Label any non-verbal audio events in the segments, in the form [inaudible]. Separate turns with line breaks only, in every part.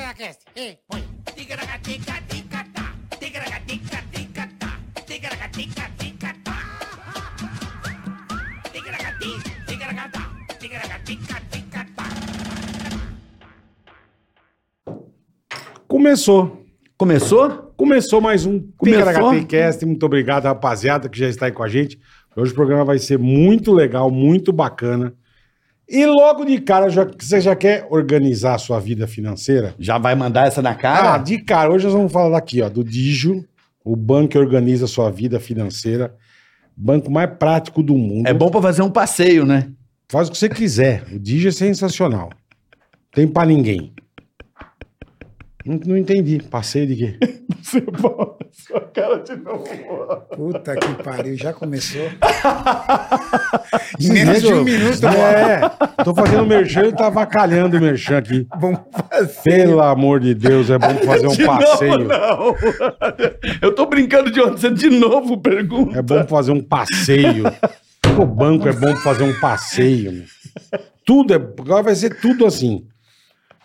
Ticaracast. E põe.
Ticaracatica, ticatá. Ticaracatica, ticatá. Ticaracatica, ticatá. Ticaracati, ticaracatá. Ticaracatica, ticatá.
Começou.
Começou?
Começou mais um
Começou?
Cast. Muito obrigado, rapaziada, que já está aí com a gente. Hoje o programa vai ser muito legal, muito bacana. E logo de cara, já, você já quer organizar a sua vida financeira?
Já vai mandar essa na
Ah,
cara?
de cara, hoje nós vamos falar aqui, ó, do Digio, o banco que organiza a sua vida financeira, banco mais prático do mundo.
é bom pra fazer um passeio, né?
Faz o que você quiser. O Digio é sensacional. Tem pra ninguém. Não, não entendi. Passei de quê?
Você bota sua cara de novo.
Puta que pariu, já começou.
Em
menos de um minuto,
tá
É, tô fazendo merchan e tá avacalhando o merchan aqui.
Vamos fazer.
Pelo amor de Deus, é bom fazer um
de
passeio.
novo, não. Eu tô brincando de onde você de novo pergunta.
É bom fazer um passeio. O banco é bom fazer um passeio. meu. Tudo é. Agora vai ser tudo assim.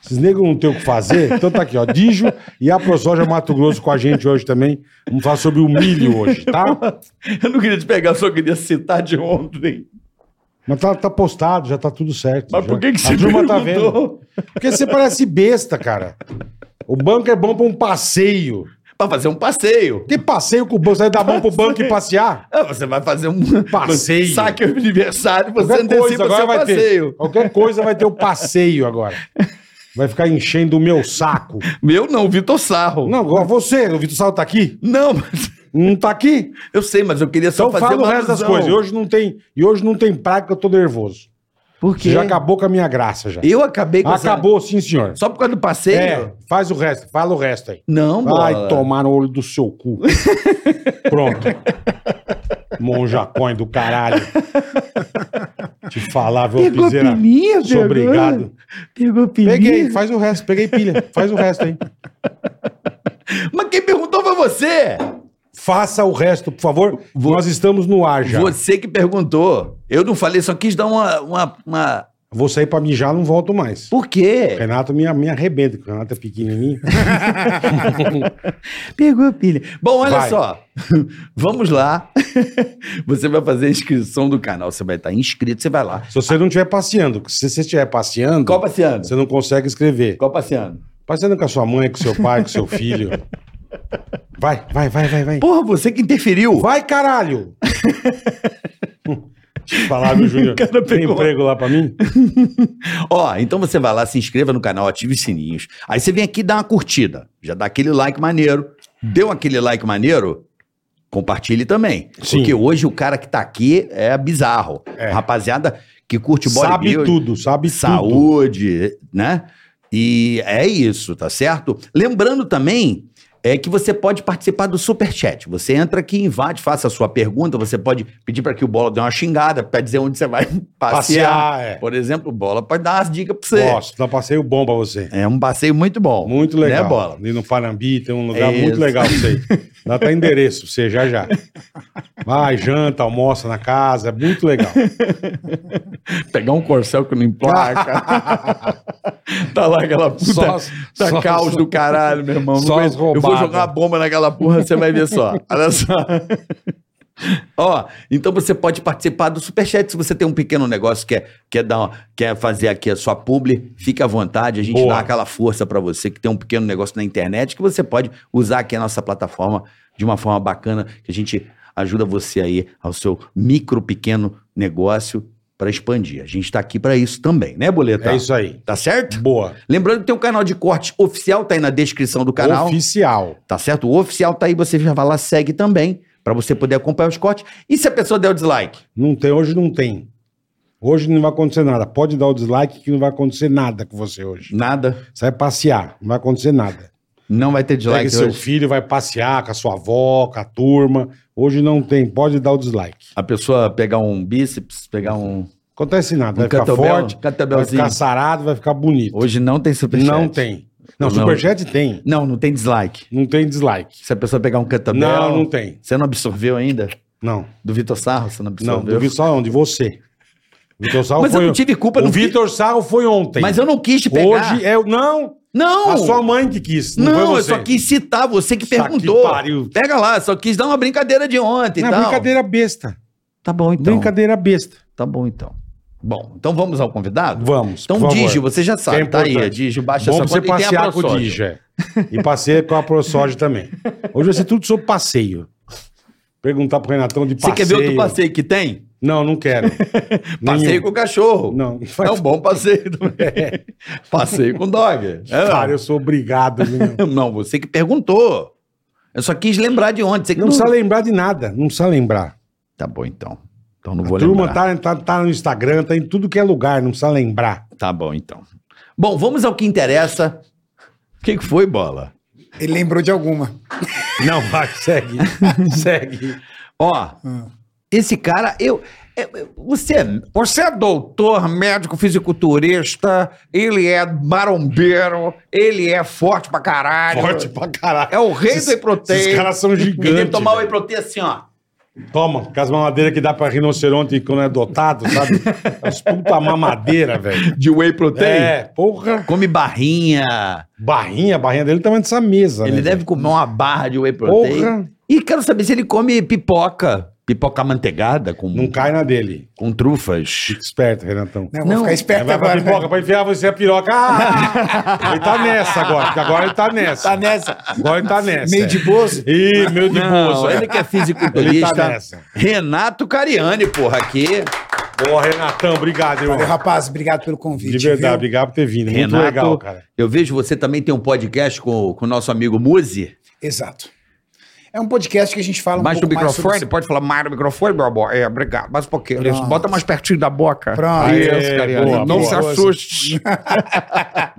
Esses negros não têm o que fazer. Então tá aqui, ó. Dijo e a ProSoja Mato Grosso com a gente hoje também. Vamos falar sobre o milho hoje, tá?
Eu não queria te pegar, só queria citar de ontem.
Mas tá, tá postado, já tá tudo certo.
Mas
já.
por que, que
A
você
turma
perguntou?
tá vendo. Porque você parece besta, cara. O banco é bom pra um passeio.
Pra fazer um passeio.
Tem passeio com o banco, sair da mão pro banco e passear?
Ah, Você vai fazer um
Passeio.
Saque de aniversário, você
Qualquer coisa
antecipa
agora
seu
vai
passeio.
ter. Qualquer coisa vai ter o passeio agora. Vai ficar enchendo o meu saco.
Meu não, Vitor Sarro.
Não, agora você, o Vitor Salo tá aqui?
Não, mas
Não tá aqui?
eu sei, mas eu queria só
Então
fazer
fala o
uma
resto das
alusão.
coisas. E hoje não tem, e hoje não tem praga que eu tô nervoso.
Por quê?
Já acabou com a minha graça já.
Eu acabei com essa-
Acabou, sim, senhor.
Só por causa do passeio?
É, faz o resto, fala o resto aí.
Não, bola.
Vai tomar no olho do seu cu. Pronto. Monjacões do caralho. Te falava, ô
Pegou
piseira.
pilinha,
sou
pegou?
obrigado.
Pegou pilinha?
Peguei, faz o resto, peguei pilha, faz o resto aí.
Mas quem perguntou foi você.
Faça o resto, por favor. Nós estamos no ar já.
Você que perguntou. Eu não falei, só quis dar uma... uma, uma...
Vou sair pra mijar, não volto mais.
Por
O
quê?
Renato me, me arrebenta, porque o Renato é pequenininho.
Pegou pilha. Bom, olha
Vai.
só. [laughs] Vamos lá. [laughs] você vai fazer a inscrição do canal. Você vai estar inscrito, você vai lá.
Se você não estiver passeando, porque se você estiver passeando,
Qual passeando?
você não consegue escrever.
Qual passeando?
Passeando com a sua mãe, com seu pai, com seu filho. Vai, vai, vai, vai, vai.
Porra, você que interferiu.
Vai, caralho! Deixa Tipo, eu falar, meu [laughs] Júnior.
O cara
Tem
pegou.
emprego lá pra mim?
Ó, então você vai lá, se inscreva no canal, ative os sininhos. Aí você vem aqui e dá uma curtida. Já dá aquele like maneiro.
Hum.
Deu aquele like maneiro? Compartilhe também.
Sim.
Porque hoje o cara que tá aqui é bizarro.
É.
Rapaziada que curte
sabe
bodybuilding,
tudo, sabe tudo.
saúde, né? E é isso, tá certo? Lembrando também é que você pode participar do Superchat. Você entra aqui, invade, faça a sua pergunta. Você pode pedir para que o Bola dê uma xingada, para dizer onde você vai [laughs] passear.
Passear, é.
Por exemplo, o Bola pode dar umas dicas pra você.
Gosto, dá passeio bom pra você.
É um passeio muito bom.
Muito legal.
Né, Bola?
Ali no Panambi tem um lugar
É
muito
isso.
legal pra [laughs] você. ir. Dá até endereço pra você já já. Vai, janta, almoça na casa, é muito legal.
Pegar um corcel que não [laughs] emplaca. tá lá aquela puta
Só-
tá
só-
caos
só-
do caralho, meu irmão. Não
só as
aguento. eu vou
roubadas.
jogar uma bomba naquela porra, você vai ver
[laughs]
só. Olha só. [laughs] Ó, então você pode participar do Superchat. Se você tem um pequeno negócio que quer, quer, dar, uma- quer fazer aqui a sua publi, fique à vontade. A gente
Boa.
dá aquela força pra você que tem um pequeno negócio na internet que você pode usar aqui a nossa plataforma de uma forma bacana, que a gente ajuda você aí ao seu micro, pequeno negócio pra expandir. A gente tá aqui pra isso também, né, Boleta?
É isso aí.
Tá certo?
Boa.
Lembrando que tem um canal de corte oficial, tá aí na descrição do canal.
Oficial.
Tá certo? O oficial tá aí, você já vai lá, segue também, pra você poder acompanhar os cortes. E se a pessoa der o dislike?
Não tem, hoje não tem. Hoje não vai acontecer nada. Pode dar o dislike que não vai acontecer nada com você hoje.
Nada.
Você vai passear, não vai acontecer nada.
Não vai ter
Pega
dislike
seu
hoje.
filho, vai passear com a sua avó, com a turma. Hoje não tem, pode dar o dislike.
A pessoa pegar um bíceps, pegar um,
Acontece nada,
um
vai ficar
cantabel,
forte, vai
cantabelzinho.
ficar sarado, vai ficar bonito.
Hoje não tem superchat.
não tem. Não,
Não.
superchat tem.
Não, não tem dislike.
Não tem dislike.
Se a pessoa pegar um cantabel...
Não, não tem.
Você não absorveu ainda?
Não,
Do Vitor Sarro, você não absorveu?
não. Do Vitor Sarro, não, de você. O Vitor Sarro
Mas eu
foi.
não tive culpa.
o
não quis-
Vitor Sarro foi ontem.
Mas eu não quis te pegar.
Hoje é. o- Não!
Não!
A sua mãe que quis,
Não,
não, foi
eu
você.
só quis citar você que
Puta que
perguntou.
pariu.
Pega lá, só quis dar uma brincadeira de ontem
Não, é
e tal.
brincadeira besta.
Tá bom então.
Brincadeira besta.
Tá bom então. Bom, então vamos ao convidado?
Vamos,
Então,
por favor.
Digio, você já sabe,
É
tá aí.
importante.
Digio, baixa essa
Bom pra você
conta e tem a
passear com o
ProSoja.
Digio. é. E passei com a ProSoja também. Hoje vai ser tudo sobre passeio. Perguntar pro Renatão de
Você
passeio.
quer ver outro passeio que tem?
Não, não quero.
[laughs] Passeio com o cachorro. [laughs]
Não, É,
É um bom passeio [laughs] também. passeio com
[laughs]
dog. É,
Cara, eu sou obrigado. viu,
não.
meu?
não, você que perguntou. Eu só quis lembrar de ontem. Você que
Não precisa lembrar de nada. Não precisa lembrar.
Tá bom então. Então não
A
vou
turma
lembrar.
tá, tá, tá no Instagram, tá em tudo que é lugar. Não precisa lembrar.
Tá bom então. Bom, vamos ao que interessa. O que, que foi, bola?
Ele lembrou de alguma.
Não, vai,
[laughs]
segue. segue.
Ó,
Ah.
esse cara, eu. é- é- Você é, você é doutor, médico, fisiculturista, ele é marombeiro, ele é forte pra caralho.
Forte pra caralho.
É o rei
Esses-
do whey protein.
esses caras são
E tem
gigantes,
que tomar o whey
velho.
protein assim, ó.
Toma, com as mamadeiras que dá pra rinoceronte quando é dotado, sabe? As puta mamadeira, velho.
De whey protein?
É, porra.
Come barrinha.
Barrinha, a barrinha dele também dessa mesa,
Ele
né,
deve
velho?
comer uma barra de whey protein.
Porra.
E quero saber se ele come pipoca. Pipoca manteigada com,
Não cai na dele.
com trufas.
Fica esperto, Renatão.
Não, né? vou
Não.
ficar
É,
esperto
vai pra
agora. né?
pipoca, pra enfiar você a piroca. Ah! ele tá nessa agora, porque agora ele tá nessa.
Tá nessa.
Agora ele tá nessa.
Meio de bozo.
Ih, meio de bozo.
ele
é.
que é
[laughs] Ele tá
fisiculturista.
nessa.
Renato Cariani, porra, aqui.
Boa, Renatão, obrigado, irmão.
Valeu, rapaz. Obrigado pelo
De
convite.
verdade,
viu?
obrigado por ter vindo.
Renato,
Muito legal, cara.
eu vejo você também tem um podcast com com o nosso amigo Muzi.
Exato. É um podcast que a gente fala um
mais do
pouco mais sobre-
microfone, pode falar mais do microfone, meu amor? É, obrigado. Mais um pouquinho. Isso,
Pronto.
Bota mais pertinho da boca.
Pronto.
Isso, Cariani.
Boa,
Não
boa.
se assuste.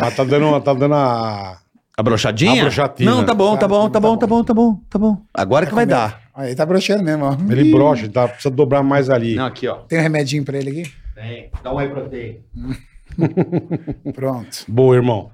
Mas tá dando, tá dando a.
A brochadinha?
A brochatina.
Não, tá bom, tá bom, tá bom, tá bom, tá bom, tá bom. Agora que vai dar.
Aí tá broxando mesmo, ó.
Ele brocha, tá, precisa dobrar mais ali.
Não, aqui, ó.
Tem um remedinho pra ele aqui?
Tem. Dá um aí proteína.
Pronto.
Boa, irmão.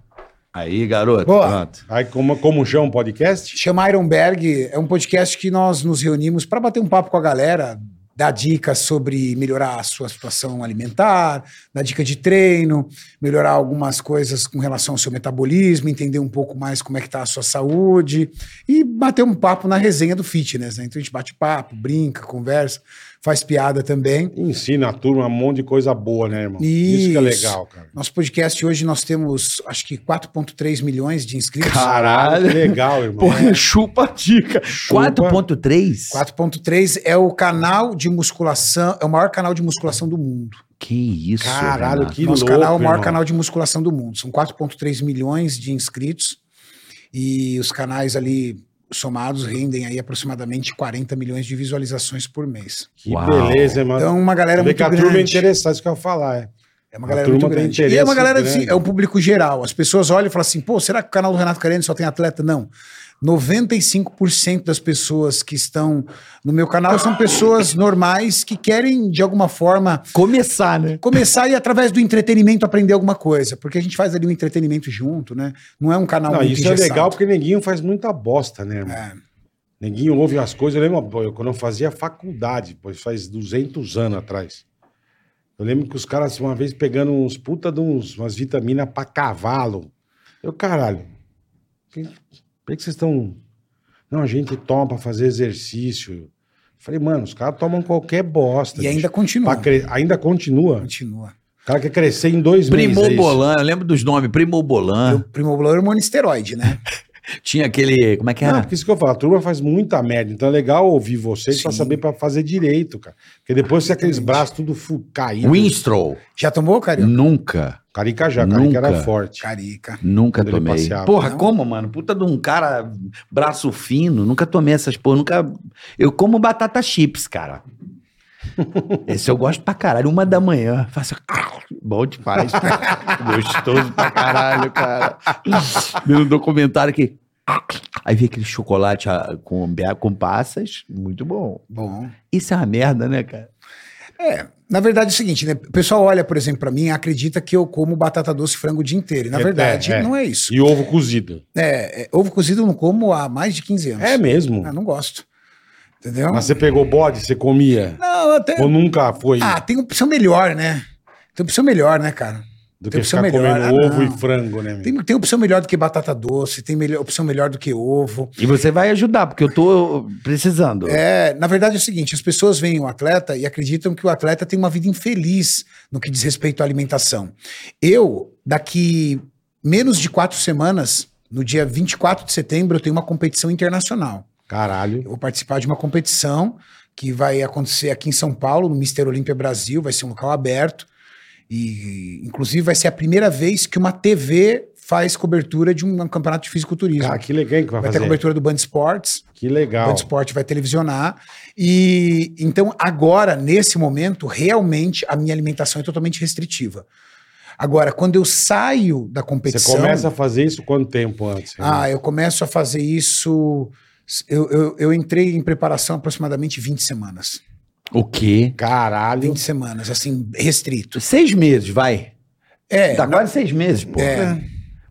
Aí, garoto.
Boa.
Pronto.
Aí, como, como chama o podcast?
Chama Ironberg é um podcast que nós nos reunimos para bater um papo com a galera, dar dicas sobre melhorar a sua situação alimentar, dar dica de treino, melhorar algumas coisas com relação ao seu metabolismo, entender um pouco mais como é que tá a sua saúde e bater um papo na resenha do fitness, né? Então a gente bate papo, brinca, conversa, faz piada também.
Ensina a turma um monte de coisa boa, né, irmão? Isso que é
Isso.
legal, cara.
Nosso podcast hoje nós temos acho que 4.3 milhões de inscritos.
Caralho.
Que legal, irmão.
[laughs] Porra, chupa a dica. 4.3?
4.3 é o canal de musculação, é o maior canal de musculação do mundo.
Que isso,
Caralho,
Renato.
que
Nosso
louco,
canal é o maior
irmão.
canal de musculação do mundo. São 4.3 milhões de inscritos e os canais ali somados rendem aí aproximadamente 40 milhões de visualizações por mês.
Que
Uau.
beleza, irmão.
Então é uma galera
Vê
muito
que a turma é
grande.
interessada, isso que eu ia falar, é.
É uma galera
a turma
muito
tem
grande.
interesse
E é uma galera assim,
grande.
é um público geral. As pessoas olham e falam assim: "Pô, será que o canal do Renato Carene só tem atleta?" Não. 95% das pessoas que estão no meu canal são pessoas normais que querem de alguma forma
Começar, né?
começar e através do entretenimento aprender alguma coisa, porque a gente faz ali um entretenimento junto, né? Não é um canal
Não,
muito
isso é
engessado.
legal porque Neguinho faz muita bosta, né, irmão?
É.
Neguinho ouve as coisas. Eu lembro pô, eu- quando eu fazia faculdade, pois faz 200 anos atrás. Eu lembro que os caras, uma vez, pegando uns puta de uns, umas vitaminas pra cavalo. Eu, caralho, que- por que que vocês estão. Não, a gente toma pra fazer exercício. Falei, mano, os caras tomam qualquer bosta.
E ainda
bicho.
continua.
Pra cre- ainda continua.
Continua.
O cara quer crescer em dois meses. é isso.
Primobolan, eu lembro dos nomes. Primobolan.
O primobolan é hormônio esteroide, né?
Tinha aquele. Como é que
Não,
era?
porque isso que eu falo, a turma faz muita merda. Então é legal ouvir vocês pra
Sim.
saber pra fazer direito, cara. Porque depois você tem aqueles braços tudo fu- caído.
Winstrow.
Já tomou, Carioca?
Nunca.
Carica já, Carica
Nunca.
era forte.
Carica.
Nunca
Quando ele
tomei.
passeava.
Porra,
Não?
como, mano? Puta de um cara, braço fino, nunca tomei essas porra, nunca... Eu como batata chips, [laughs] cara. Esse eu gosto pra caralho, uma da manhã. Faço... Bom demais. cara. Gostoso pra caralho, cara. Vendo um documentário que... Aí vem aquele chocolate ah, com, be- com passas, muito bom.
Bom.
Isso é uma merda, né, cara?
Na verdade é o seguinte, né? O pessoal olha, por exemplo, pra mim e acredita que eu como batata doce e frango o dia inteiro. E, na
É,
verdade,
é, é.
não é isso.
E ovo cozido.
É, é, ovo cozido eu não como há mais de 15 anos.
É mesmo.
Ah, não gosto. Entendeu?
Mas você pegou bode, você comia.
Não, Ah, até. um,
Ou nunca foi.
Ah, tem opção melhor, né? Tem opção melhor, né, cara?
Do
Tem
que
opção
ficar
melhor,
comendo
ah,
ovo
não.
e frango, né, meu?
Tem, tem opção melhor do que batata doce, tem melhor- opção melhor do que ovo.
E você vai ajudar, porque eu tô precisando.
É, na verdade é o seguinte: as pessoas veem o atleta e acreditam que o atleta tem uma vida infeliz no que diz respeito à alimentação. Eu, daqui menos de quatro semanas, no dia 24 de setembro, eu tenho uma competição internacional.
Caralho.
Eu vou participar de uma competição que vai acontecer aqui em São Paulo, no Mister Olímpia Brasil, vai ser um local aberto. E, inclusive, vai ser a primeira vez que uma TV faz cobertura de um campeonato de fisiculturismo.
Cara, que legal que vai,
vai ter
fazer.
cobertura do Band Sports.
Que legal.
O esporte vai televisionar. E então, agora, nesse momento, realmente a minha alimentação é totalmente restritiva. Agora, quando eu saio da
Você
competição.
começa a fazer isso quanto tempo antes?
Ah, eu começo a fazer isso. Eu, eu, eu entrei em preparação aproximadamente 20 semanas.
O quê?
Caralho.
20 semanas, assim, restrito.
Seis meses, vai.
É,
Dá quase seis meses, pô.
É.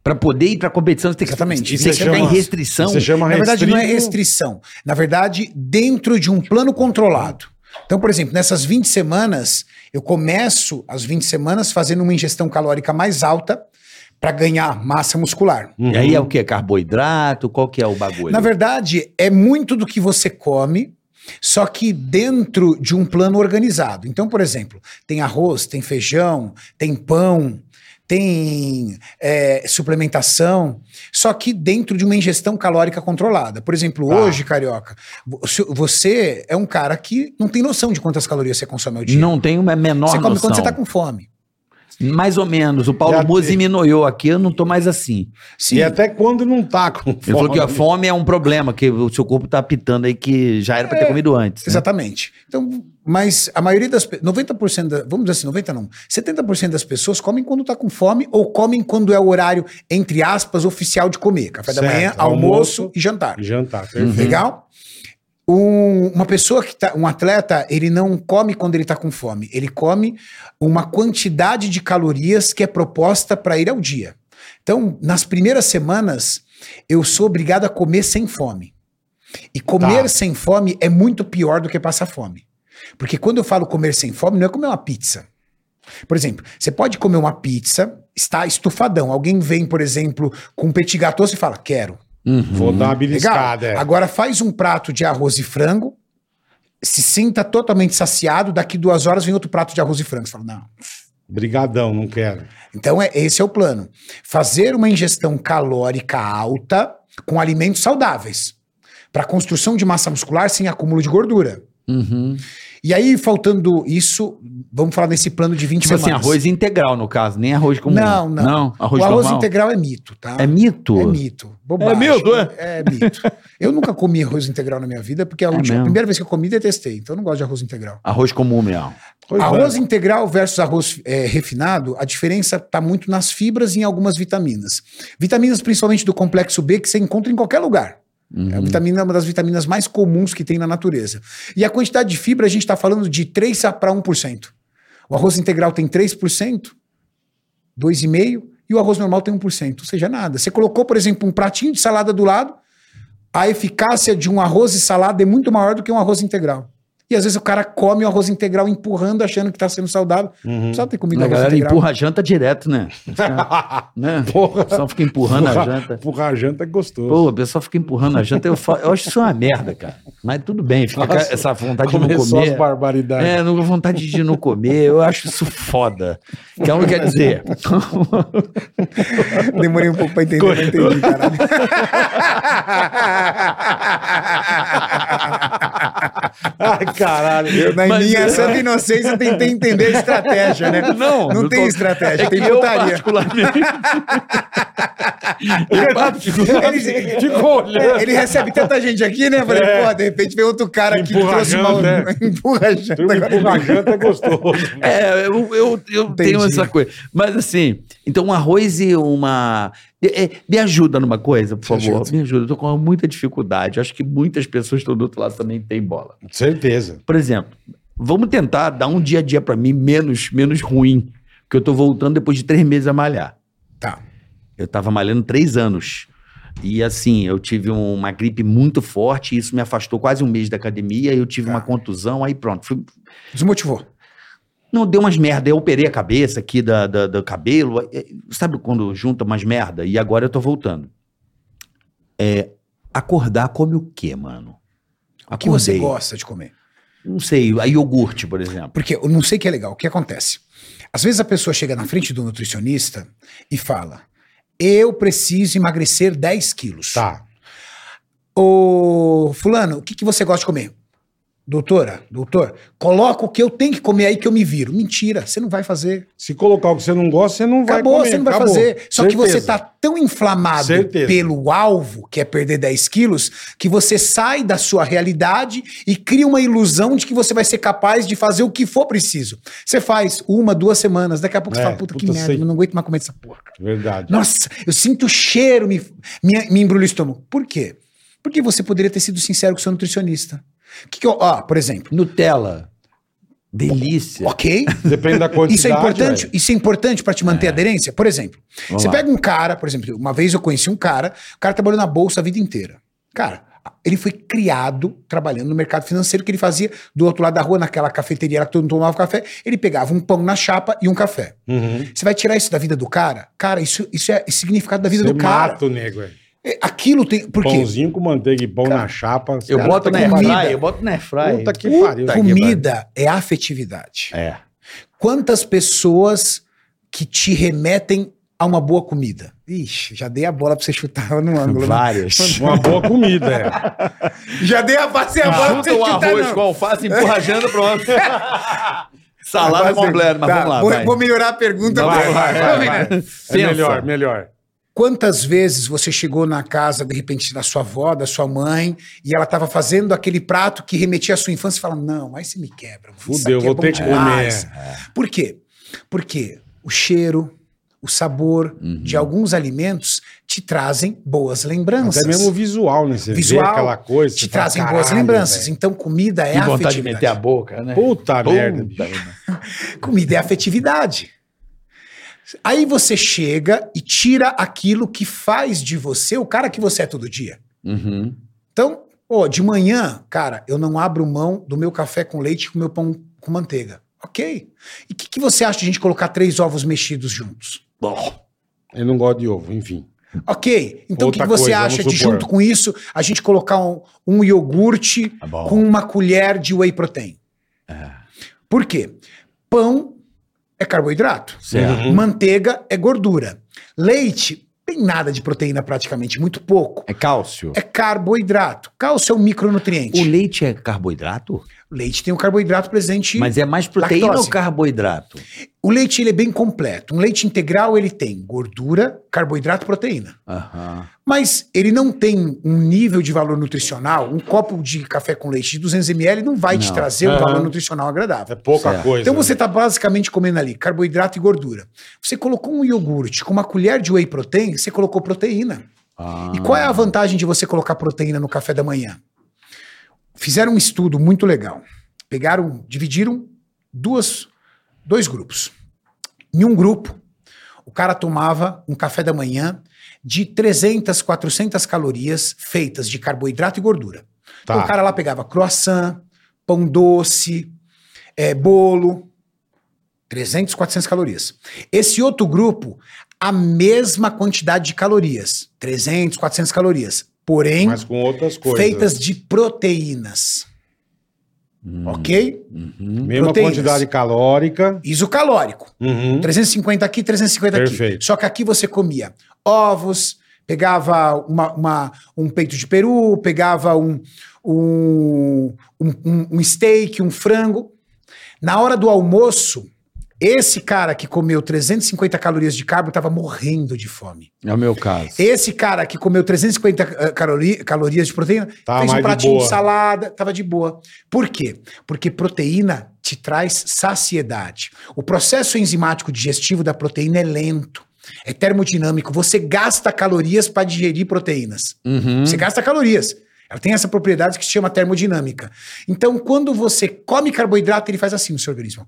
Pra poder ir pra competição, você tem que...
Exatamente.
E você
Isso
tá em
chama-
restrição.
Você chama
na verdade, não é
restrito-
restrição. Na verdade, dentro de um plano controlado. Então, por exemplo, nessas 20 semanas, eu começo as 20 semanas fazendo uma ingestão calórica mais alta para ganhar massa muscular.
Uhum.
E aí é o quê? Carboidrato? Qual que é o bagulho?
Uhum. Na verdade, é muito do que você come, só que dentro de um plano organizado. Então, por exemplo, tem arroz, tem feijão, tem pão, tem é, suplementação, só que dentro de uma ingestão calórica controlada. Por exemplo,
Tá.
hoje, carioca, vo- se- você é um cara que não tem noção de quantas calorias você consome ao dia.
Não tem uma menor
Você come
noção.
quando você tá está com fome.
Mais ou menos. O Paulo
Já-
Muzi me noiou aqui, eu não tô mais assim.
Sim.
E até quando não tá com fome?
Ele falou que a fome é um problema, que o seu corpo tá pitando aí que já era pra
É.
ter comido antes. né?
Exatamente. Então, mas a maioria das pe- 90% da, vamos dizer assim, 90 não, 70% das pessoas comem quando tá com fome ou comem quando é o horário entre aspas oficial de comer, café da
Certo,
manhã,
almoço
almoço, e jantar.
Jantar,
Uhum.
perfeito.
Legal? Um- uma pessoa que tá, um atleta, ele não come quando ele tá com fome, ele come uma quantidade de calorias que é proposta para ele ao dia. Então, nas primeiras semanas, eu sou obrigado a comer sem fome. E comer
Tá.
sem fome é muito pior do que passar fome. Porque quando eu falo comer sem fome, não é comer uma pizza. Por exemplo, você pode comer uma pizza, está estufadão. Alguém vem, por exemplo, com um petit gâteau, você fala, quero.
Uhum,
Vou dar uma
Legal.
beliscada. é.
Agora faz um prato de arroz e frango, se sinta totalmente saciado, daqui duas horas vem outro prato de arroz e frango. Você fala, não.
Brigadão, não quero.
Então é, esse é o plano. Fazer uma ingestão calórica alta com alimentos saudáveis. Para construção de massa muscular sem acúmulo de gordura.
Uhum.
E aí, faltando isso, vamos falar nesse plano de 20
Tipo assim,
semanas.
arroz integral, no caso, nem arroz comum.
Não, não.
arroz,
o arroz
normal?
integral é mito, tá?
É mito?
É mito. Bobagem.
É mito, é?
mito. Eu nunca comi arroz integral na minha vida, porque a,
É
última- a
mesmo?
primeira vez que eu comi, detestei. Então eu não gosto de arroz integral.
Arroz comum mesmo.
Pois
arroz
é.
integral versus arroz é, refinado, a diferença está muito nas fibras e em algumas vitaminas. Vitaminas principalmente do complexo B, que você encontra em qualquer lugar. É
Uhum.
a vitamina, uma das vitaminas mais comuns que tem na natureza. E a quantidade de fibra, a gente está falando de 3 para 1%. O arroz integral tem 3%, 2,5%, e o arroz normal tem 1%. Ou seja, nada. Você colocou, por exemplo, um pratinho de salada do lado, a eficácia de um arroz e salada é muito maior do que um arroz integral. E às vezes o cara come o arroz integral empurrando, achando que está sendo saudável. Não precisa ter comido
a
arroz
galera
integral.
empurra a janta direto, né?
então.
[laughs]
[laughs]
né?
Porra.
Só fica empurrando a janta.
Empurrar a janta é gostoso.
Pô, o pessoal fica empurrando a janta. Eu, fa- eu acho isso uma merda, cara. Mas tudo bem, fica
Nossa,
com essa
tá
vontade de não
Começou
comer.
as barbaridades. [laughs]
É, não vontade de não comer, eu acho isso foda. Então, quer
[laughs]
dizer,
Demorei um pouco pra entender, mas entendi, caralho.
Ai, caralho.
Eu, na
Mas- é.
minha santa inocência, tentei entender a estratégia, né?
[laughs] Não,
Não
eu
tem
tô-
estratégia,
é que
tem
eu
putaria. [laughs]
particularmente. eu particularmente
Ele-
Ficou olhando.
É, Ele recebe tanta gente aqui, né? Eu Falei, pô, de repente vem outro cara aqui
Empurra
que trouxe
a
uma.
janta,
Empurra a janta.
Turma,
Agora-
Empurrar a janta é gostoso.
[laughs]
É, eu, eu, eu tenho
Entendi.
essa coisa. Mas assim, então um arroz e uma. é, é, me ajuda numa coisa, por
Te
favor.
ajudo.
Me ajuda. Eu tô com muita dificuldade. Acho que muitas pessoas que estão do outro lado também têm bola.
Certeza.
Por exemplo, vamos tentar dar um dia a dia pra mim menos, menos ruim. Porque eu tô voltando depois de três meses a malhar.
Tá.
Eu tava malhando três anos. E assim, eu tive um- uma gripe muito forte, e isso me afastou quase um mês da academia, eu tive
Tá.
uma contusão, aí pronto, fui,
Desmotivou.
Não, deu umas merda. Eu operei a cabeça aqui da, da- do cabelo. É, Sabe quando junta umas merda? E agora eu tô voltando. É, acordar come o quê, mano?
O que você
Acordei.
gosta de comer?
Não sei, a iogurte, por exemplo.
Porque eu não sei que é legal. O que acontece? Às vezes a pessoa chega na frente do nutricionista e fala: Eu preciso emagrecer 10 quilos.
Tá.
Ô, Fulano, o que, que você gosta de comer? Doutora, doutor, coloca o que eu tenho que comer aí que eu me viro. Mentira, você não vai fazer.
Se colocar o que você não gosta, você não vai
acabou,
comer,
você não vai
acabou.
fazer. Só que você
Certeza.
tá tão inflamado
Certeza.
pelo alvo, que é perder 10 quilos, que você sai da sua realidade e cria uma ilusão de que você vai ser capaz de fazer o que for preciso. Você faz uma, duas semanas, daqui a pouco
É,
você fala, puta, que
puta,
merda,
sei.
eu não aguento mais comer essa porra. cara.
Verdade.
Nossa, eu sinto o cheiro, me, me, me embrulha o estômago. Por quê? Porque você poderia ter sido sincero com o seu nutricionista. Que que eu, ó, por exemplo,
Nutella. Delícia.
ok,
Depende da quantidade.
Isso é importante,
velho.
isso é importante para te manter a aderência? Por exemplo,
Vamos
você
lá.
pega um cara, por exemplo, uma vez eu conheci um cara, o cara trabalhou na bolsa a vida inteira. Cara, ele foi criado trabalhando no mercado financeiro que ele fazia do outro lado da rua, naquela cafeteria lá que todo mundo tomava café, ele pegava um pão na chapa e um café.
Uhum.
Você vai tirar isso da vida do cara? Cara, isso, isso é significado da vida
Você
do cara.
mata o nego, velho.
É, Aquilo tem. Por quê?
Pãozinho com manteiga e pão na chapa.
Eu
Cara,
boto
puta
na
que
air
pariu.
comida.
airfry, eu boto na airfry.
Puta que pariu.
Puta que
Comida é afetividade.
pariu. É.
Quantas pessoas que te remetem a uma boa comida? Ixi, já dei a bola pra você chutar lá no ângulo. né?
[laughs]
Várias.
Uma boa comida, é.
Já dei a passei a bola pra você
Chuta o
chutar,
arroz
não.
com alface, empurrajando, pronto. [laughs] Salada
Quase-
completa, mas
Tá,
vamos lá,
vou,
vai.
vou melhorar a pergunta.
Vai,
mas-
vai, vai. vai. É
Pensa.
melhor, melhor.
Quantas vezes você chegou na casa, de repente, da sua avó, da sua mãe, e ela tava fazendo aquele prato que remetia à sua infância e fala, não, aí você me quebra. isso
Fudeu,
aqui
vou
bom
ter que
demais."
comer.
Por quê? Porque o cheiro, o sabor
Uhum.
de alguns alimentos te trazem boas lembranças.
Até mesmo o visual, né? Você
Visual
vê aquela coisa.
te
você fala,
trazem boas
"Caralho,
lembranças.
velho."
Então, comida é
Que vontade de
afetividade.
meter a boca, né?
Puta merda. bicho.
merda.
Comida é afetividade. Aí você chega e tira aquilo que faz de você o cara que você é todo dia.
Uhum.
Então, ó, de manhã, cara, eu não abro mão do meu café com leite e com meu pão com manteiga. Ok. E o que, que você acha de a gente colocar três ovos mexidos juntos?
Bom.
Eu não gosto de ovo, enfim.
Ok. Então, o que,
Outra
que você
coisa,
acha
vamos
de,
supor.
junto com isso, a gente colocar um, um iogurte
Tá bom.
com uma colher de whey protein?
É.
Por quê? Pão é carboidrato.
Certo.
Uhum.
Manteiga é gordura. Leite tem nada de proteína praticamente, muito pouco.
É cálcio.
É carboidrato. Cálcio é um micronutriente.
O leite é carboidrato?
leite tem um carboidrato presente.
Mas é mais proteína
Lactose.
ou carboidrato?
O leite ele é bem completo. Um leite integral ele tem gordura, carboidrato, proteína.
Aham.
Mas ele não tem um nível de valor nutricional. Um copo de café com leite de 200 ml não vai te
Não.
trazer um
Aham.
valor nutricional agradável.
É pouca
Certo.
coisa.
Então você
né?
está basicamente comendo ali carboidrato e gordura. Você colocou um iogurte com uma colher de whey protein, você colocou proteína.
Ah.
E qual é a vantagem de você colocar proteína no café da manhã? Fizeram um estudo muito legal. Pegaram, dividiram duas, dois grupos. Em um grupo, o cara tomava um café da manhã de 300, 400 calorias feitas de carboidrato e gordura.
Tá.
Então, o cara lá pegava croissant, pão doce, eh, bolo, 300, 400 calorias. Esse outro grupo, a mesma quantidade de calorias, 300, 400 calorias, porém
Mas com outras coisas.
feitas de proteínas,
Hum.
ok?
Uhum.
Mesma
proteínas.
quantidade calórica.
Isocalórico,
Uhum.
350 aqui, 350
Perfeito.
aqui. Só que aqui você comia ovos, pegava uma, uma- um peito de peru, pegava um, um, um, um- um steak, um frango. Na hora do almoço, esse cara que comeu 350 calorias de carbo estava morrendo de fome.
É o meu caso.
Esse cara que comeu 350 eh, calori- calorias de proteína
Tá
fez
mais
um
de
pratinho de,
boa.
salada, tava de boa. Por quê? Porque proteína te traz saciedade. O processo enzimático digestivo da proteína é lento, é termodinâmico. Você gasta calorias para digerir proteínas.
Hum.
Uhum.
Você gasta calorias. Ela tem essa propriedade que se chama termodinâmica. Então, quando você come carboidrato, ele faz assim no seu organismo.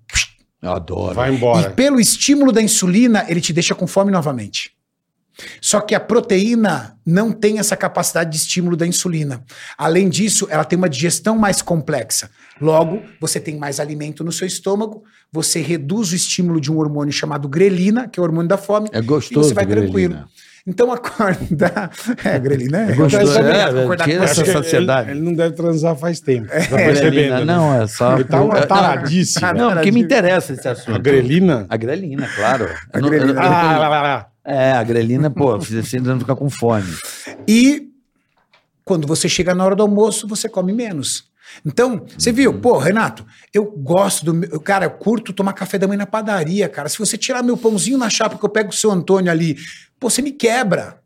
Eu adoro.
Vai embora.
E pelo estímulo da insulina, ele te deixa com fome novamente. Só que a proteína não tem essa capacidade de estímulo da insulina. Além disso, ela tem uma digestão mais complexa. Logo, você tem mais alimento no seu estômago, você reduz o estímulo de um hormônio chamado grelina, que é o hormônio da fome,
É gostoso,
e você vai
grelina.
tranquilo. Então [laughs] acordar. É, grelina é,
gostoso,
Então,
é,
obrigado, acordar
que
com
essa
ele-
essa
saciedade.
Ele, não deve transar faz tempo. Tá
É,
percebendo?
Grelina,
né?
não, é só.
Ele tá uma
Não,
taradíssima.
Não,
né?
porque me interessa esse assunto.
A grelina?
A grelina, claro. Eu não- eu-
grelina.
eu-
Ah, lá, lá, lá.
é, a grelina, pô, [laughs] fiz assim não ficar com fome.
E quando você chega na hora do almoço, você come menos. Então, você viu, pô, Renato, eu gosto do. meu- Cara, eu curto tomar café da manhã na padaria, cara. Se você tirar meu pãozinho na chapa, que eu pego o seu Antônio ali, pô, você me quebra.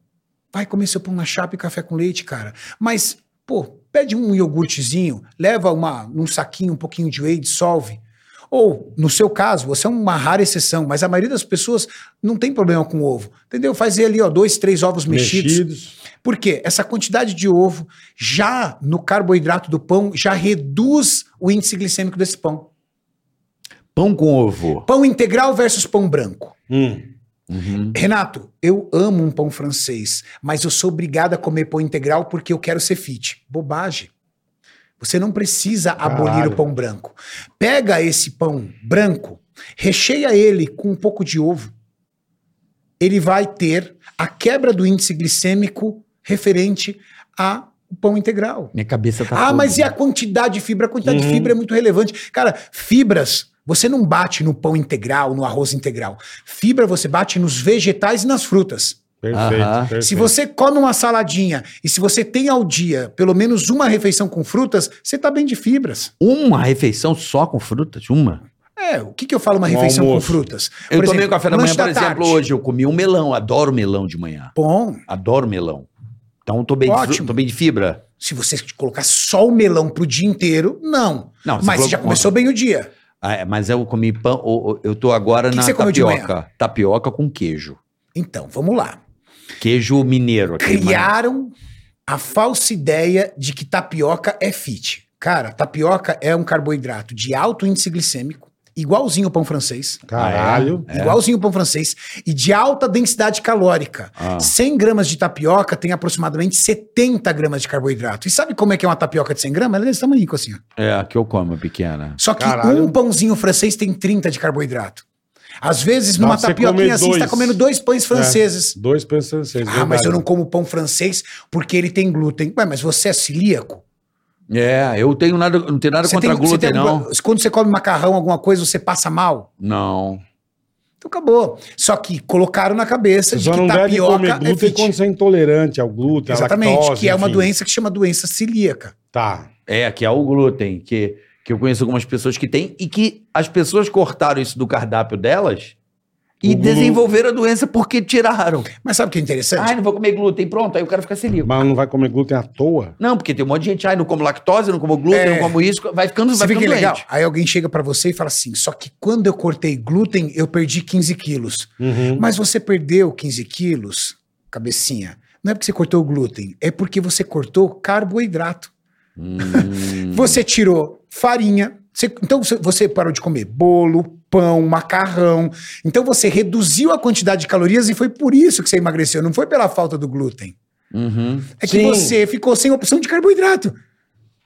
Vai comer seu pão na chapa e café com leite, cara. Mas, pô, pede um iogurtezinho, leva uma, num saquinho um pouquinho de whey, dissolve. Ou, no seu caso, você é uma rara exceção, mas a maioria das pessoas não tem problema com ovo. Entendeu? Faz ali, ó, dois, três ovos mexidos.
Mexidos.
Por quê? Essa quantidade de ovo já no carboidrato do pão já reduz o índice glicêmico desse pão.
Pão com ovo.
Pão integral versus pão branco.
Hum.
Uhum.
Renato, eu amo um pão francês, mas eu sou obrigado a comer pão integral porque eu quero ser fit. Bobagem. Você não precisa abolir
Caralho.
o pão branco. Pega esse pão branco, recheia ele com um pouco de ovo. Ele vai ter a quebra do índice glicêmico referente ao pão integral.
Minha cabeça tá.
Ah,
toda.
mas e a quantidade de fibra? A quantidade
Uhum.
de fibra é muito relevante. Cara, fibras, você não bate no pão integral, no arroz integral. Fibra você bate nos vegetais e nas frutas.
Perfeito,
Aham.
perfeito.
Se você come uma saladinha e se você tem ao dia pelo menos uma refeição com frutas, você tá bem de fibras.
Uma refeição só com frutas? Uma?
É, o que, que eu falo uma
Um
refeição com
almoço.
frutas?
Eu
Por
tomei
exemplo,
um café da manhã,
lanche
por exemplo,
tarde.
hoje. Eu comi um melão. Adoro melão de manhã.
Bom,
Adoro melão. Então, tô bem, de, fru-
Ótimo.
tô bem de fibra.
se você colocar só o melão pro dia inteiro, não.
Não,
Mas você já começou bem o dia.
Ah, é, mas eu comi pão. o- o- Eu tô agora
O que
na
que você comeu de
tapioca. Tapioca com queijo.
Então, vamos lá.
Queijo mineiro. aquele
né?
criaram a falsa ideia de que tapioca é fit. Cara, tapioca é um carboidrato de alto índice glicêmico, igualzinho ao pão francês,
Caralho.
igualzinho ao pão francês, e de alta densidade calórica.
Ah.
100 gramas de tapioca tem aproximadamente 70 gramas de carboidrato. E sabe como é que é uma tapioca de 100 gramas? Ela é desse tamanho assim. ó.
É, a que eu como, pequena.
Só que
Caralho.
um pãozinho francês tem 30 de carboidrato. Às vezes, numa
Dá pra você comer
tapioquinha assim, você está
dois. É.
comendo dois pães franceses.
Dois pães franceses.
É
Ah, mas
verdade.
eu não como pão francês porque ele tem glúten. Ué, mas você é celíaco?
É, eu tenho nada, não tenho nada
Você
contra
tem- um- você
glúten,
tem alguma-
não.
Quando você come macarrão, alguma coisa, você passa mal?
Não.
Então acabou. Só que colocaram na cabeça
Você
de
só
que
não deve
tapioca
comer
é
glúten
fit.
quando você é intolerante ao glúten, à
Exatamente,
lactose,
que é uma
enfim.
doença que chama doença celíaca.
Tá.
É, que é o glúten, que, que eu conheço algumas pessoas que têm e que as pessoas cortaram isso do cardápio delas e
O glú-
desenvolveram a doença porque tiraram.
Mas sabe o que é interessante?
Ai, não vou comer glúten, pronto, aí o cara fica celíaco.
Mas não vai comer glúten à toa?
Não, porque tem um monte de gente, ai, não como lactose, não como glúten,
É.
não como isso, vai ficando,
Você
vai
vê
ficando
que é
doente.
legal? Aí alguém chega pra você e fala assim: só que quando eu cortei glúten, eu perdi 15 quilos.
Hum.
Uhum.
Mas você perdeu 15 quilos, cabecinha. Não é porque você cortou o glúten, é porque você cortou carboidrato.
Hum.
Você tirou farinha. você- então você- você parou de comer bolo, pão, macarrão. Então você reduziu a quantidade de calorias e foi por isso que você emagreceu. Não foi pela falta do glúten.
Uhum.
É que
Sim.
você ficou sem opção de carboidrato.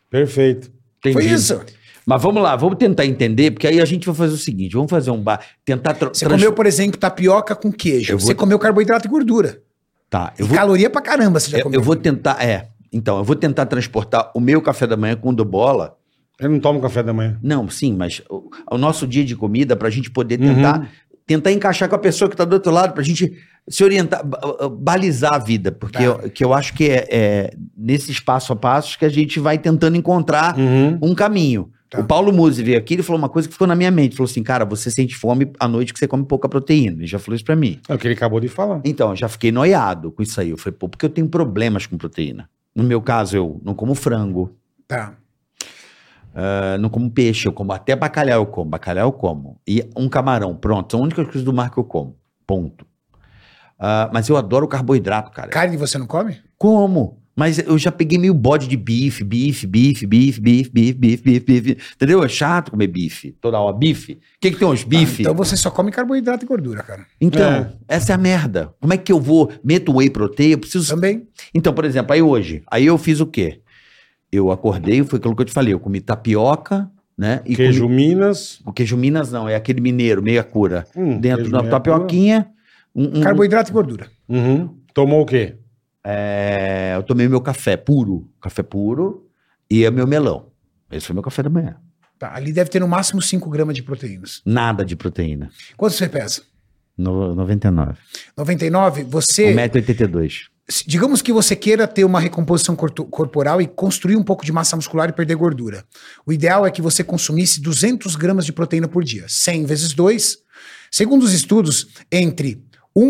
Perfeito.
Entendi.
Foi isso.
Mas vamos lá, vamos tentar entender, porque aí a gente vai fazer o seguinte, vamos fazer um bar, tentar... tra-
Você
trans-
comeu, por exemplo, tapioca com queijo.
Eu vou-
Você comeu carboidrato e gordura.
Tá, eu
E
vou...
caloria pra caramba você já
Eu,
comeu.
eu vou tentar, é. Então, eu vou tentar transportar o meu café da manhã com o do bola.
Eu não tomo café da manhã.
Não, sim, mas o, o nosso dia de comida pra gente poder tentar
Uhum.
tentar encaixar com a pessoa que tá do outro lado pra gente se orientar, ba- ba- balizar a vida, porque
Tá.
eu, que eu acho que é, é nesses passo a passo que a gente vai tentando encontrar
Uhum.
um caminho.
Tá.
O Paulo Musi veio aqui, ele falou uma coisa que ficou na minha mente. Ele falou assim, cara, você sente fome à noite que você come pouca proteína. Ele já falou isso pra mim.
É o que ele acabou de falar.
Então, eu já fiquei noiado com isso aí. Eu falei, pô, porque eu tenho problemas com proteína. No meu caso, eu não como frango,
Tá.
eh, não como peixe, eu como até bacalhau, eu como. Bacalhau eu como. E um camarão, pronto. São as únicas coisas do mar que eu como. Ponto. Ah, mas eu adoro carboidrato, cara.
Carne você não come? Tá,
Como? Mas eu já peguei meio bode de bife, bife, bife, bife, bife, bife, bife, bife, bife. Entendeu? É chato comer bife. Toda hora bife. O que, que tem uns bife?
Então você só come carboidrato e gordura, cara.
Então, essa é a merda. Como é que eu vou, meto whey protein, eu preciso...
Também.
Então, por exemplo, aí hoje, aí eu fiz o quê? Eu acordei, foi aquilo que eu te falei, eu comi tapioca, né? E
Queijo
comi-
Minas.
o queijo Minas não, é aquele mineiro, meia cura.
hum,
Dentro
queijo
da
Minas.
tapioquinha, um- um-
Carboidrato e gordura.
Uhum. Tomou o quê?
é, eu tomei meu café puro, café puro, e é meu melão. Esse foi meu café da manhã.
Tá, ali deve ter no máximo 5 gramas de proteínas.
Nada de proteína.
Quanto você pesa?
No, 99.
99? Você.
1,82m.
se- Digamos que você queira ter uma recomposição corto- corporal e construir um pouco de massa muscular e perder gordura. O ideal é que você consumisse 200 gramas de proteína por dia. 100 vezes 2. Segundo os estudos, entre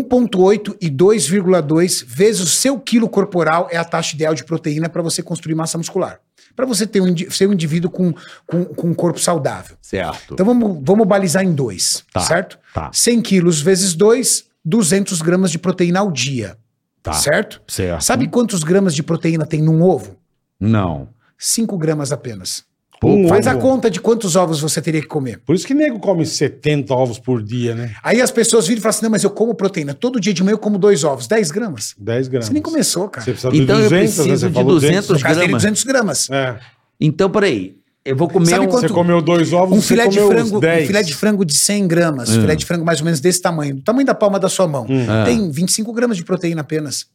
1,8 e 2,2 vezes o seu quilo corporal é a taxa ideal de proteína para você construir massa muscular. Para você ter um, indi- ser um indivíduo com, com, com um corpo saudável.
Certo.
Então vamos, vamos balizar em dois,
Tá.
certo?
tá,
100 quilos vezes 2, 200 gramas de proteína ao dia,
tá.
certo?
Certo.
Sabe quantos gramas de proteína tem num ovo?
Não.
5 gramas apenas.
Um
Faz
ovo.
a conta de quantos ovos você teria que comer.
Por isso que nego come 70 ovos por dia, né?
Aí as pessoas viram e falam assim: não, mas eu como proteína. Todo dia de manhã eu como dois ovos, 10 gramas.
10 gramas.
Você nem começou, cara.
Você precisa
Então
de
eu
200, né?
preciso
Você
de
falou
200
No caso dele,
gramas.
200 gramas.
É.
Então, peraí. Eu vou comer
Sabe
um...
quanto-
Você comeu dois ovos,
Um
você
filé, de
comeu É. uns
frango, um
10.
filé de frango de 100 gramas, filé de frango mais ou menos desse tamanho, do tamanho da palma da sua mão,
Hum.
Ah.
tem 25 gramas de proteína apenas.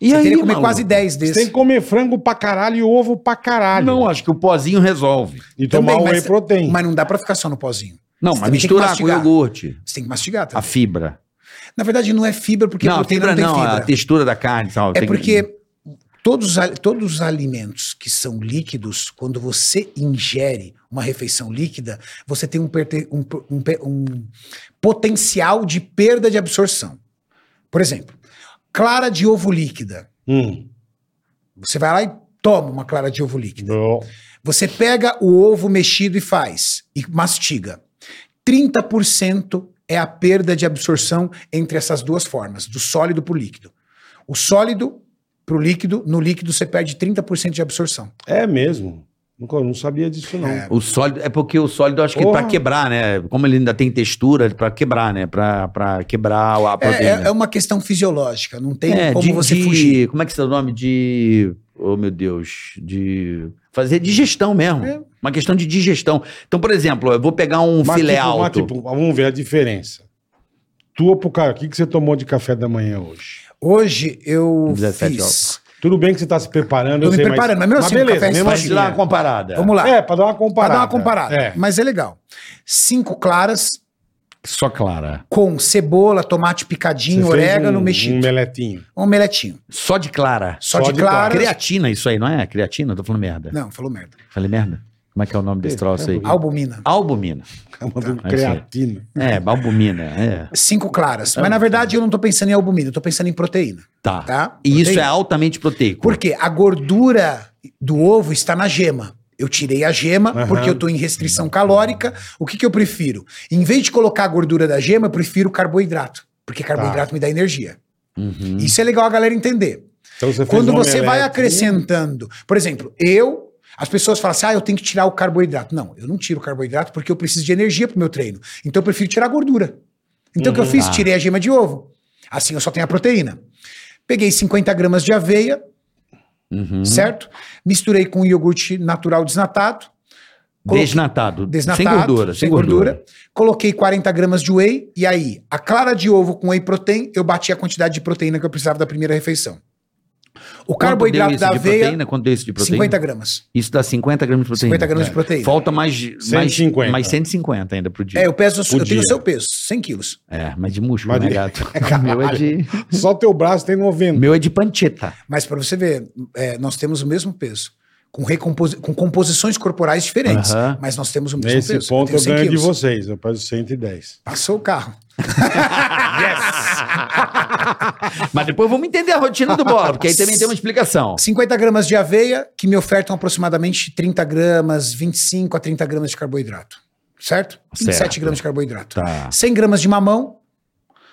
E
Você
aí,
teria que comer
maluco?
quase 10
Você tem
desses.
que comer frango pra caralho e ovo pra caralho.
Não, acho que o pozinho resolve.
E
Também,
tomar o whey protein.
Mas não dá pra ficar só no pozinho.
Não,
Você
mas
tem que
misturar com o
mastigar.
iogurte.
Você tem que mastigar
A
também.
fibra.
Na verdade, não é fibra, porque
não, a
proteína
fibra não,
não tem
a
fibra.
textura da carne. Sabe?
É
Tem-
porque todos, os al- todos os alimentos que são líquidos, quando você ingere uma refeição líquida, você tem um, perte- um po- um pe- um potencial de perda de absorção. Por exemplo, clara de ovo líquida.
Hum.
Você vai lá e toma uma clara de ovo líquida.
Não.
Você pega o ovo mexido e faz, e mastiga. 30% é a perda de absorção entre essas duas formas, do sólido para o líquido. O sólido para o líquido, no líquido você perde 30% de absorção.
É mesmo. Nunca, não sabia disso, não.
É.
O sólido, é porque o sólido, eu acho que
Porra.
pra quebrar, né? Como ele ainda tem textura, pra quebrar, né? Pra, pra quebrar a
É,
proteína.
é- é uma questão fisiológica, não tem
É,
como
de-
você
de-
fugir.
Como é que é o nome? De. Oh, meu Deus. De. Fazer digestão mesmo.
É.
Uma questão de digestão. Então, por exemplo, eu vou pegar um
Mas
filé
tipo, mas
alto.
tipo, vamos ver a diferença. Tua pro cara, o que, que você tomou de café da manhã hoje?
Hoje eu
17
fiz.
Tutudo bem que você tá se preparando,
Tô me preparando, mas mesmo assim,
beleza,
café
mesmo
Pra
faz
assim,
te dar uma
é.
comparada.
Vamos lá,
É, pra dar uma
para
comparada.
dar uma comparada.
É.
Mas é legal. Cinco claras
Só clara.
com cebola, tomate
Você
picadinho,
fez
orégano,
um, Um
mexido.
meletinho.
Um omeletinho.
Só de clara.
Só,
Só
de,
de
claras.
Creatina, isso aí, não é? Creatina? Tô falando merda.
Não, falou merda.
Falei merda? Como é que é o nome desse troço aí?
Albumina.
Albumina.
Mandou
Tá.
creatina.
É, albumina. É.
Cinco claras. Mas na verdade eu não tô pensando em albumina, eu tô pensando em proteína,
Tá.
tá?
E isso é
Proteína.
altamente proteico.
Por quê? A gordura do ovo está na gema. Eu tirei a gema
Aham.
porque eu tô em restrição calórica. O que que eu prefiro? Em vez de colocar a gordura da gema, eu prefiro carboidrato, porque carboidrato me dá energia.
Uhum.
Isso é legal a galera entender.
Então você fez
Quando
um
você vai
omeletinho.
acrescentando, por exemplo, eu, as pessoas falam assim, ah, eu tenho que tirar o carboidrato. Não, eu não tiro o carboidrato porque eu preciso de energia pro meu treino. Então eu prefiro tirar a gordura. Então o
Hum.
que eu fiz?
Tá.
Tirei a gema de ovo. Assim eu só tenho a proteína. Peguei 50 gramas de aveia,
Uhum.
certo? Misturei com iogurte natural desnatado. Colo-
Desnatado.
Desnatado.
Sem gordura. Sem, gordura.
Coloquei 40 gramas de whey. E aí, a clara de ovo com whey protein, eu bati a quantidade de proteína que eu precisava da primeira refeição. O
Quanto
carboidrato
deu isso
da
de
aveia,
Proteína? Quanto deu isso de proteína?
50 gramas.
Isso dá 50 gramas de proteína. é.
50 gramas de proteína.
Falta mais,
150.
mais, mais 150 ainda pro dia.
É, eu peso,
Por
eu
dia.
tenho o seu peso, 100 quilos.
É, mas de músculo,
Mas
né,
de- [laughs]
gato? O meu é de,
Só teu braço tem 90.
meu é de
[laughs]
pancheta.
Mas para você ver, é, nós temos o mesmo peso. Com, recompos... com composições corporais diferentes,
Aham.
mas nós temos o mesmo
Nesse
peso.
ponto eu
tenho 100
ganho de
quilos.
vocês. Eu peso 110.
Passou o carro.
[laughs] Mas depois vamos entender a rotina do bola, porque aí também tem uma explicação.
50 gramas de aveia, que me ofertam aproximadamente 30 gramas, 25 a 30
Tá
gramas de carboidrato. Certo? 27
Certo.
gramas de carboidrato.
Tá.
100 gramas de mamão,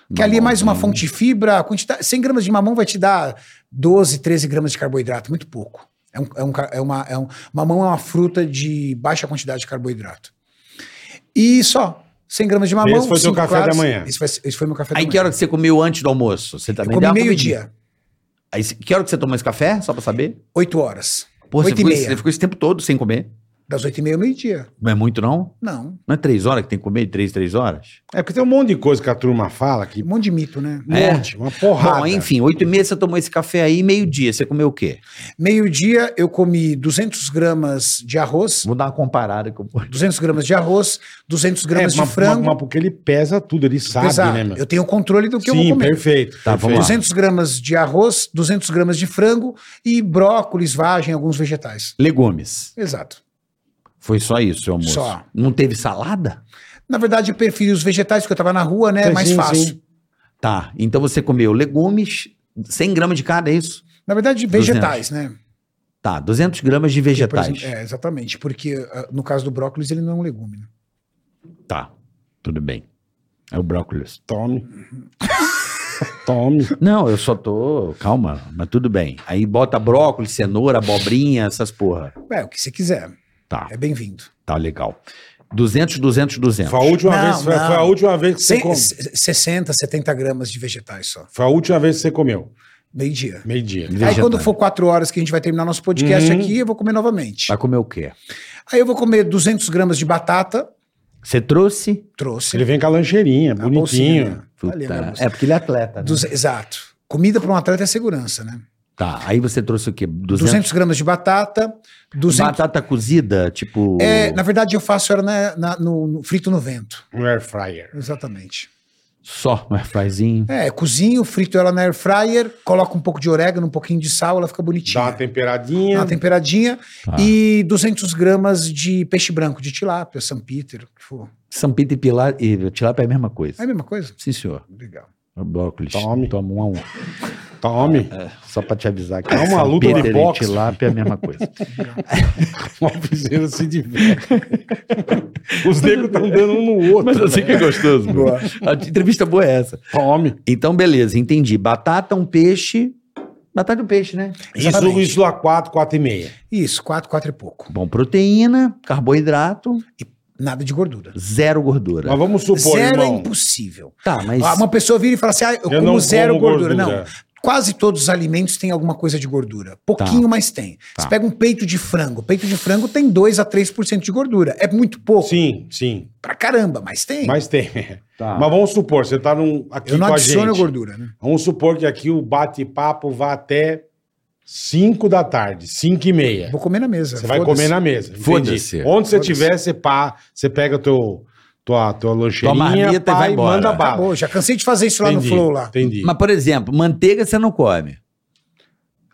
Porque ali é mais uma fonte de fibra, a quantidade, 100 gramas de mamão vai te dar 12, 13 gramas de carboidrato, muito pouco. É um, é um ca- é uma, é um- mamão é uma fruta de baixa quantidade de carboidrato. E só, 100 gramas de mamão.
Esse foi seu
cinco
café da manhã.
Esse foi, esse foi meu café
Aí
da
que
manhã.
hora que você comeu antes do almoço? Você
Eu
também
comi
dava
meio-dia,
Aí, se- que hora que você tomou esse café, só pra saber?
8 horas.
Pô, você
Oito e
ficou,
meia.
você ficou esse tempo todo sem comer.
Das 8 e meia ao meio-dia.
Não é muito, não?
Não,
Não é três horas que tem que comer? Três, três horas?
É porque tem um monte de coisa que a turma fala que
um monte de mito, né?
É.
monte, uma porrada.
Bom, enfim, oito e meia você tomou esse café aí, meio-dia. Você comeu o quê?
Meio-dia eu comi 200 gramas de arroz,
Vou dar uma comparada com o
200 gramas de arroz, 200
É,
gramas
mas-
de frango.
mas- mas porque ele pesa tudo, ele sabe,
Exato.
né, meu?
Eu tenho controle do que eu vou
Sim,
comer.
perfeito.
Tá,
perfeito.
vamos lá.
200 gramas de arroz, 200 gramas de frango e brócolis, vagem, alguns vegetais.
Legumes.
Exato.
Foi só isso, seu almoço?
Só.
Não teve salada?
Na verdade, eu preferi os vegetais, porque eu tava na rua, né? É
Sim,
mais
sim,
fácil.
sim.
Tá, então você comeu legumes, 100 gramas de cada, é isso?
Na verdade, vegetais, né?
Tá, 200 gramas de
Porque, por
vegetais.
exemplo, é, exatamente. Porque ah, no caso do brócolis, ele não é um legume. né?
Tá, tudo bem. É o brócolis.
Tome. [laughs] Tome.
Não, eu só tô... Calma, mas tudo bem. Aí bota brócolis, cenoura, abobrinha, essas porra.
É, o que você quiser.
Tá,
É bem-vindo.
tá legal. 200, 200, 200.
Foi a última
Não,
vez, foi,
não.
foi a última vez que você
Se-
comeu.
se- 60, 70 gramas de vegetais só.
Foi a última vez que você comeu.
Meio-dia.
Meio-dia.
Aí
Vegetais.
quando for 4 horas que a gente vai terminar nosso podcast
Uhum.
aqui, eu vou comer novamente.
Vai comer o quê?
Aí eu vou comer 200 gramas de batata.
Você trouxe?
Trouxe.
Ele vem com a lancheirinha,
A
bonitinho.
bolsinha, né?
Puta,
Ali, a minha bolsa.
é porque ele é atleta, né?
Dos- exato. Comida para um atleta é segurança, né?
Tá, aí você trouxe o quê? 200,
200 gramas de batata, 200...
Batata cozida, tipo...
É, na verdade, eu faço era na- na- no, no frito no vento.
No Um air fryer.
Exatamente.
Só, um airfryerzinho.
É, cozinho, frito ela na air fryer, coloco um pouco de orégano, um pouquinho de sal, ela fica
Dá
bonitinha.
uma
Dá
temperadinha.
uma temperadinha.
Tá.
E 200 gramas de peixe branco, de tilápia, San Peter, o que for.
São Pedro e Pilar e Tilápia é a mesma coisa.
É a mesma coisa?
Sim, senhor.
Legal.
O Brócolis.
Tome.
Toma um a um.
Tome. [laughs]
Só pra te avisar que
É
Tá
uma
São
luta de
Peter e
boxe.
Tilápia é a mesma
[laughs]
coisa.
O Alvizeiro se diverte. [laughs] Os negros estão dando um no outro.
Mas assim que é gostoso. meu.
Boa.
A entrevista boa é essa.
Tome.
Então, beleza, entendi. Batata, um peixe. Batata e um peixe, né?
Isso, isso lá 4, 4 e meia.
Isso, quatro, quatro e pouco.
Bom, proteína, carboidrato,
Nada de gordura.
zero gordura.
Mas vamos supor,
Zero é
irmão. É
impossível.
Tá, mas.
Ah, Uma pessoa vira e fala assim: ah, eu,
Eu não
como zero
como
gordura.
gordura. Tá.
Não. Quase todos os alimentos têm alguma coisa de gordura. Pouquinho, mas tem.
Tá.
Você pega um peito de frango. Peito de frango tem 2 a 3% de gordura. É muito pouco.
Sim, sim.
Pra caramba, mas tem.
Mas tem.
Tá.
Mas vamos supor, você tá num, aqui
eu não
com a
adiciono
gente.
gordura, né?
Vamos supor que aqui o bate-papo vá até 5 da tarde, 5 e meia.
Vou comer na mesa.
Você vai
foda-se.
comer na mesa. entendi.
Foda-se.
Onde você
Foda-se.
tiver, você, pá, você pega teu, tua, tua lancheirinha,
marmita e
pá,
vai
e
embora.
manda bala.
Acabou, já cansei de fazer isso lá
Entendi,
no Flow lá.
Entendi.
Mas, por exemplo, manteiga você não come.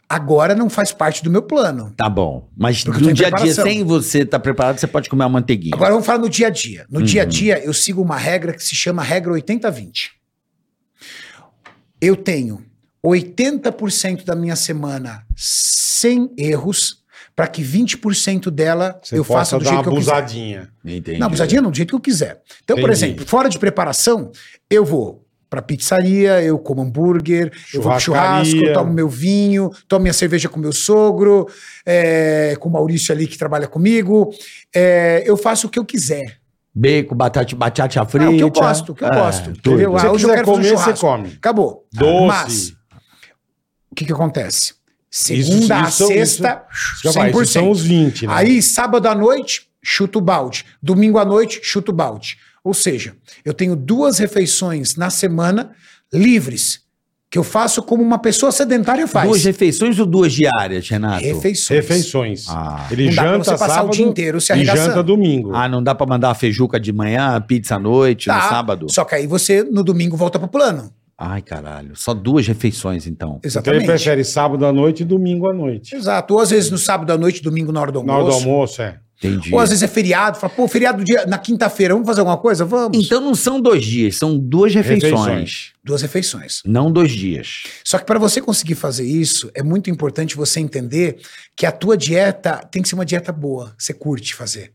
Agora não faz parte do meu plano.
Tá bom. Mas
Porque eu tô
no
em
dia a dia,
preparação.
sem você estar preparado, você pode comer uma manteiguinha.
Agora vamos falar no dia a dia. No
Uhum.
dia a dia, eu sigo uma regra que se chama regra 80-20. Eu tenho 80% da minha semana sem erros, para que 20% dela
Você
eu faça
possa
do
dar uma
jeito que eu quiser.
abusadinha.
Entendi.
Não, abusadinha não, do jeito que eu quiser. Então, por
Entendi.
exemplo, fora de preparação, eu vou pra pizzaria, eu como hambúrguer, eu vou pro churrasco,
Churrascaria.
eu tomo meu vinho, tomo minha cerveja com meu sogro, é, com o Maurício ali que trabalha comigo. É, eu faço o que eu quiser.
Bacon, batata, batata frita.
Ah, o que eu gosto, o que eu gosto. Entendeu?
Se
Ah,
você
hoje eu
quiser
quero fazer um
comer, você
churrasco.
come.
Acabou.
Doce.
Mas, o que que acontece?
Isso-
Segunda a
isso-
sexta,
Isso que eu falo, "Ah, isso
100%.
são os 20, né?
Aí, sábado à noite, chuto o balde. Domingo à noite, chuto o balde. Ou seja, eu tenho duas refeições na semana livres, que eu faço como uma pessoa sedentária faz.
Duas refeições ou duas diárias, Renato?
refeições.
Refeições.
Ah.
Ele
Não dá pra
janta
você passar o
sábado
dia inteiro
e
se arregaçando.
janta domingo.
Ah, não dá pra mandar a feijuca de manhã, pizza à noite,
Tá,
no sábado?
Só que aí você, no domingo, volta pro plano.
Ai, caralho. Só duas refeições, então.
então ele
Exatamente.
prefere sábado à noite e domingo à noite.
Exato. Ou às vezes no sábado à noite, domingo na hora do
Na hora do
almoço.
almoço, é.
Entendi.
Ou às vezes é feriado, fala, pô, feriado dia, na quinta-feira, vamos fazer alguma coisa? Vamos.
Então não são dois dias, são duas refeições.
Refeições.
Duas refeições.
Não dois dias.
Só que para você conseguir fazer isso, é muito importante você entender que a tua dieta tem que ser uma dieta boa, você curte fazer.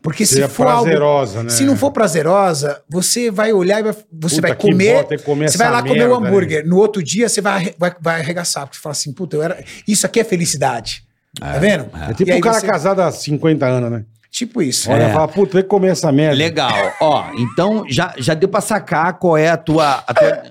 Porque
Seja
se for algo
é prazerosa, né?
Se não for prazerosa, você vai olhar e vai, você
Puta,
vai
que
comer.
bota, tem que comer
você vai
essa
lá comer
merda, né?
o hambúrguer. No outro dia, você vai, arre- vai, vai arregaçar. Porque você fala assim, puta, eu era... isso aqui é felicidade. tá vendo?
É
Ah.
tipo
E aí
um cara
você-
casado há 50 anos, né?
Tipo isso.
Olha,
É.
fala, puta, tem que comer essa merda.
Legal. Ó, então já, já deu pra sacar qual é a tua. a tua-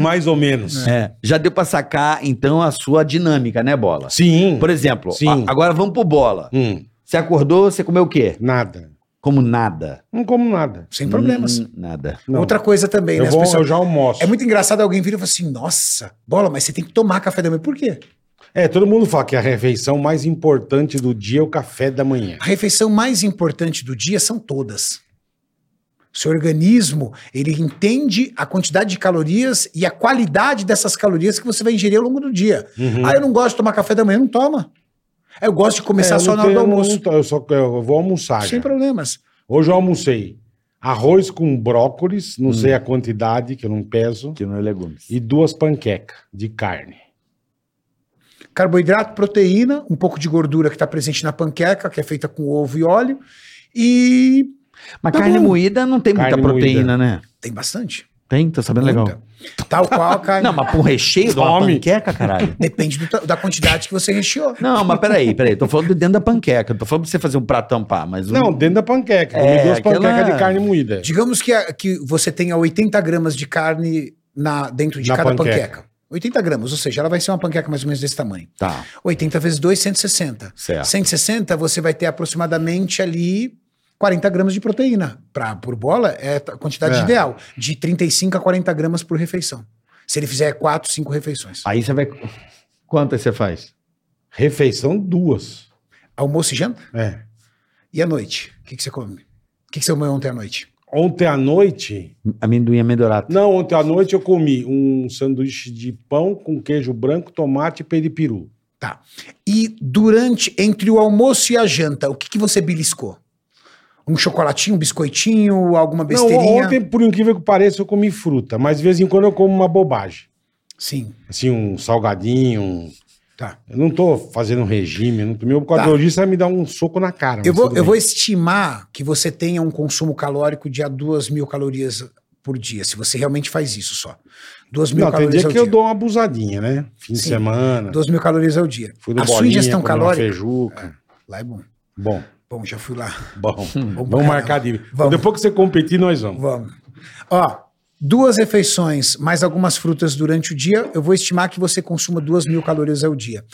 Mais ou menos.
é, já deu pra sacar, então, a sua dinâmica, né, Bola?
É. Sim.
Por exemplo,
Sim.
a- agora vamos pro Bola.
Hum,
Você acordou, você comeu o quê?
nada.
Como nada.
Não como nada.
Sem problemas.
Hum, nada.
Não.
Outra coisa também,
eu,
né? As
vou,
pessoas-
eu já almoço.
É muito engraçado alguém vir e falar assim, nossa, bola, mas você tem que tomar café da manhã. Por quê?
É, todo mundo fala que a refeição mais importante do dia é o café da manhã.
A refeição mais importante do dia são todas. O seu organismo, ele entende a quantidade de calorias e a qualidade dessas calorias que você vai ingerir ao longo do dia.
Hum.
Uhum.
Ah, eu não gosto de tomar café da manhã, não toma. Ah, Eu gosto de
É,
começar
eu
só
não
na hora do
tenho-
almoço.
não tô- eu, só, eu vou almoçar.
Sem
já.
problemas.
Hoje eu almocei arroz com brócolis,
Hum.
não sei a quantidade, que eu não peso,
Que não é legumes.
e duas panquecas de carne.
Carboidrato, proteína, um pouco de gordura que está presente na panqueca, que é feita com ovo e óleo. E
Mas
Tá
carne
bom.
moída não tem muita
Carne moída.
proteína, né?
tem bastante.
Tem? Tô sabendo legal.
Muita. Tal
[laughs]
qual a carne.
Não, mas pro recheio de uma
Some.
panqueca, caralho.
Depende do ta- da quantidade que você recheou.
Não, mas peraí, peraí. Tô falando de dentro da panqueca. Tô falando pra você fazer um pratão pá, mas... um-
Não, dentro da panqueca.
É,
comi duas
aquela-
panquecas de carne moída.
Digamos que, a- que você tenha 80 gramas de carne na, dentro de
Na
cada
panqueca.
panqueca. 80 gramas, ou seja, ela vai ser uma panqueca mais ou menos desse tamanho.
Tá,
80 vezes 2, 160.
Tá.
certo.
160, você vai ter aproximadamente ali 40 gramas de proteína. Pra, por bola, é a quantidade
É.
ideal. De 35 a 40 gramas por refeição. Se ele fizer 4, 5 refeições.
Aí você vai... Quantas você faz?
Refeição, duas.
Almoço e janta?
É.
E à noite? O que, que você come? O que, que você comeu ontem à noite?
Ontem à noite.
Amendoim é amendorado.
Não, ontem à noite eu comi um sanduíche de pão com queijo branco, tomate e peripiru.
Tá. E durante, entre o almoço e a janta, o que, que você beliscou? Um chocolatinho, um biscoitinho, alguma
Não,
besteirinha?
ontem, por incrível que pareça, eu comi fruta, mas de vez em quando eu como uma bobagem.
Sim,
Assim, um salgadinho. um-
tá.
Eu não tô fazendo um regime, eu não... meu
Tá.
cardiologista vai me dar um soco na cara.
Eu
mas
vou,
tudo
eu
bem.
vou estimar que você tenha um consumo calórico de a 2 mil calorias por dia, se você realmente faz isso só. 2 mil
Não, tem
calorias
dia
ao
que eu
dia.
dou uma abusadinha, né? Fim de
Sim.
semana.
2 mil calorias ao dia.
Fui no
a sua
bolinha,
ingestão
comi uma
calórica.
feijuca.
Lá é bom.
Bom,
Bom, já fui lá.
bom.
pra
Vamos marcar de.
caramba. Vamos.
Depois que você competir, nós vamos.
Vamos. Ó, duas refeições mais algumas frutas durante o dia, eu vou estimar que você consuma 2 mil calorias ao dia.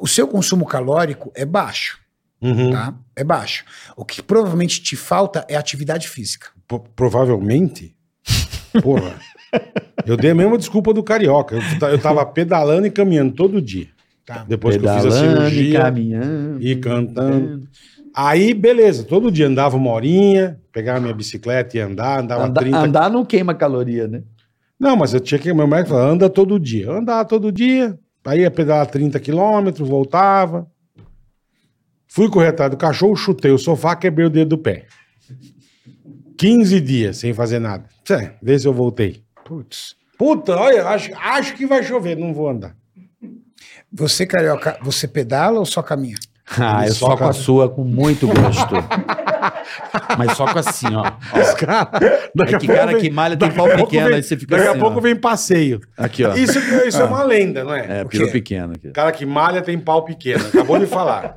O seu consumo calórico é baixo,
Uhum.
tá? É baixo. O que provavelmente te falta é atividade física.
Pro- provavelmente. Porra. Eu dei a mesma desculpa do carioca. Eu, ta- eu tava pedalando e caminhando todo dia.
Tá.
Depois que eu fiz a
Pedalando e
cirurgia
caminhando.
e cantando. Aí, beleza, todo dia andava uma horinha, pegava minha bicicleta e andar, andava
Anda-
30
andar não queima caloria, né?
Não, mas eu tinha que. Meu médico falava, anda todo dia. Eu andava todo dia, aí ia pedalar 30 quilômetros, voltava. Fui correr atrás do cachorro, chutei o sofá, quebrei o dedo do pé. 15 dias sem fazer nada. Tchê, Vê se eu voltei.
Putz.
Puta, olha, acho, acho que vai chover, não vou andar.
Você, carioca, você pedala ou só caminha?
Ah,
Ele
eu
soca-
só com a sua com muito [laughs] gosto. Mas só com assim, ó. Ó,
Daqui
É que cara que malha tem pau pequeno,
vem,
aí você fica
Daqui
assim,
a pouco
ó.
vem passeio.
Aqui, ó.
Isso, isso é uma lenda, não é?
É,
O
pirou
quê?
pequeno aqui.
Cara que malha tem pau pequeno, acabou de falar.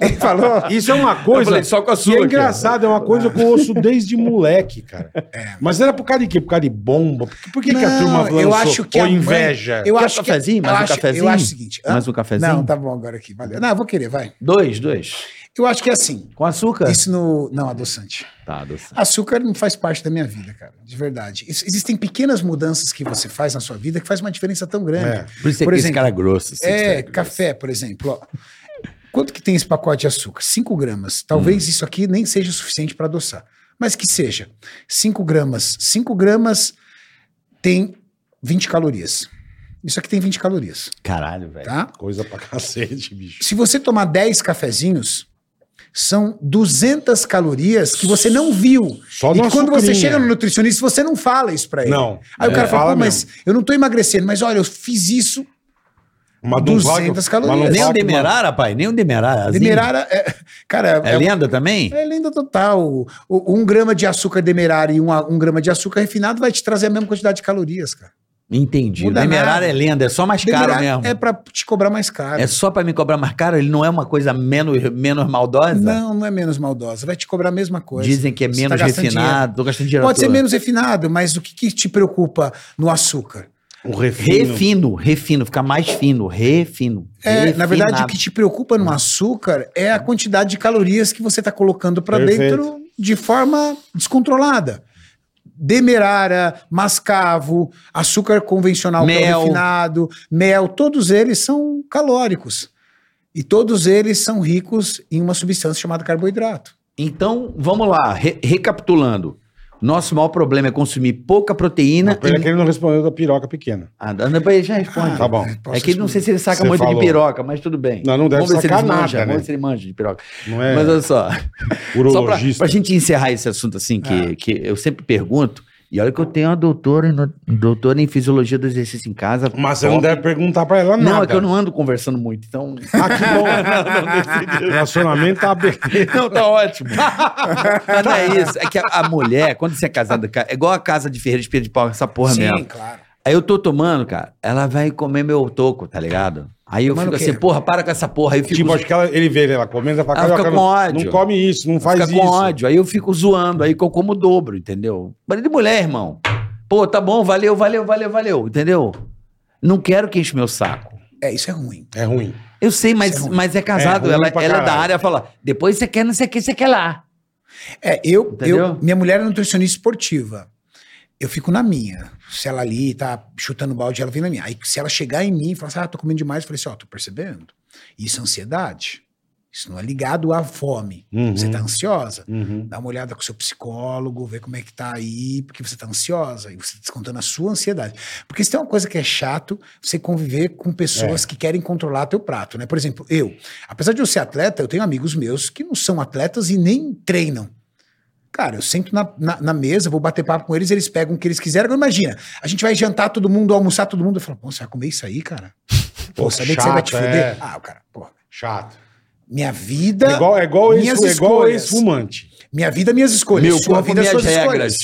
Ele falou.
Isso é uma coisa.
Eu falei, só com a sua
que é
aqui,
engraçado, é uma coisa que eu ouço desde moleque,
[laughs]
cara. Mas era por causa de quê? Por causa de bomba? Por que, por que que a
É. Não,
turma lançou?
eu acho que
Ou
a mãe-
inveja?
Eu
Quer
acho
um cafezinho?
Que,
Mais
eu
um
acho,
cafezinho?
Eu acho o seguinte. hã?
Mais um cafezinho?
Não, tá bom agora aqui. Valeu. Não, eu vou querer, vai.
Dois, dois.
Eu acho que é assim.
Com açúcar?
Isso no. Não, adoçante.
Tá, doce.
Açúcar não faz parte da minha vida, cara. De verdade. Isso- existem pequenas mudanças que você faz na sua vida que faz uma diferença tão grande.
É.
Por isso é
Por
que esse
exemplo,
cara é grosso. assim,
É,
que
café, por exemplo. ó. Quanto que tem esse pacote de açúcar? 5 gramas. Talvez isso aqui nem seja o suficiente para adoçar. Mas que seja. 5 gramas. 5 gramas tem 20 calorias. Isso aqui tem 20 calorias,
Caralho, velho.
tá?
Coisa pra cacete, bicho.
Se você tomar 10 cafezinhos, são 200 calorias que você não viu.
Só
e
no
quando você
açucrinha.
chega no nutricionista, você não fala isso pra ele.
Não.
Aí o
É.
cara fala,
Fala
Pô, mas eu não tô emagrecendo, mas olha, eu fiz isso.
Mas não fala que-
200 calorias.
mas não
Nem
fala
o
que-
Demerara, pai? Nem o Demerara.
Demerara é. Cara,
É lenda também?
É lenda total. O- o- um grama de açúcar demerara e um, a- um grama de açúcar refinado vai te trazer a mesma quantidade de calorias, cara.
Entendi. O
Muda
Demerara
nada.
é lenda, é só mais caro
Demerara
mesmo.
É pra te cobrar mais caro.
É só pra me cobrar mais caro? Ele não é uma coisa menos, menos maldosa?
não, não é menos maldosa. Vai te cobrar a mesma coisa.
Dizem que é
Você tá
menos
gastando dinheiro.
refinado. Tô gastando dinheiro à
Pode ser
toa.
menos refinado, mas o que, que te preocupa no açúcar?
O um refino.
Refino, refino, fica mais fino, refino.
É, na verdade, o
refinado.
que te preocupa no açúcar é a quantidade de calorias que você está colocando para
Perfeito.
dentro de forma descontrolada. Demerara, mascavo, açúcar convencional que é
Mel.
o refinado, mel, todos eles são calóricos. E todos eles são ricos em uma substância chamada carboidrato.
Então, vamos lá, re- recapitulando. Nosso maior problema é consumir pouca
Uma
proteína.
coisa
e-
é que ele não respondeu da piroca pequena.
Ah, depois ele já responde.
Tá bom.
Posso
é que ele não sei se ele saca
Você
muito
falou.
de piroca, mas tudo bem.
Não, não deve
Vamos ver se ele
sacar nada,
manja,
né?
Vamos ver se ele manja de piroca.
Não é
Mas olha só, só pra,
urologista.
pra gente encerrar esse assunto assim, que, que eu sempre pergunto, e olha que eu tenho uma doutora, em no- doutora em fisiologia do exercício em casa.
Mas você não
top.
deve perguntar pra ela nada.
Não, é que eu não ando conversando muito, então... [laughs]
Ah, que bom. O relacionamento tá aberto.
[laughs] Não, tá ótimo. Mas não é isso. É que a, a mulher, quando você é casada, cara, é igual a casa de Ferreira de Pedro de Pau, essa porra mesmo.
claro.
Aí eu tô tomando, cara, ela vai comer meu toco, tá ligado? Aí eu
Tomando
fico
o quê?
assim, porra, para com essa porra. Aí eu fico,
Tipo, acho que ela- ele vê ela comendo, ela fala,
Ela fica
"Carioca,
com
não,
ódio.
não come isso, não faz
fica
isso.
com ódio. Aí eu fico zoando, aí que eu como o dobro, entendeu? Marido de mulher, irmão. Pô, tá bom, valeu, valeu, valeu, valeu, entendeu? Não quero que enche meu saco.
É, isso é ruim.
É ruim.
Eu sei, mas,
Isso é ruim.
mas é casado.
É ruim
ela
pra
ela é da
caralho.
área, ela fala, depois você quer não sei o que, você quer lá.
É, eu,
Entendeu?
eu. Minha mulher é nutricionista esportiva. Eu fico na minha. Se ela ali tá chutando balde, ela vem na minha. Aí se ela chegar em mim e falar assim, ah, tô comendo demais, eu falei assim, ó, tô percebendo. Isso é ansiedade. Isso não é ligado à fome.
Uhum.
Você tá ansiosa? Dá uma olhada com o seu psicólogo, vê como é que tá aí, porque você tá ansiosa e você tá descontando a sua ansiedade. Porque se tem uma coisa que é chato, você conviver com
É.
pessoas que querem controlar teu prato, né? Por exemplo, eu, apesar de eu ser atleta, eu tenho amigos meus que não são atletas e nem treinam. Cara, eu sento na, na, na mesa, vou bater papo com eles, eles pegam o que eles quiserem. Agora imagina, a gente vai jantar todo mundo, almoçar todo mundo, eu falo, pô, você vai comer isso aí, cara? Pô,
Pô,
saber que você vai te
chato,
fuder?
é.
Ah, o cara, porra.
Chato.
Minha vida,
É igual, é igual
Então, minhas
ex- é igual
escolhas.
ex-fumante.
minha vida, minhas escolhas.
Meu
sua
corpo,
vida,
minhas
suas
regras.
escolhas.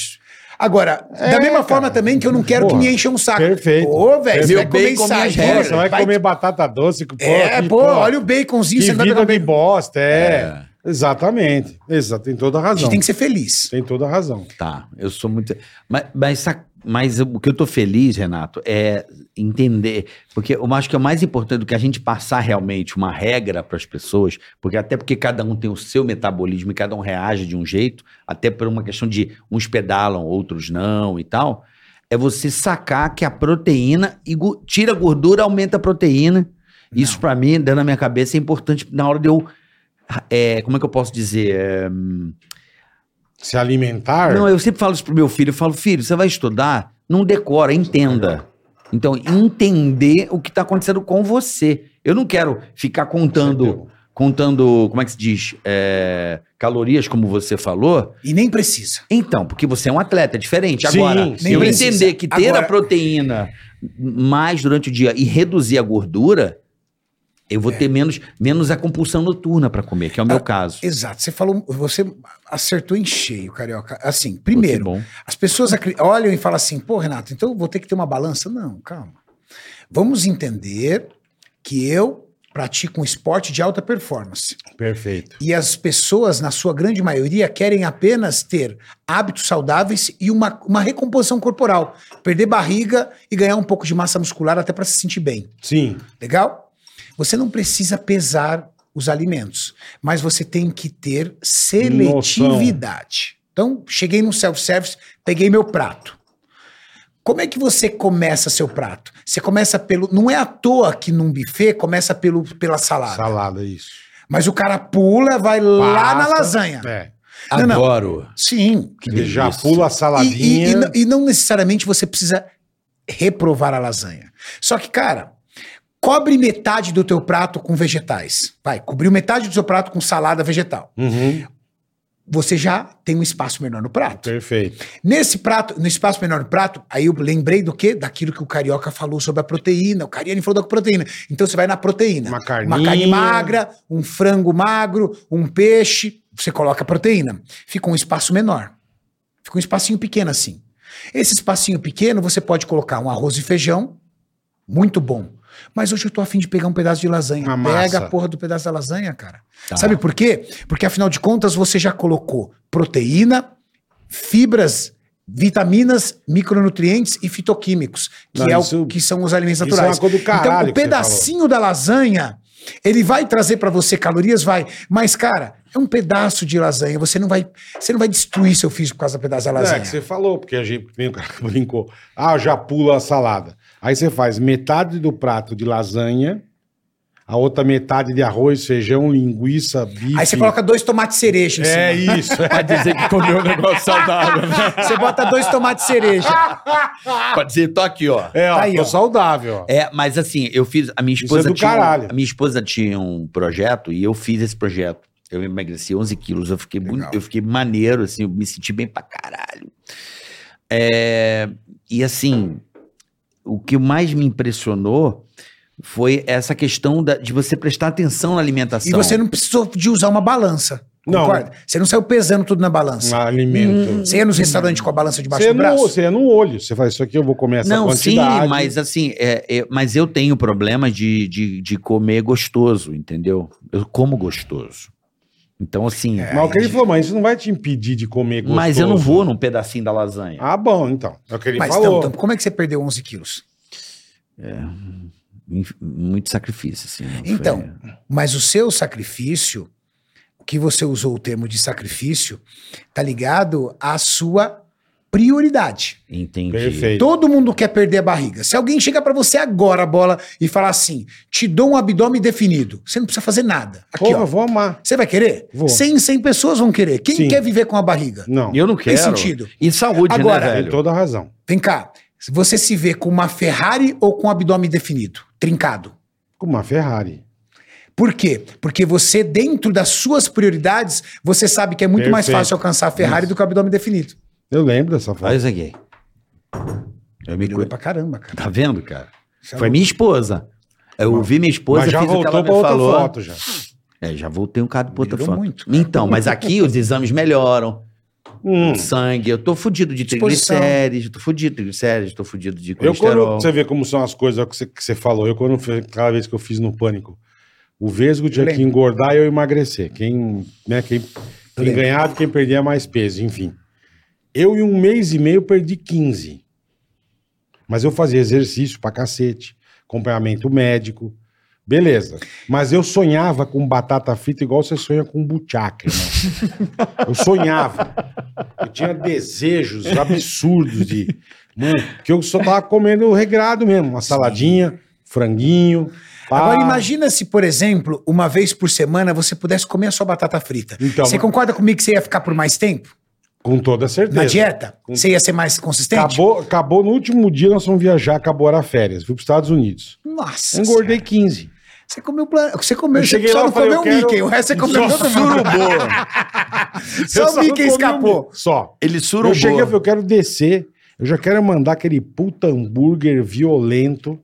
Agora,
É,
da mesma
cara.
forma também que eu não quero
Porra,
que me encham um saco.
perfeito.
Ô, velho, você
Meu
vai comer
bacon,
isso
minhas
aí,
É,
Pô,
regras.
você vai,
vai-
comer batata doce. Pô,
É,
que
pô,
porra.
olha o baconzinho
Que
saindo da
vida
minha-
de bosta, é. Exatamente. Exato, tem toda a
A
razão.
gente tem que ser feliz.
Tem toda a razão.
Tá, eu sou muito. Mas, mas, sa- mas o que eu tô feliz, Renato, é entender. Porque eu acho que é mais importante do que a gente passar realmente uma regra para as pessoas, porque até porque cada um tem o seu metabolismo e cada um reage de um jeito, até por uma questão de uns pedalam, outros não e tal. É você sacar que a proteína e gu- tira a gordura, aumenta a proteína. Isso
Não.
pra mim, dentro da minha cabeça, é importante na hora de eu. é, como é que eu posso dizer? É,
Se alimentar.
não, eu sempre falo isso pro meu filho. Eu falo, filho, você vai estudar, não decora, entenda. Então, entender o que tá acontecendo com você. Eu não quero ficar contando, contando, como é que se diz, É, calorias, como você falou.
E nem precisa.
Então, porque você é um atleta, é diferente.
Sim,
Agora,
sim.
eu
Precisa.
entender que ter a
Agora-
proteína mais durante o dia e reduzir a gordura, eu vou ter menos, menos a compulsão noturna para comer, que é o meu
É. Ah,
caso.
Exato. Você falou, você acertou em cheio, carioca. Assim,
Pô, que
primeiro,
bom.
As pessoas acri- olham e falam assim, pô, Renato, então eu vou ter que ter uma balança? Não, calma. Vamos entender que eu pratico um esporte de alta performance.
Perfeito.
E as pessoas, na sua grande maioria, querem apenas ter hábitos saudáveis e uma, uma recomposição corporal. Perder barriga e ganhar um pouco de massa muscular até para se sentir bem.
Sim.
Legal? Você não precisa pesar os alimentos, mas você tem que ter seletividade. Então, cheguei no self-service, peguei meu prato. Como é que você começa seu prato? Você começa pelo. Não é à toa que num buffet começa pelo, pela salada.
Salada, isso.
Mas o cara pula, vai lá na
Pasta.
lasanha.
É.
Não, não.
Adoro.
Sim.
Ele já
delícia.
pula a
E- E,
saladinha.
e não- e não necessariamente você precisa reprovar a lasanha. Só que, cara, cobre metade do teu prato com vegetais. Vai, cobriu metade do seu prato com salada vegetal.
Uhum.
você já tem um espaço menor no prato.
Perfeito.
Nesse prato, no espaço menor no prato, aí eu lembrei do quê? Daquilo que o Carioca falou sobre a proteína. O Cariani falou da proteína. Então você vai na proteína.
Uma
Uma
carninha.
carne magra, um frango magro, um peixe. Você coloca a proteína. Fica um espaço menor. Fica um espacinho pequeno assim. Esse espacinho pequeno, você pode colocar um arroz e feijão. Muito bom. Mas hoje eu tô afim de pegar um pedaço de lasanha.
Uma massa. Tá.
Pega a porra do pedaço da lasanha, cara. Sabe por quê? Porque afinal de contas você já colocou proteína, fibras, vitaminas, micronutrientes e fitoquímicos, que,
Não,
é
isso-
o, que são os alimentos
isso é uma
naturais.
coisa do caralho
então, o
que você
pedacinho da lasanha, ele vai trazer pra você calorias, vai. Mas, cara, é um pedaço de lasanha. Você não vai, você não vai destruir seu físico por causa do pedaço da
É,
lasanha.
que você falou, porque a gente nem o cara [laughs] brincou. Ah, já pula a salada. Aí você faz metade do prato de lasanha, a outra metade de arroz, feijão, linguiça, bife.
Aí você coloca dois tomates cereja em
É
cima.
isso.
Pra dizer que comeu um negócio saudável, né?
Você bota dois tomates cereja.
[laughs] Pra dizer, tô aqui, ó.
É, ó,
[laughs] Tá aí,
tô
ó.
saudável. ó.
É, mas assim, eu fiz. A minha
Isso
esposa
é do
tinha. um
caralho.
A minha esposa tinha um projeto e eu fiz esse projeto. Eu emagreci 11 quilos, eu fiquei, boni- eu fiquei maneiro, assim, eu me senti bem pra caralho. É, e assim, o que mais me impressionou foi essa questão da- de você prestar atenção na alimentação.
E você não precisou de usar uma balança.
Não.
Concorda? Você não saiu pesando tudo na balança.
Um alimento.
Você ia nos restaurantes com a balança Hum, debaixo
Você,
do
não,
braço?
você é no olho. Você fala, isso aqui eu vou comer essa
Não, sim,
quantidade.
mas assim, é, é, mas eu tenho problema de, de, de comer gostoso, entendeu? Eu como gostoso. Então, assim.
É, Mas o que ele falou, mas isso não vai te impedir de comer gostoso.
Mas eu não vou num pedacinho da lasanha.
Ah, bom, então. É o que ele
Mas então,
falou.
então, como é que você perdeu 11 quilos?
Inf- Muito sacrifício, assim. não foi-
Então. Mas o seu sacrifício, o que você usou o termo de sacrifício, tá ligado à sua prioridade.
Entendi.
Perfeito.
Todo mundo quer perder a barriga. Se alguém chega pra você agora, bola, e falar assim, te dou um abdômen definido, você não precisa fazer nada. Aqui,
Porra,
ó.
vou amar.
Você vai querer?
Vou.
100, 100 pessoas vão querer. Quem
Sim.
quer viver com a barriga?
Não,
Eu não quero.
sentido.
E saúde,
Agora,
né,
tem
velho?
toda a razão.
Vem cá, você se vê com uma Ferrari ou com um abdômen definido, trincado?
Com uma Ferrari.
Por quê? Porque você, dentro das suas prioridades, você sabe que é muito mais
Perfeito.
fácil alcançar a Ferrari do que o abdômen definido.
Eu lembro dessa foto.
Faz aqui. Eu me
Melhorou
cu-
pra caramba, cara.
Tá vendo, cara?
Isso é
Foi
louco.
minha esposa. Eu ouvi minha esposa,
mas já
fiz o que ela
voltou
me
pra outra
falou.
foto já.
É, já voltei um bocado pra outra
Melhorou
foto.
muito,
Então, mas aqui os exames melhoram.
Hum.
Sangue, eu tô fudido de
Disposição.
triglicérides, tô fudido de triglicérides, tô fudido de
Eu quando
colesterol.
você vê como são as coisas que você, que você falou, eu quando fiz- cada vez que eu fiz no pânico, o Vesgo tinha que
lembro.
engordar e eu emagrecer. Quem, né, quem, quem
lembro.
ganhava, e quem perdia mais peso, enfim. Eu em um mês e meio perdi 15. Mas eu fazia exercício pra cacete, acompanhamento médico, beleza. Mas eu sonhava com batata frita igual você sonha com buchaca, irmão. eu sonhava. Eu tinha desejos absurdos de. Mano, que eu só tava comendo regrado mesmo. Uma saladinha, franguinho. pá.
Agora imagina se, por exemplo, uma vez por semana você pudesse comer a sua batata frita.
Então,
você
mas-
concorda comigo que você ia ficar por mais tempo
Com toda certeza.
na dieta? Você ia ser mais consistente?
Acabou, acabou no último dia, nós fomos viajar, acabou era férias. Fui pros Estados Unidos.
Nossa.
Engordei 15.
senhora. Você comeu, plan- você comeu,
Eu
você
cheguei
só
lá,
não
eu falei,
comeu o
eu quero-
Mickey, o resto você comeu
Só
todo mundo.
Eu
[laughs] Só o
não
Mickey
comi um
escapou.
milho. Só.
Ele surubou.
Eu cheguei um e falei, eu quero descer. Eu já quero mandar aquele puta hambúrguer violento.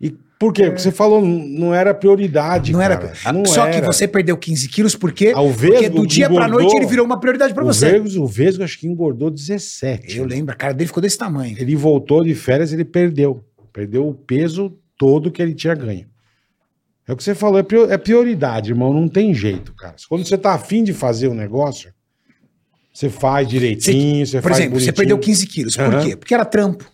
E por quê? Porque você falou, n- não era prioridade.
É. Não
cara.
era.
Não
Só que
era.
você perdeu 15 quilos porque,
Ah, o
porque
Vesgo
do dia pra
engordou.
noite ele virou uma prioridade pra
o
você.
Vesgo, o Vesgo acho que engordou 17.
Eu lembro, a cara dele ficou desse tamanho.
Ele voltou de férias, ele perdeu. Perdeu o peso todo que ele tinha ganho. É o que você falou, é prio- é prioridade, irmão. Não tem jeito, cara. Quando você tá afim de fazer um negócio, você faz direitinho, você,
Por
faz
exemplo, você
bonitinho.
perdeu 15 quilos. Por
Aham.
quê? Porque era trampo.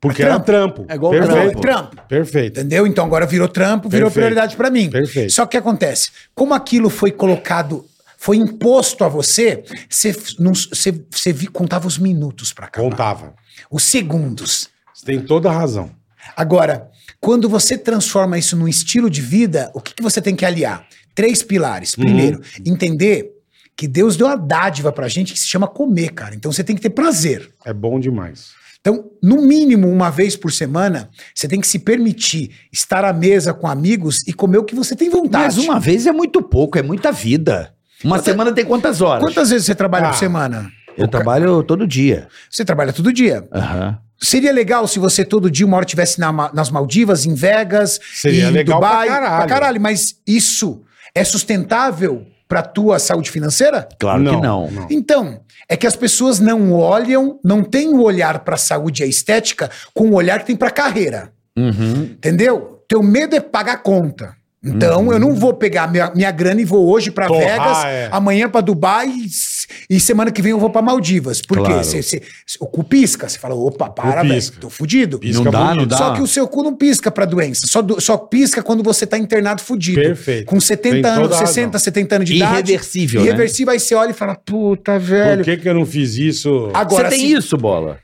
Porque
É
era trampo.
É igual
Perfeito.
Não, é trampo.
Perfeito.
Entendeu? Então agora virou trampo, virou
Perfeito.
prioridade pra mim.
Perfeito.
Só que o que acontece? Como aquilo foi colocado, foi imposto a você, você, f- não- você, você vi- contava os minutos pra acabar.
Contava.
Os segundos.
Você tem toda a razão.
Agora, quando você transforma isso num estilo de vida, o que, que você tem que aliar? Três
Uhum.
pilares. Primeiro, entender que Deus deu uma dádiva pra gente que se chama comer, cara. Então você tem que ter prazer.
É bom demais.
Então, no mínimo, uma vez por semana, você tem que se permitir estar à mesa com amigos e comer o que você tem vontade.
Mas uma vez é muito pouco, é muita vida. Uma semana tem quantas horas?
Quantas vezes você trabalha
Ah.
por semana?
Eu trabalho todo dia.
Você trabalha todo dia.
Aham.
Seria legal se você todo dia, uma hora, estivesse na Ma- nas Maldivas, em Vegas,
Seria
em
legal pra
Dubai.
caralho.
mas isso é sustentável pra tua saúde financeira?
Claro
Não,
que não.
não.
Então, é que as pessoas não olham, não têm o olhar pra saúde e a estética com o olhar que tem pra carreira.
Uhum.
Entendeu? Teu medo é pagar conta. Então, eu não vou pegar minha, minha grana e vou hoje pra
Uhum. Torrar,
Vegas,
é.
amanhã pra Dubai e, s- e semana que vem eu vou pra Maldivas. Por
Claro.
quê? Cê, cê, cê- o cu pisca. Você fala, opa, para, velho,
pisca.
tô fudido.
Pisca
não dá,
bonito.
não dá.
Só que o seu cu não pisca pra doença. Só, do- só pisca quando você tá internado fudido.
Perfeito.
Com 70
Tem
anos,
toda a
60,
razão.
70 anos de idade.
Irreversível, né?
Irreversível, aí você olha e fala, puta,
Por
velho.
que, que eu não fiz isso?
Agora,
você tem
se-
isso, bola.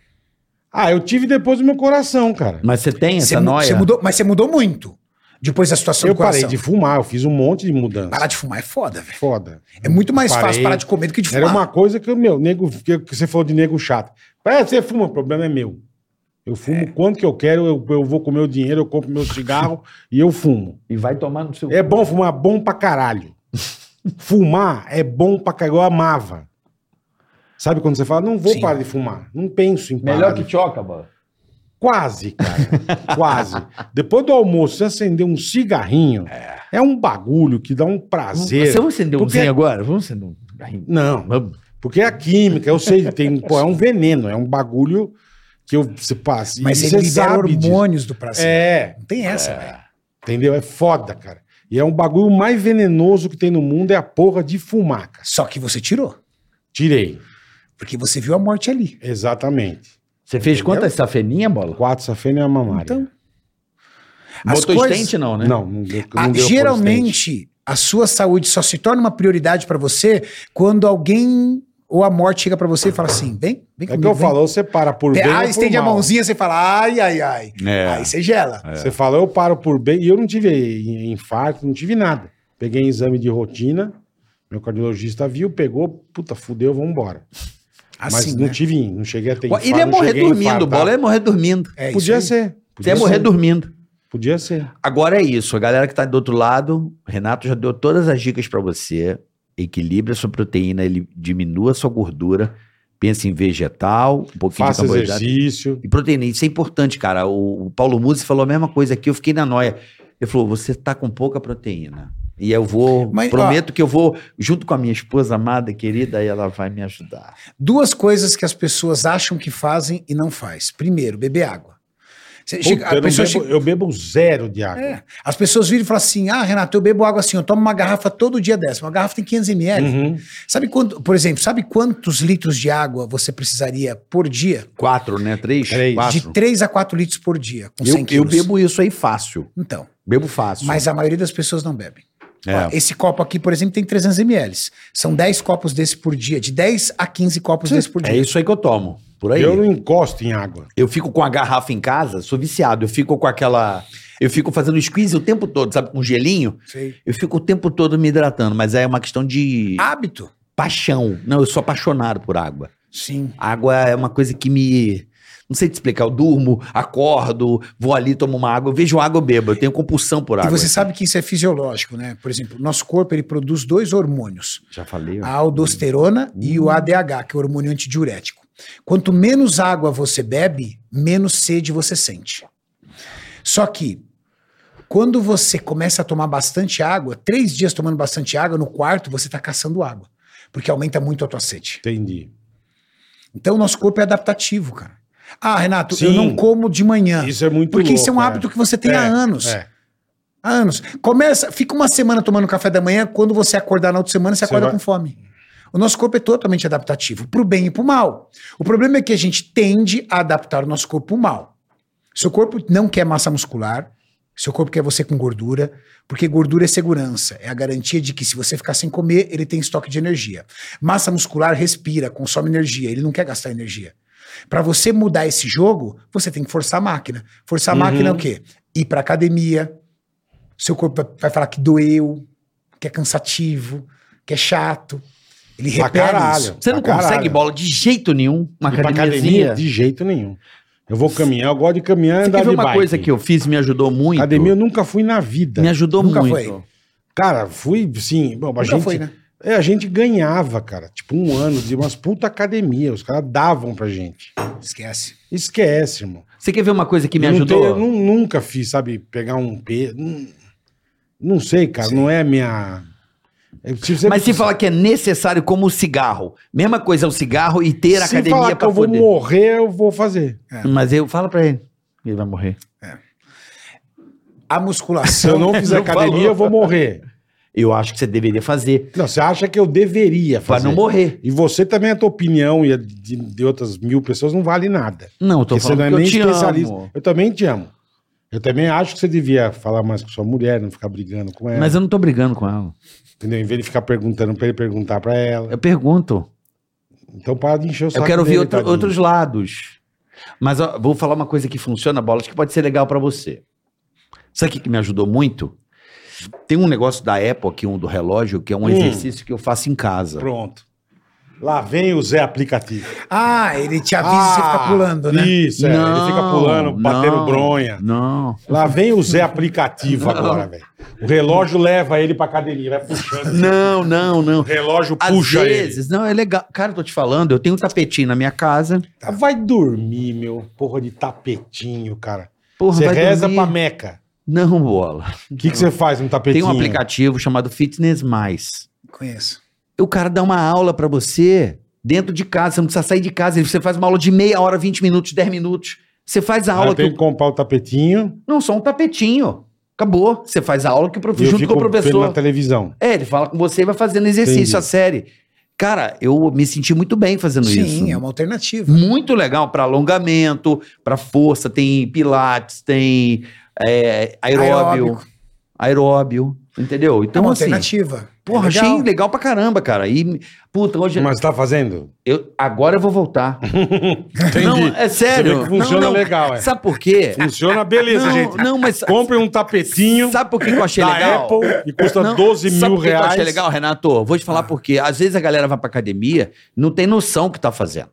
Ah, eu tive depois do meu coração, cara.
Mas você tem
você
essa
mu-
noia.
você mudou, mas você mudou muito. Depois da situação
Eu
do coração.
parei de fumar, eu fiz um monte de mudança.
Parar de fumar é foda, velho.
Foda.
É muito mais
Parei.
fácil parar de comer do que de fumar.
Era uma coisa que, meu, nego, que que você falou de nego chato. Parece que você fuma, o problema é meu. Eu fumo quanto que eu quero, eu, eu vou comer o dinheiro, eu compro meu cigarro e eu fumo.
E vai tomar no seu.
É bom fumar, bom pra caralho. Fumar é bom pra caralho, eu amava. Sabe quando você fala, não vou
Sim.
parar de fumar, não penso em parar.
Melhor
de
que choca, bola.
Quase, cara. Quase. Depois do almoço, você acender um cigarrinho é, um bagulho que dá um prazer.
Você vamos acender um
Porque-
zinho agora? Vamos acender um. Ai,
Não,
vamos.
porque é a química, eu sei, tem, pô, é um veneno, é um bagulho que eu, você passa.
Mas
e
ele
você
libera assim.
sabe disso.
hormônios do prazer.
É,
Não tem essa, velho.
entendeu? É foda, cara. E é um bagulho mais venenoso que tem no mundo, é a porra de fumar, cara.
Só que você tirou.
Tirei.
Porque você viu a morte ali.
Exatamente.
Você fez quantas safeninhas, bola?
Quatro safena e a mamária.
Então, As
Botou
coisas-
estente, não, né?
Não, não deu, não
Ah,
deu consistente.
geralmente, a sua saúde só se torna uma prioridade pra você quando alguém ou a morte chega pra você e fala assim: vem, vem
É que eu
vem.
falo, ou você para por bem.
Tem-
ou
ah,
por
estende a
mal.
mãozinha, você fala, ai, ai, ai.
É.
Aí você gela.
Você fala, eu paro por bem. E eu não tive infarto, não tive nada. Peguei exame de rotina, meu cardiologista viu, pegou, puta, fudeu, vamos embora.
Assim,
Mas não
né?
tive, não cheguei a ter
Ele ia
não
morrer
cheguei a
dormindo,
infartar.
bola ia morrer dormindo.
É isso
Podia
aí.
ser.
Você
Podia
ia morrer
ser.
dormindo.
Podia ser.
Agora é isso, a galera que tá do outro lado, o Renato já deu todas as dicas pra você. Equilibre a sua proteína, ele diminua a sua gordura, pensa em vegetal, um pouquinho
Faça
de
né?
carboidrato.
exercício.
E proteína, isso é importante, cara. O, o Paulo Musi falou a mesma coisa aqui, eu fiquei na noia. Ele falou: você tá com pouca proteína. E eu vou,
Mas, ó-
prometo que eu vou, junto com a minha esposa amada e querida, e ela vai me ajudar.
Duas coisas que as pessoas acham que fazem e não faz. Primeiro, beber água. Você chega-
Puta,
a
eu, não
pessoa
bebo,
chega-
eu bebo zero de água.
É. As pessoas viram e falam assim: ah, Renato, eu bebo água assim, eu tomo uma garrafa todo dia dessa. Uma garrafa tem 500 ml.
Uhum.
Sabe quanto, por exemplo, sabe quantos litros de água você precisaria por dia?
Quatro, né? Três?
Três.
Quatro.
De 3 a 4 litros por dia, com 100
Eu, eu
quilos.
bebo isso aí fácil.
Então,
Bebo fácil.
mas a maioria das pessoas não bebe.
É.
Ó, Esse copo aqui, por exemplo, tem 300 ml. São 10 copos desse por dia, de 10 a 15 copos desse por dia.
É isso aí que eu tomo. Por aí.
Eu não
Eu,
encosto em água.
fico com a garrafa em casa, sou viciado. Eu fico com aquela. Eu fico fazendo squeeze o tempo todo, sabe? Com gelinho.
Sei.
Eu fico o tempo todo me hidratando, mas é uma questão de
Hábito?
paixão. Não, eu sou apaixonado por água.
Sim.
Água é uma coisa que me. Não sei te explicar. Eu durmo, acordo, vou ali, tomo uma água. Eu vejo água, eu bebo. Eu tenho compulsão por
E
água.
você sabe que isso é fisiológico, né? Por exemplo, nosso corpo ele produz dois hormônios.
Já falei. ó.
a aldosterona e
Hum.
o ADH, que é o hormônio antidiurético. Quanto menos água você bebe, menos sede você sente. Só que quando você começa a tomar bastante água, três dias tomando bastante água, no quarto você está caçando água, porque aumenta muito a tua sede.
Entendi.
Então o nosso corpo é adaptativo, cara. Ah, Renato, eu
Sim.
não como de manhã.
Isso é muito
porque isso é um
louco,
hábito que você tem há
É,
anos.
é.
Há anos. Começa, fica uma semana tomando café da manhã, quando você acordar na outra semana, você
Você
acorda
vai-
com fome. O nosso corpo é totalmente adaptativo, pro bem e pro mal. O problema é que a gente tende a adaptar o nosso corpo pro mal. Seu corpo não quer massa muscular, seu corpo quer você com gordura, porque gordura é segurança, é a garantia de que se você ficar sem comer, ele tem estoque de energia. Massa muscular respira, consome energia, ele não quer gastar energia. Pra você mudar esse jogo, você tem que forçar a máquina. Forçar a
Uhum.
máquina é o quê? Ir pra academia, seu corpo vai- vai falar que doeu, que é cansativo, que é chato. Ele
Pra
repele
caralho.
isso.
Você não
pra
consegue
caralho.
bola de jeito nenhum. Uma
E pra
academiazinha.
academia, de jeito nenhum. Eu vou caminhar, eu gosto de caminhar e
Você
andar
quer
de
ver uma
bike.
coisa que eu fiz e me ajudou muito?
Academia eu nunca fui na vida.
Me ajudou
Nunca
muito.
foi.
Cara, fui, sim. Bom, a
Nunca
gente,
foi, né?
É, a gente ganhava, cara. Tipo, um ano de umas puta academia. Os caras davam pra gente.
Esquece.
Esquece, irmão.
Você quer ver uma coisa que me
Não
ajudou?
tem- eu nu- nunca fiz, sabe, pegar um peso. Não, não sei, cara. Não é a minha. Eu- você-
Mas se falar que é necessário como o cigarro, mesma coisa o cigarro e ter
se
academia
falar que
pra
eu vou
poder.
morrer, eu vou fazer.
Mas eu falo pra ele, ele vai morrer.
A
Se eu
musculação.
não fizer
Então, [laughs] Não falou.
academia, eu vou morrer.
Eu acho que você deveria fazer
Não, você acha que eu deveria
pra
fazer.
não morrer.
E você também, a tua opinião e a de, de outras mil pessoas não vale nada.
Não, eu tô
Porque você
falando
não é
que
nem
eu te
especialista.
amo.
Eu também te amo. Eu também acho que você devia falar mais com sua mulher, não ficar brigando com ela.
Mas eu não tô brigando com ela.
Entendeu? Em vez de ficar perguntando pra ele, perguntar pra ela.
Eu pergunto.
Então para de encher o saco
Eu quero ver
dele,
outro-
tadinho.
outros lados. Mas ó, vou falar uma coisa que funciona, Bola, acho que pode ser legal pra você. Sabe o que que me ajudou muito? Tem um negócio da Apple aqui, um do relógio, que é um
Hum.
exercício que eu faço em casa.
Pronto. Lá vem o Zé Aplicativo.
Ah, ele te avisa e você
Ah,
fica pulando, né?
Isso, é.
Não,
ele fica pulando, batendo
não,
bronha.
Não.
Lá vem o Zé Aplicativo agora, velho. O relógio leva ele pra academia, vai puxando.
Não, não, não.
O relógio
Às
puxa
vezes, não, é legal. Cara, eu tô te falando, eu tenho um tapetinho na minha casa.
ele. Ah, Vai dormir, meu. Porra de tapetinho, cara.
Porra,
Você
vai
reza
dormir.
pra Meca.
Não, bola.
O que, que você faz no
Tem
tapetinho?
um aplicativo chamado Fitness Mais.
Conheço.
O cara dá uma aula pra você dentro de casa, você não precisa sair de casa. Ele- Você faz uma aula de meia hora, 20 minutos, 10 minutos. Você faz a
Ah,
aula
eu
que.
tenho
o-
que comprar o tapetinho
Não, só um tapetinho. Acabou. Você faz a aula que o prof...
e eu
junto
fico
com o
vendo na
professor.
televisão.
É, ele fala com você e vai fazendo exercício,
Entendi.
a série. Cara, eu me senti muito bem fazendo isso.
Sim, é uma alternativa.
Muito legal para alongamento, para força. Tem pilates, tem é, aeróbio.
Aeróbico.
Aeróbio. Entendeu?
É
Então,
uma
assim.
alternativa.
Porra,
é
achei
legal.
legal pra caramba, cara. E, puta, hoje.
Mas tá fazendo?
Eu, agora eu vou voltar.
Entendi.
Não, é sério.
Você vê que funciona
Não, não.
legal, é.
Sabe por quê?
Funciona, beleza,
não,
gente.
não, mas.
Compre um tapetinho
Sabe por que que eu achei
da
legal?
Apple e custa
Não,
12
sabe
mil
por que que
reais. Ah.
Eu achei legal, Renato. Vou te falar por quê. Às vezes a galera vai pra academia, não tem noção do que tá fazendo.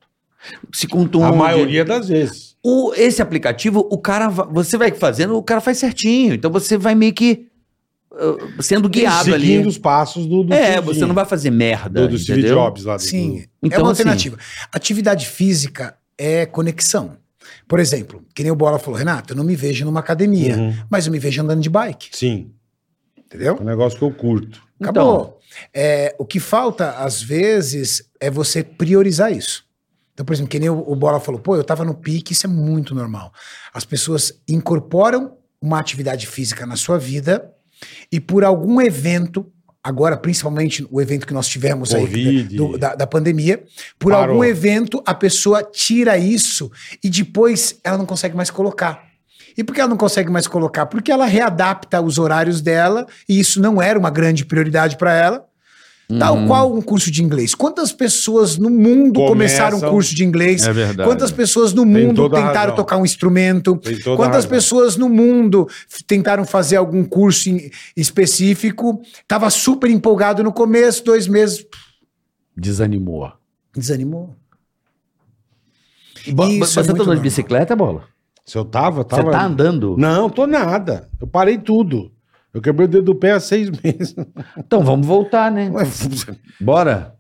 Se contunde.
A maioria das vezes.
O, esse aplicativo, o cara. va- Você vai fazendo, o cara faz certinho. Então você vai meio que. uh, sendo guiado
Seguindo
ali.
os passos do, do
É,
tiozinho,
você não vai fazer merda.
do, do Steve
entendeu?
Jobs lá. do-
Sim,
Então,
é uma
assim-
alternativa. Atividade física é conexão. Por exemplo, que nem o Bola falou, Renato, eu não me vejo numa academia,
Uhum.
mas eu me vejo andando de bike,
Sim, é
entendeu?
um negócio que eu curto.
Acabou. É, o que falta, às vezes, é você priorizar isso. Então, por exemplo, que nem o, o Bola falou, pô, eu tava no pique, isso é muito normal. As pessoas incorporam uma atividade física na sua vida e por algum evento, agora principalmente o evento que nós tivemos aí
Covid.
do- da, da pandemia, por
Parou.
algum evento a pessoa tira isso e depois ela não consegue mais colocar. E por que ela não consegue mais colocar? Porque ela readapta os horários dela e isso não era uma grande prioridade para ela. Tal qual um curso de inglês. Quantas pessoas no mundo começaram
Uhum. Começam-
um curso de inglês?
É verdade.
Quantas pessoas no
Tem
mundo
toda a
tentaram
razão.
tocar um instrumento?
Tem toda a
Quantas
razão.
pessoas no mundo f- tentaram fazer algum curso em- específico? Tava super empolgado no começo, dois meses, pff,
Desanimou.
desanimou.
Bo-
Isso
você
é
tá
muito
andando de
normal.
bicicleta, bola?
Se eu tava,
Você
tava...
tá andando?
Não, tô nada. Eu parei tudo. Eu quebrei o dedo do pé há seis [laughs] meses.
Então vamos voltar, né? Bora.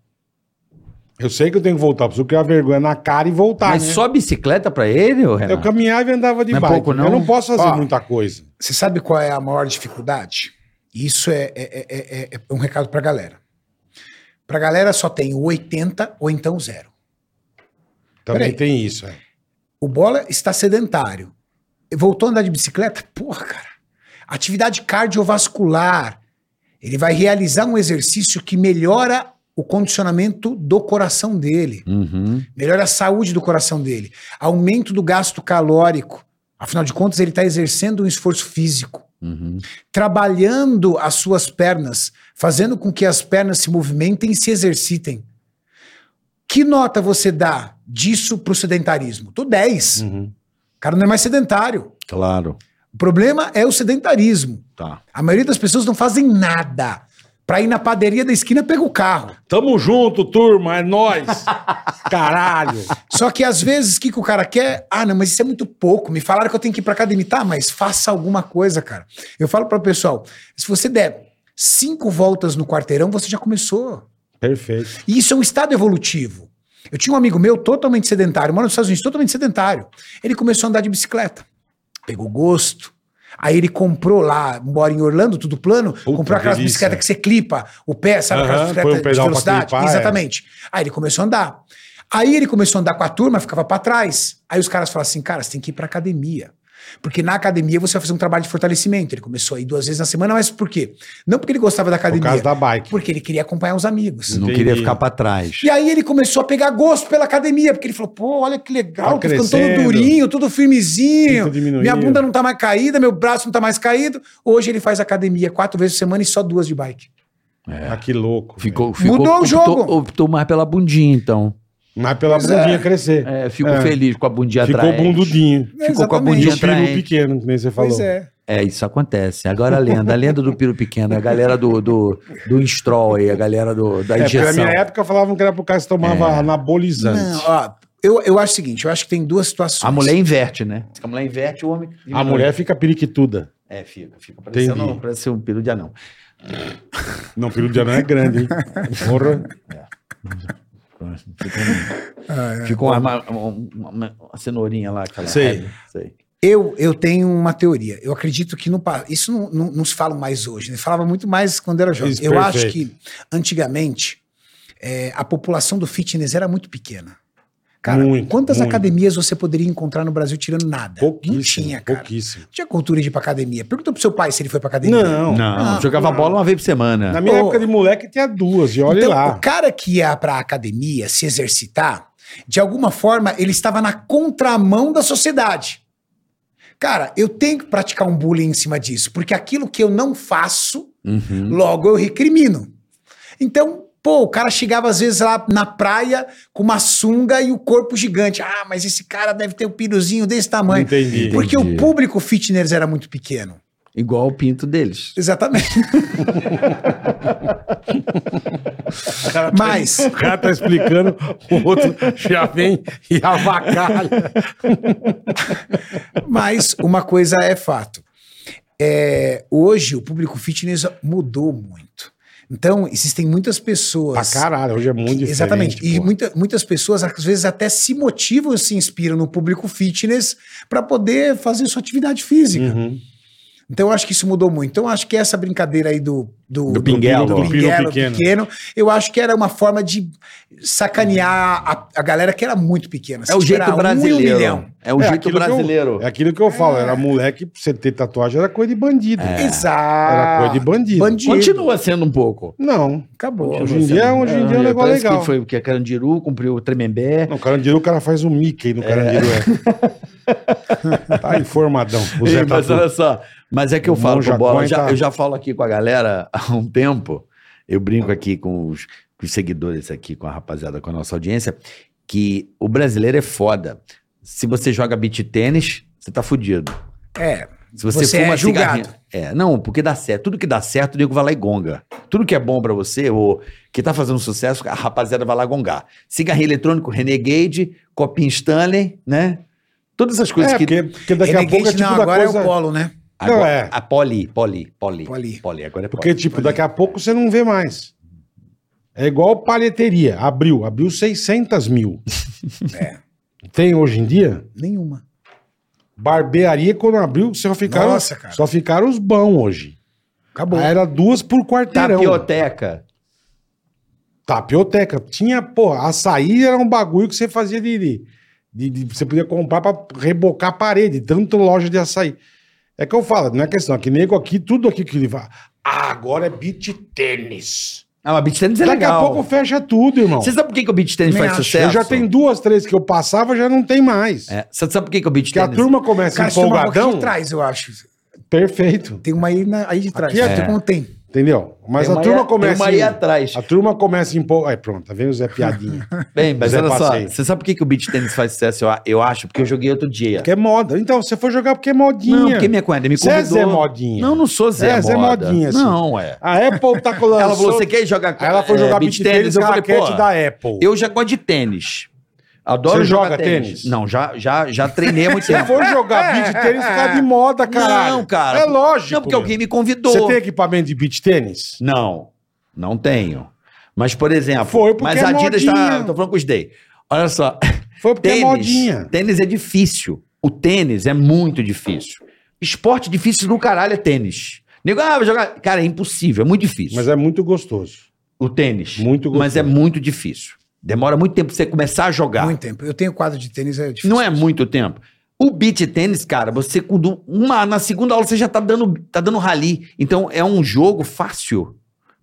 Eu sei que eu tenho que voltar, preciso criar vergonha na cara e voltar,
Mas
né?
só bicicleta pra ele, ô
Eu
Renato?
caminhava e andava de
Não é
bike.
pouco, não?
Eu não posso fazer
Ó.
muita coisa.
Você sabe qual é a maior dificuldade? Isso é, é- é- é- é um recado pra galera. Pra galera só tem o 80 ou então zero.
Também
Peraí.
tem isso, é.
O Bola está sedentário. Voltou a andar de bicicleta? Porra, cara. Atividade cardiovascular. Ele vai realizar um exercício que melhora o condicionamento do coração dele,
Uhum.
melhora a saúde do coração dele, aumento do gasto calórico. Afinal de contas, ele está exercendo um esforço físico.
Uhum.
trabalhando as suas pernas, fazendo com que as pernas se movimentem e se exercitem. Que nota você dá disso pro sedentarismo? Tô 10.
Uhum.
O cara não é mais sedentário.
Claro.
O problema é o sedentarismo.
Tá.
A maioria das pessoas não fazem nada. Pra ir na padaria da esquina, pega o carro.
Tamo junto, turma, é nóis. Caralho.
Só que às vezes, o que, que o cara quer? Ah, não, mas isso é muito pouco. Me falaram que eu tenho que ir pra academia. Tá, mas faça alguma coisa, cara. Eu falo para o pessoal, se você der cinco voltas no quarteirão, você já começou.
Perfeito.
E isso é um estado evolutivo. Eu tinha um amigo meu totalmente sedentário, mora nos Estados Unidos, totalmente sedentário. Ele começou a andar de bicicleta, pegou gosto. Aí ele comprou lá, mora em Orlando, tudo plano, comprou aquelas
delícia.
bicicletas que você clipa o pé, sabe?
Aham,
aquelas
põe um
bicicletas de
pedal pra
velocidade.
clipar, é.
Exatamente. Aí ele começou a andar. Aí ele começou a andar com a turma, ficava pra trás. Aí os caras falaram assim: cara, você tem que ir pra academia. Porque na academia você vai fazer um trabalho de fortalecimento. Ele começou a ir duas vezes na semana, mas por quê? Não porque ele gostava da
Por
academia,
causa da bike.
porque ele queria acompanhar os amigos.
Não
Entendi.
queria ficar pra trás.
E aí ele começou a pegar gosto pela academia, porque ele falou, pô, olha que
Tá
legal, tô ficando todo
crescendo.
durinho, todo firmezinho,
Pinto diminuiu.
minha bunda não tá mais caída, meu braço não tá mais caído. Hoje ele faz academia quatro vezes por semana e só duas de bike.
Ah, que louco.
Ficou,
Mudou o jogo.
Optou, optou mais pela bundinha, então.
velho. Mas pela
Pois
bundinha crescer.
É, ficou
É.
feliz com a bundinha
Ficou
atrás.
bundudinho.
Ficou com a
Exatamente.
E
bundinha
o pino
atrás.
pequeno, que nem você falou.
Pois é.
É, isso acontece. Agora a lenda, a lenda do piro pequeno, a galera do, do, do Instrol aí, a galera do, da
É, porque na
injeção.
minha época falavam que era pro cara que tomava anabolizante.
Não, ó, eu, eu acho o seguinte, eu acho que tem duas situações.
A mulher inverte, né? A mulher inverte, o homem...
A mulher fica periquituda.
É, fica, fica
Entendi.
parecendo, parece um peru de anão.
Não, peru de anão é grande, hein? [laughs] Porra. [laughs]
Ficou um- uma, uma- uma- uma- uma cenourinha lá. Aquela
Ah, é. Sei.
sei.
Eu, eu tenho uma teoria. Eu acredito que no pa- isso não, não, não se fala mais hoje. Né? Falava muito mais quando era jovem.
Isso,
eu acho
perfeito.
que antigamente é, a população do fitness era muito pequena. Cara,
Muito,
quantas
muito.
academias você poderia encontrar no Brasil tirando nada? Não
Pouquíssimo.
tinha, cara.
pouquíssimo.
Não tinha cultura de ir pra academia. Pergunta pro seu pai se ele foi pra academia. Ah,
Não.
Não, jogava bola uma vez por semana.
Na minha
Ô.
época de moleque tinha duas, e olha
então,
lá.
o cara que ia pra academia se exercitar, de alguma forma, ele estava na contramão da sociedade. Cara, eu tenho que praticar um bullying em cima disso, porque aquilo que eu não faço,
Hum.
Uhum.
logo eu recrimino. Então, pô, o cara chegava às vezes lá na praia com uma sunga e o corpo gigante. Ah, mas esse cara deve ter um piruzinho desse tamanho.
Entendi.
Porque o
Entendi.
público fitness era muito pequeno.
Igual o pinto deles.
Exatamente. Mas
O cara tá explicando, o outro já vem [laughs] e avacalha.
Mas uma coisa é fato. É, hoje o público fitness mudou muito. Então, existem muitas
Pra
pessoas.
caralho, hoje é muito diferente.
Exatamente. E
pô.
muita- muitas pessoas, às vezes, até se motivam e se inspiram no público fitness para poder fazer sua atividade física.
Uhum.
Então, eu acho que isso mudou muito. Então, eu acho que essa brincadeira aí do. Do,
Do pinguelo.
do
Do pino
pinguelo
pequeno.
pequeno. eu acho que era uma forma de sacanear a, a galera que era muito pequena.
É o
Assim, tipo,
jeito
era um e um milhão.
brasileiro. É o
É,
jeito
aquilo que eu-
brasileiro.
é aquilo que eu falo, era moleque, pra você ter tatuagem era coisa de bandido.
É.
Exato.
Era coisa de bandido.
Ah, Bandido.
Continua sendo um pouco.
Não.
Acabou.
Hoje em dia, hoje em dia é um negócio
parece
legal.
que foi porque a Carandiru cumpriu o Tremembé.
No Carandiru, o cara faz o Mickey no Carandiru.
[laughs]
É. tá informadão. O Zé tá
Ei, mas
Tatu.
olha só, mas é que eu
O
falo
Monja
com o bola,
Coin
já-
tá-
eu já falo aqui com a galera há um tempo, eu brinco aqui com os, com os seguidores aqui, com a rapaziada, com a nossa audiência, que o brasileiro é foda. Se você joga beat tênis, você tá fudido.
É.
Se você,
Você
fuma
é julgado.
cigarrinho- É, não, porque dá certo. Tudo que dá certo, o nego vai lá e gonga. Tudo que é bom pra você, ou que tá fazendo sucesso, a rapaziada vai lá gongar. Cigarrinho eletrônico, Renegade, copinho Stanley, né? Todas essas coisas
É,
que.
porque, porque daqui a
Renegade
pouco é tipo
não,
da
agora
coisa...
é o polo, né?
Não,
Agora-
é.
A poli, poli, poli.
Poli.
agora é
Porque,
poli.
tipo, daqui a pouco você não vê mais. É igual palheteria. Abriu. Abriu 600
[laughs]
mil.
É.
Tem hoje em dia?
Nenhuma.
Barbearia, quando abriu, só ficaram,
Nossa, cara.
Só ficaram os bons hoje.
Acabou.
Ah, Era duas por
Tá
quarteirão.
Tapioteca.
Tapioteca. Tinha, pô, açaí era um bagulho que você fazia de. de- de- de- você podia comprar pra rebocar a parede, tanto loja de açaí. É que eu falo, não é questão, é que nego aqui, tudo aqui que ele vai. Ah, agora é beat tênis.
Ah, mas beat tênis é
Daqui
legal.
a pouco fecha tudo, irmão.
Você sabe por que, que o beat tênis
Também
faz
acho.
sucesso?
Eu já tenho duas, três que eu passava, já não tem mais.
É, Você sabe por que, que o beat
Porque a
tênis...
turma começa
Cara, um você tem uma boquinha
empolgadão.
de trás, eu acho.
Perfeito.
Tem uma aí, na- aí de trás. Tipo,
Aqui é-
Não sei como tem.
Entendeu? Mas
Tem
a
uma
turma
aí-
começa.
Tem uma aí
em-
atrás.
A turma começa em pouco. Aí pronto, vem o Zé
[laughs]
Piadinha.
Bem, mas
Zé
olha só.
Passeio.
Você sabe por que, que o beat tênis faz sucesso, eu, a- eu acho? Porque eu joguei outro dia.
porque é moda. Então, você foi jogar porque é modinha.
Não, porque minha cunhada me
Você é
convidou.
Zé Modinha.
Não, não sou Zé
É, Zé
Moda.
Modinha, assim.
Não, é.
A Apple tá colando.
[laughs] Ela falou, você quer jogar
Aí ela foi
é,
jogar
beach
beat tênis
Eu
com a
falei,
raquete
pô,
da Apple.
eu já gosto de tênis. Adoro
Você
jogar
joga
tênis.
tênis?
Não, já, já, já treinei há
[laughs]
muito
Você
tempo. [laughs]
foi jogar beat tênis por causa de moda, caralho.
É. Não, cara.
É lógico.
Não, porque
meu.
alguém me convidou.
Você tem equipamento de beat tênis?
Não, não tenho. Mas, por exemplo.
Foi porque
Mas
é
a Adidas tá.
modinha.
Tô falando com os Day. Olha só.
Foi porque
tênis,
é modinha.
Tênis é difícil. O tênis é muito difícil. Esporte difícil do caralho é tênis. Nego, ah, vou jogar. Cara, é impossível, é muito difícil.
Mas é muito gostoso.
O tênis.
Muito gostoso.
Mas é muito difícil. Demora muito tempo pra você começar a jogar.
Muito tempo. Eu tenho quadro de tênis, é difícil.
Tá. Não é muito tempo. O beat tênis, cara, você com du- uma na segunda aula você já tá dando tá dando rally. Então é um jogo fácil.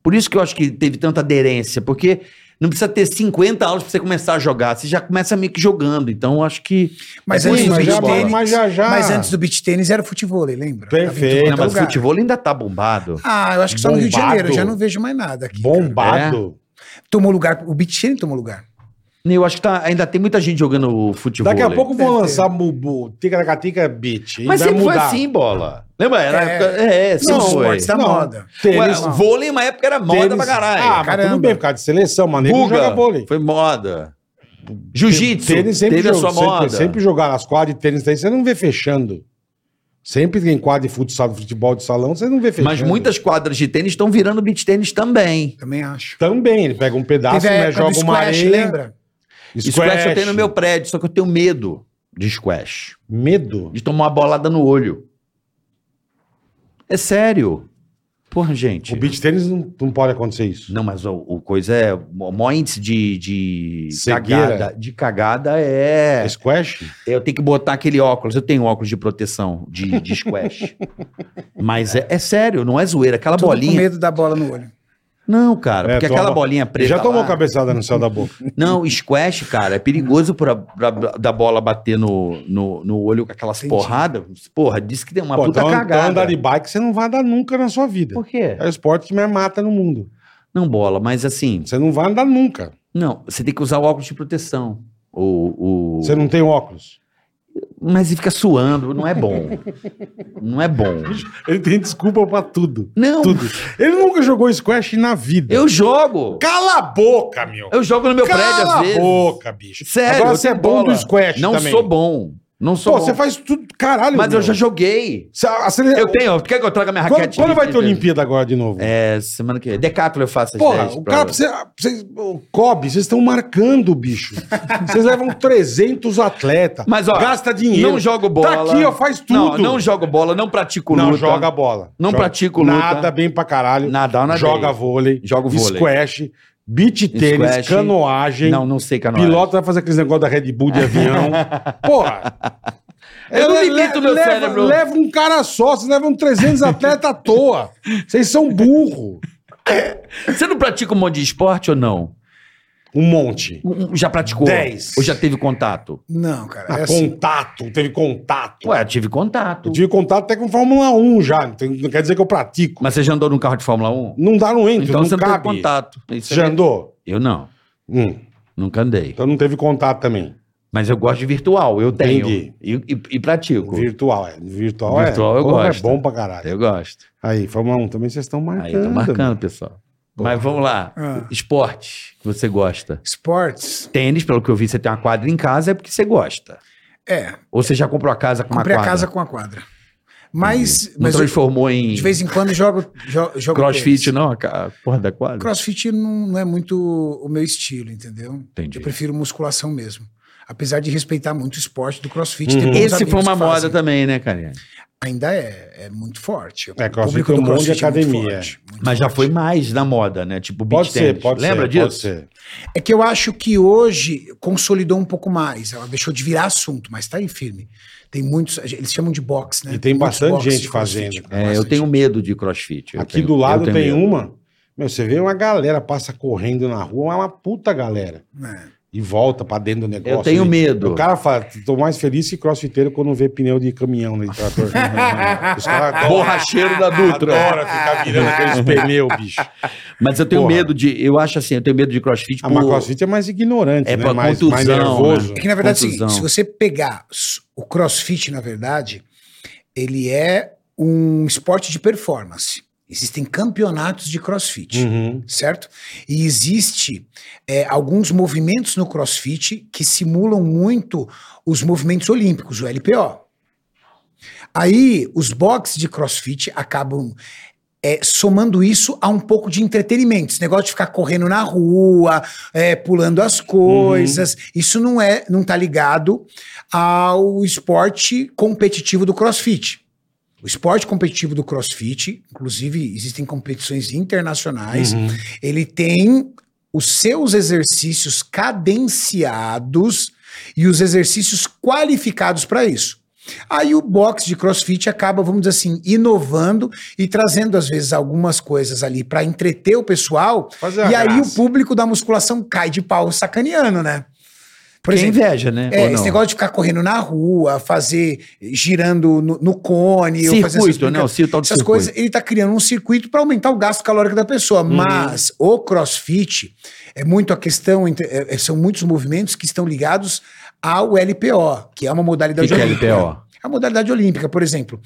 Por isso que eu acho que teve tanta aderência, porque não precisa ter 50 aulas pra você começar a jogar, você já começa meio que jogando. Então eu acho que
Mas,
É
antes
ruim,
do
mas
beach
já-
tênis,
mas já- já-
mas antes do beach tênis era o futebol, lembra?
Perfeito.
Tava
não,
em todo
mas o
lugar.
futebol ainda tá bombado.
Ah, eu acho que só no Rio de
Bombado.
Janeiro, eu já não vejo mais nada aqui. cara.
Bombado.
É?
Tomou lugar, o beach tênis tomou lugar.
Eu acho que tá- ainda tem muita gente jogando futebol.
Daqui a pouco vão
Deve
lançar Bubu, Ticaracatica Beat. e
mas
vai
sempre
mudar.
foi assim, bola. Lembra? Era
É. tá
época, é, sempre
São
foi.
esportes da
Não.
moda.
Tênis,
Ué, vôlei, uma época era moda
tênis-
pra caralho.
Ah, mas
Caramba.
tudo bem, por causa de seleção, mas nego
Guga,
joga vôlei.
Foi moda. Jiu-jitsu.
Tênis sempre,
teve a
jogou-
sua moda.
sempre, sempre jogar as quadras de tênis, daí você não vê fechando. Sempre tem quadra de futsal, futebol de salão, você não vê fechando.
Mas muitas quadras de tênis estão virando beach tênis também.
Também acho.
Também, ele pega um pedaço,
Teve a
né,
época do
joga uma
squash,
areia.
lembra?
Squash. eu tenho no meu prédio, só que eu tenho medo de squash.
Medo.
De tomar uma bolada no olho. É sério. Porra, gente.
O beach tênis não, não pode acontecer isso.
Não, mas o, o coisa é. O maior índice de, de
Cegueira.
cagada. De cagada é.
É squash?
Eu tenho que botar aquele óculos. Eu tenho óculos de proteção de, de
[laughs]
squash. mas é, é sério, não é zoeira. Aquela
Tudo com
bolinha.
medo da bola no olho.
Não, cara,
É,
porque
toma-
aquela bolinha preta.
Já tomou
lá-
cabeçada no céu da
[laughs]
boca.
Não, squash, cara, é perigoso pra, pra- da bola bater no, no, no olho com aquelas
Entendi.
porradas. Porra, disse que deu uma
Pô,
puta
então, então
cagada.
andar de bike você não vai dar nunca na sua vida.
Por quê?
É o esporte que mais mata no mundo.
Não bola, mas assim.
Você não vai andar nunca.
Não, você tem que usar o óculos de proteção. O, o...
Você não tem óculos.
Mas ele fica suando, não é bom. não é bom.
Ele tem desculpa pra tudo.
Não,
Tudo. Ele nunca jogou squash na vida.
eu jogo.
Cala a boca, meu.
Eu jogo no meu prédio às
Cala
vezes.
a boca, bicho.
Sério,
Agora
eu
você é
tenho
bom
bola.
do squash
Não
também.
sou bom. Não sou
Pô,
bom.
você faz tudo, caralho.
Mas eu
meu.
já joguei.
Você acelera-
Eu tenho, quer que eu traga minha
Quando,
raquete?
quando
de-
vai ter
de-
Olimpíada agora de novo?
É, semana que vem. Decathlon eu faço as
Porra,
10
o
pra-
cara, você, você, o Kobe, vocês estão marcando o bicho. Vocês levam 300 atletas.
Mas, ó,
gasta dinheiro.
Não jogo bola.
Tá aqui, ó, faz tudo.
Não, não jogo bola, não pratico
Não
luta.
joga bola.
Não
Joga
pratico luta.
Nada bem pra caralho.
Nada, eu nadei.
Joga vôlei.
Jogo vôlei.
Squash, beach tênis,
Squash.
canoagem.
Não, não sei é canoagem.
Piloto vai fazer aqueles negócios da Red Bull
[laughs]
de avião. Porra!
Eu não
Le-
limito
le-
meu
leva,
cérebro.
Leva um cara só, vocês levam
[laughs]
300 atletas à toa. Vocês são burro.
Você não pratica um monte de esporte ou não?
Um monte.
Um- Já praticou?
Dez.
Ou já teve contato?
Não, cara.
Ah,
É assim,
Contato, teve contato.
Ué, eu tive contato.
Eu tive contato até com Fórmula 1 já. então Não quer dizer que eu pratico.
Mas você já andou num carro de Fórmula 1?
Não dá, não entro,
então
não
você não teve
cabe.
contato. Isso
Você já
é-
andou?
Eu não,
Hum,
nunca andei.
então não teve contato também.
Mas eu gosto de virtual, eu tenho.
Entendi.
E, e- e pratico.
Virtual, é. Virtual, é.
Virtual eu
Porra,
gosto.
É bom pra caralho.
Eu gosto.
Aí, Fórmula 1 também vocês estão marcando.
Aí tá marcando, pessoal. Mas vamos lá.
Ah.
Esporte que você gosta.
esportes.
Tênis, pelo que eu vi, você tem uma quadra em casa, é porque você gosta.
É,
Ou você já comprou a casa com
comprei
uma
a
quadra?
casa com a quadra. Mas,
Não
mas eu-
transformou em
de vez em quando jogo, jo- jogo
crossfit, né?
tênis.
não? A ca- a porra da quadra?
Crossfit não, não é muito o meu estilo, entendeu?
Entendi.
Eu prefiro musculação mesmo. Apesar de respeitar muito o esporte do crossfit.
Uhum.
tem bons
Esse
amigos
foi uma
que
moda
fazem.
também, né, Karine?
Ainda é, é muito forte. O
É, crossfit
público
tem um
do
monte de
crossfit é muito
academia,
forte, muito
Mas já
forte.
foi mais na moda, né? Tipo beach
Pode ser,
tennis.
pode ser.
Lembra
pode
disso?
ser.
É que eu acho que hoje consolidou um pouco mais. Ela deixou de virar assunto, mas tá aí firme. Tem muitos. Eles chamam de box, né?
E tem
muitos
bastante
boxes
gente
de crossfit. né?
fazendo. né?
É, eu
Bastante.
tenho medo de crossfit. Eu
Aqui
tenho-
do lado
eu tenho
tem
um
medo.
uma. Meu, você vê uma galera passa correndo na rua, é uma puta galera.
É.
E volta pra dentro do negócio.
Eu tenho
ali.
medo.
O cara fala, tô mais feliz que crossfiteiro quando vê pneu de caminhão né, de
[laughs]
trator. Os caras adoram-
Borracheiro
[laughs]
da Dutra.
adoram ficar virando
[laughs]
aqueles pneus, bicho.
Tipo, Mas eu tenho
Porra.
medo de. Eu acho assim, eu tenho medo de crossfit.
A
por-
mas crossfit é mais ignorante,
É
né?
pra
mais, mais
contusão, né?
nervoso.
É que, na verdade, é o seguinte,
Confusão.
se você pegar s- o crossfit, na verdade, ele é um esporte de performance. Existem campeonatos de crossfit.
Uhum.
certo? E existe é, alguns movimentos no CrossFit que simulam muito os movimentos olímpicos, o LPO. Aí os boxes de CrossFit acabam é, somando isso a um pouco de entretenimento. Esse negócio de ficar correndo na rua, é, pulando as coisas, isso não é, não tá ligado ao esporte competitivo do CrossFit. O esporte competitivo do CrossFit, inclusive existem competições internacionais,
Uhum.
ele tem os seus exercícios cadenciados e os exercícios qualificados para isso. Aí o box de CrossFit acaba, vamos dizer assim, inovando e trazendo às vezes algumas coisas ali para entreter o pessoal.
Fazer a
e aí o
graça.
público da musculação cai de pau sacaneando, né? Por
Que é inveja, né?
é,
Ou não?
esse negócio de ficar correndo na rua, fazer girando no, no cone, ou fazer essas
circuito, né?
brinca-
O circuito, tal de
essas
circuito.
coisas, ele tá criando um circuito para aumentar o gasto calórico da pessoa.
Uhum.
Mas o CrossFit é muito a questão, entre- é- é- são muitos movimentos que estão ligados ao LPO, que é uma modalidade
Que que é
olímpica.
LPO?
A modalidade olímpica, por exemplo,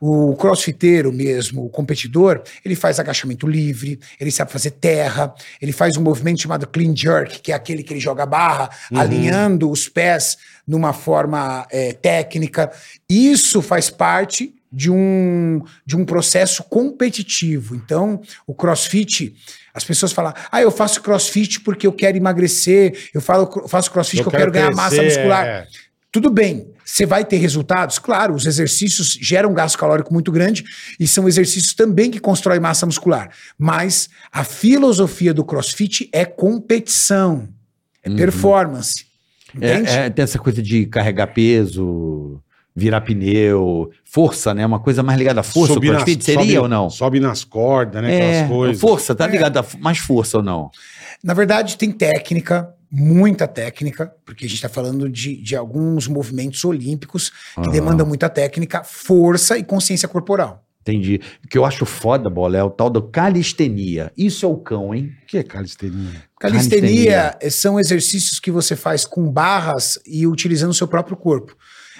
o crossfiteiro mesmo, o competidor, ele faz agachamento livre, ele sabe fazer terra, ele faz um movimento chamado clean jerk, que é aquele que ele joga a barra, alinhando os pés numa forma eh, técnica. Isso faz parte de um, de um processo competitivo. Então, o crossfit, as pessoas falam, ah, eu faço crossfit porque eu quero emagrecer, eu falo, faço crossfit porque eu quero, ganhar massa
crescer,
muscular.
é.
Tudo bem, você vai ter resultados? Claro, os exercícios geram um gasto calórico muito grande e são exercícios também que constroem massa muscular. Mas a filosofia do crossfit é competição, é performance. Entende?
Uhum. É, é, tem essa coisa de carregar peso, virar pneu, força, né? Uma coisa mais ligada à força.
Sobe
o
nas-
CrossFit seria
sobe-
ou não?
Sobe nas cordas, né?
É,
Aquelas coisas.
força, tá ligado a f- mais força ou não?
Na verdade, tem técnica, muita técnica, porque a gente está falando de, de alguns movimentos olímpicos que
Aham.
demandam muita técnica, força e consciência corporal.
Entendi. O que eu acho foda, bola, é o tal do calistenia. Isso é o cão, hein?
O que é calistenia?
Calistenia
Calistenia.
eh, são exercícios que você faz com barras e utilizando o seu próprio corpo.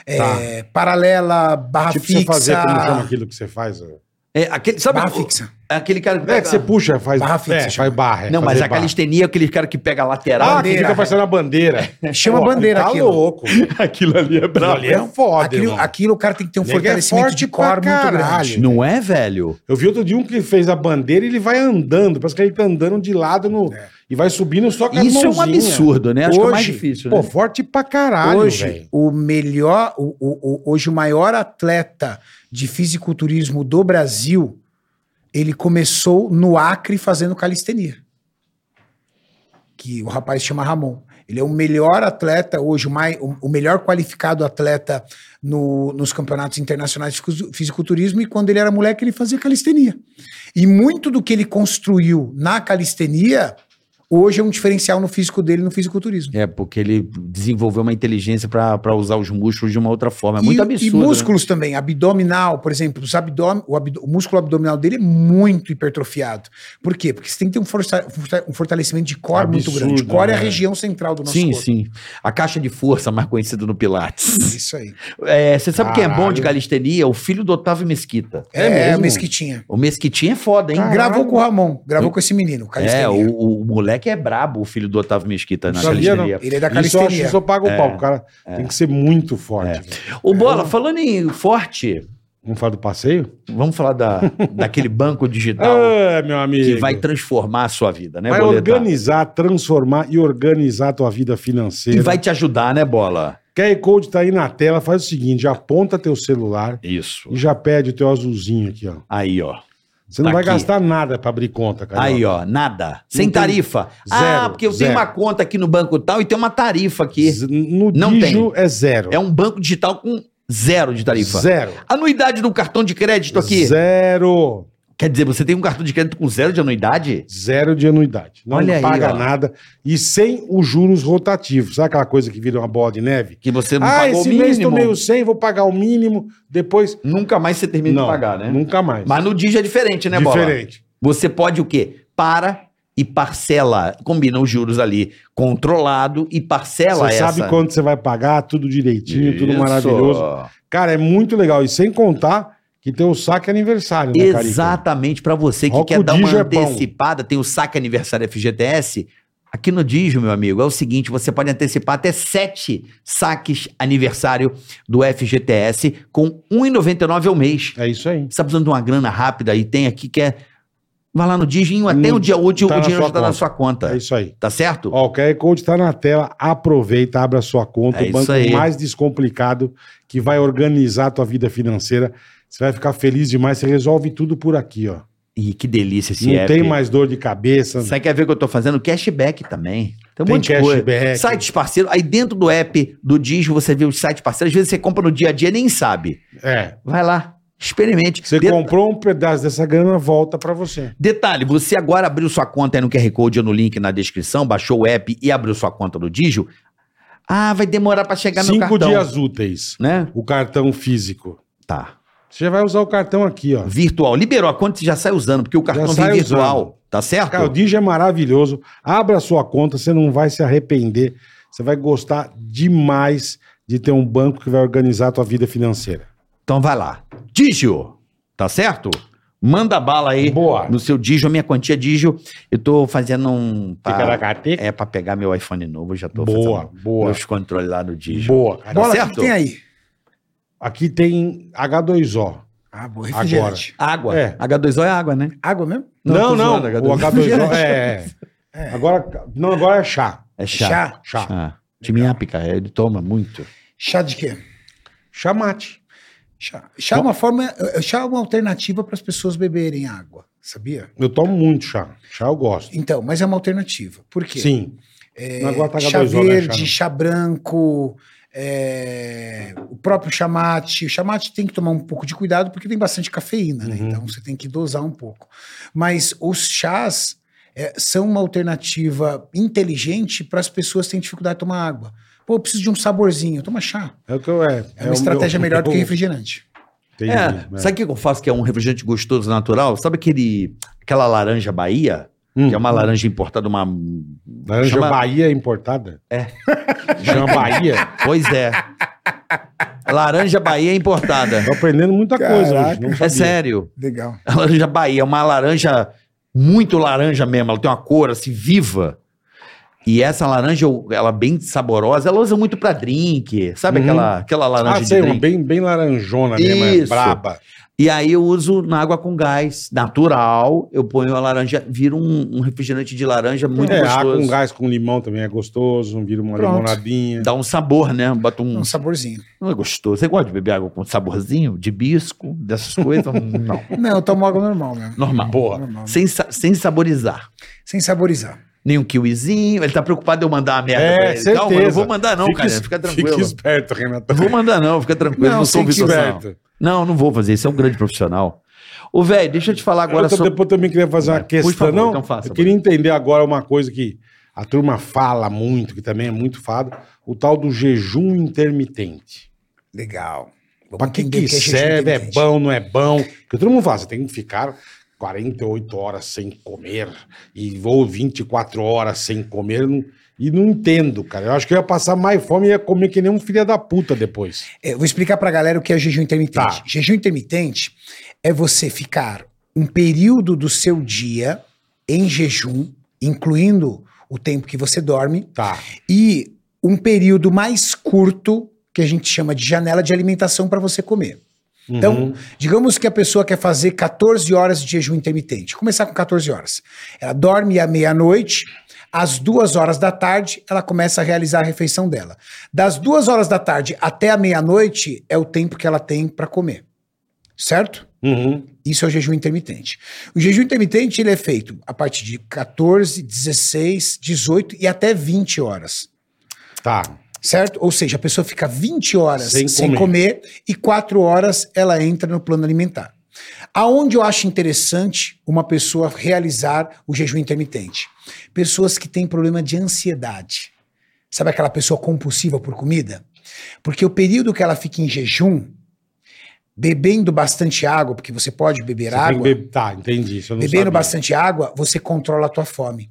É, Paralela,
Tá
barra
Tá. tipo
fixa.
você fazer, como chama aquilo que você faz? ó?
É aquele, sabe,
Barra
o-
fixa.
é aquele cara
É, que você puxa, faz
Barra fixa,
é,
chama.
faz barra. é,
Não, mas
fazer
a
barra.
calistenia é aquele cara que pega a lateral.
Ah, que
bandeira,
fica parecendo a bandeira.
É,
Chama
Pô,
bandeira
tá
aquilo.
louco.
[laughs] aquilo ali é
Aquilo ali é foda,
Aquilo,
irmão.
aquilo o cara tem que ter um
Nego é
fortalecimento
forte
de
pra
core muito
caralho.
grande.
Não é, velho?
Eu vi outro dia um que fez a bandeira e ele vai andando. Parece que ele tá andando de lado no... e vai subindo só com as
É. Isso é um
mãozinhas.
absurdo, né? Acho que é o mais
Hoje,
difícil, né?
Pô, forte pra caralho,
hoje,
velho.
o melhor, o, o- o- hoje o maior atleta de fisiculturismo do Brasil, ele começou no Acre fazendo calistenia. Que o rapaz chama Ramon. Ele é o melhor atleta hoje, o, mai- o- o melhor qualificado atleta no- nos campeonatos internacionais de fisicu- fisiculturismo. E quando ele era moleque, ele fazia calistenia. E muito do que ele construiu na calistenia, hoje é um diferencial no físico dele no fisiculturismo.
É, porque ele desenvolveu uma inteligência pra pra usar os músculos de uma outra forma. É muito
e,
absurdo.
E
né?
músculos também, abdominal, por exemplo, os abdômen, o, abdo- o músculo abdominal dele é muito hipertrofiado. Por quê? Porque você tem que ter um, força- forta- um fortalecimento de core muito
Absurdo,
grande. Core é a
né?
região central do nosso
Sim,
corpo.
sim. A caixa de força mais conhecida no
[laughs]
Pilates.
Isso aí.
É, você sabe quem é bom
Caralho.
de calistenia? O filho do Otávio Mesquita.
É,
mesmo?
o Mesquitinha.
O Mesquitinha é foda, hein?
Caralho.
Gravou com o Ramon, gravou com esse menino, o
É,
calistenia.
o, o moleque é brabo, o filho do Otávio Mesquita na
Não sabia,
calistenia. É,
Ele é da
Isso eu acho
calistenia.
que só paga o pau. O cara tem que ser muito forte. velho.
O Bola, falando em forte,
Vamos falar do passeio?
vamos falar da, daquele banco
[laughs]
digital
Ah, meu amigo.
um que vai transformar a sua vida, né,
Vai
Boleta?
organizar, transformar e organizar a tua vida financeira.
E vai te ajudar, né, Bola?
QR Code tá aí na tela, faz o seguinte, já aponta teu celular
Isso.
e já pede o teu azulzinho aqui, ó.
Aí, ó.
Você não
Tá
vai
aqui.
gastar nada pra abrir conta, cara.
Aí, ó, nada. Sem
Não tem-
tarifa. ah,
Zero,
porque eu
zero.
tenho uma conta aqui no banco tal e tem uma tarifa aqui.
No
Não
Digio é zero.
É um banco digital com zero de tarifa.
Zero.
Anuidade do cartão de crédito aqui.
Zero.
Quer dizer, você tem um cartão de crédito com zero de anuidade?
Zero de anuidade. Não
Olha aí,
paga
ó.
nada. E sem os juros rotativos. Sabe aquela coisa que vira uma bola de neve?
Que você não
Ah,
pagou o
esse mês
mínimo.
tomei o 100, vou pagar o mínimo. Depois...
Nunca mais você termina
não,
de pagar, né?
nunca mais.
Mas no Digi é diferente, né, Bola?
Diferente.
Você pode o quê? Para e parcela. Combina os juros ali. Controlado e parcela
Você
é essa.
sabe quanto você vai pagar, tudo direitinho, tudo
Isso.
maravilhoso. Cara, é muito legal. E sem contar que tem o saque aniversário, né, Carica?
Exatamente, para você que
Ó,
quer
o
dar uma
Digio é bom.
antecipada, tem o saque aniversário FGTS, Aqui no Digio, meu amigo, é o seguinte: você pode antecipar até sete saques aniversário do FGTS com um R$ 1,99 ao mês.
É isso aí.
Você está precisando de uma grana rápida e tem aqui que é. Vai lá no Digio, até
Hum,
o dia útil,
tá
o
na
dinheiro
sua
está na
conta.
sua
É
conta.
isso aí.
Tá certo?
Ó, o QR Code tá na tela. Aproveita, abre a sua conta.
É
o banco
isso aí.
mais descomplicado que vai organizar a tua vida financeira. Você vai ficar feliz demais. Você resolve tudo por aqui, ó.
Ih, que delícia esse
Não
app.
tem mais dor de cabeça.
Você quer ver o que eu tô fazendo? Cashback também. Tem um
Hum. Tem
monte de coisa.
cashback.
Sites parceiros. Aí dentro do app do Digio você vê os sites parceiros. Às vezes você compra no dia a dia e nem sabe.
É.
Vai lá, experimente.
Você
De-
comprou um pedaço dessa grana, volta pra você.
Detalhe, você agora abriu sua conta aí no QR Code ou no link na descrição, baixou o app e abriu sua conta do Digio. Ah, vai demorar pra chegar meu
Cinco
cartão.
dias úteis.
Né?
O cartão físico.
Tá.
Você já vai usar o cartão aqui, ó.
Virtual. Liberou a conta, você já sai usando, porque o cartão vem
sai
virtual.
usando.
Tá certo?
Cara, o Digi é maravilhoso. Abra a sua conta, você não vai se arrepender. Você vai gostar demais de ter um banco que vai organizar a tua vida financeira.
Então vai lá. Digio, tá certo? Manda bala aí
Boa.
no seu Digio, a minha quantia Digio. Eu tô fazendo um.
Tá.
pra- é pra pegar meu iPhone novo, eu
É,
já tô
Boa,
fazendo
boa.
meus controles lá no Digio.
Boa. cara.
Tá
Bola, o que
certo?
tem aí?
Aqui tem H2O.
Ah, boa, refrigerante.
Água.
É.
H2O é água, né?
Água mesmo?
Não,
Não,
tô
não.
zoando,
o H2O
[laughs] H2O.
é, é. Agora, não, agora é chá.
É chá.
Chá.
Chá.
Chá. Timinhapica, ele toma muito.
Chá de quê?
Chá mate.
Chá. Chá é uma forma. Chá é uma alternativa para as pessoas beberem água, sabia?
Eu tomo muito chá. Chá eu gosto.
Então, mas é uma alternativa. Por quê?
Sim.
É,
Não, agora tá
chá
H2O, né,
verde,
chá, não.
chá branco, é, o próprio chamate. O chamate tem que tomar um pouco de cuidado porque tem bastante cafeína, né?
Uhum.
Então você tem que dosar um pouco. Mas os chás é, são uma alternativa inteligente para as pessoas que têm dificuldade de tomar água. Pô, eu preciso de um saborzinho. Toma chá.
É o que eu é.
É uma estratégia melhor do que
refrigerante.
refrigerante.
né?
é, sabe o que eu faço que é um refrigerante gostoso natural? Sabe aquele, aquela laranja Bahia? Que é uma laranja importada, uma.
Laranja
chama-
Bahia é importada? [laughs] É. Chama Bahia.
Pois
[laughs]
é. Laranja Bahia importada.
Tô aprendendo muita coisa hoje. Não
É
sabia.
sério.
Legal.
[laughs] A laranja Bahia é uma laranja muito laranja mesmo, ela tem uma cor assim viva. E essa laranja, eu- ela é bem saborosa, ela usa muito pra drink, sabe
Uhum.
aquela, aquela laranja
Ah,
de
sei, uma
drink?
bem, bem laranjona mesmo, é
Isso.
braba.
E aí eu uso na água com gás, natural, eu ponho a laranja, vira um, um refrigerante de laranja muito
é, água com
gostoso.
gás, com limão também é gostoso, vira uma
Pronto.
limonadinha.
Dá um sabor, né? Bota um...
Um saborzinho.
Não é gostoso. Você gosta de beber água com saborzinho? De bisco? Dessas
[laughs]
coisas? Não.
Não, eu tomo água normal mesmo.
Normal. Boa.
Normal.
Sem, sa- sem saborizar.
Sem saborizar.
nem um kiwizinho. Ele tá preocupado de eu mandar a merda
É,
pra ele. Calma, eu não
certeza.
vou mandar não, cara.
es-
Fica tranquilo.
Fique esperto, Renato.
Não vou mandar não, fica tranquilo. Não,
Não,
sou
sem
Vitor Sal.
Esperto.
Não, não vou fazer isso. É um grande profissional. Ô, velho, deixa eu te falar agora
eu tô-
sobre...
Depois também queria fazer uma
Por
questão.
favor,
não,
então faça,
eu queria entender agora uma coisa que a turma fala muito, que também é muito falado, o tal do jejum intermitente.
Legal. Vamos
Pra que,
entender
que
o jejum
serve? É
inteligente.
bom, não é bom? Porque todo mundo fala, você tem que ficar 48 horas sem comer e vou 24 horas sem comer. não- e não entendo, cara. Eu acho que eu ia passar mais fome e ia comer que nem um filho da puta depois.
É, eu vou explicar pra galera o que é jejum intermitente.
Tá.
Jejum intermitente é você ficar um período do seu dia em jejum, incluindo o tempo que você dorme,
Tá.
e um período mais curto, que a gente chama de janela de alimentação para você comer. Então,
Uhum.
digamos que a pessoa quer fazer 14 horas de jejum intermitente. Começar com 14 horas. Ela dorme à meia-noite, às duas horas da tarde, ela começa a realizar a refeição dela. Das duas horas da tarde até a meia-noite é o tempo que ela tem para comer. Certo?
Uhum.
Isso é o jejum intermitente. O jejum intermitente ele é feito a partir de 14, 16, 18 e até 20 horas.
Tá.
Certo? Ou seja, a pessoa fica 20 horas
Sem
sem,
comer.
comer. e 4 horas ela entra no plano alimentar. Aonde eu acho interessante uma pessoa realizar o jejum intermitente? Pessoas que têm problema de ansiedade. Sabe aquela pessoa compulsiva por comida? Porque o período que ela fica em jejum, bebendo bastante água, porque você pode
Você
beber
tem que
água,
beber- Tá, entendi. Isso eu não
Bebendo
sabia.
bastante água, você controla a tua fome.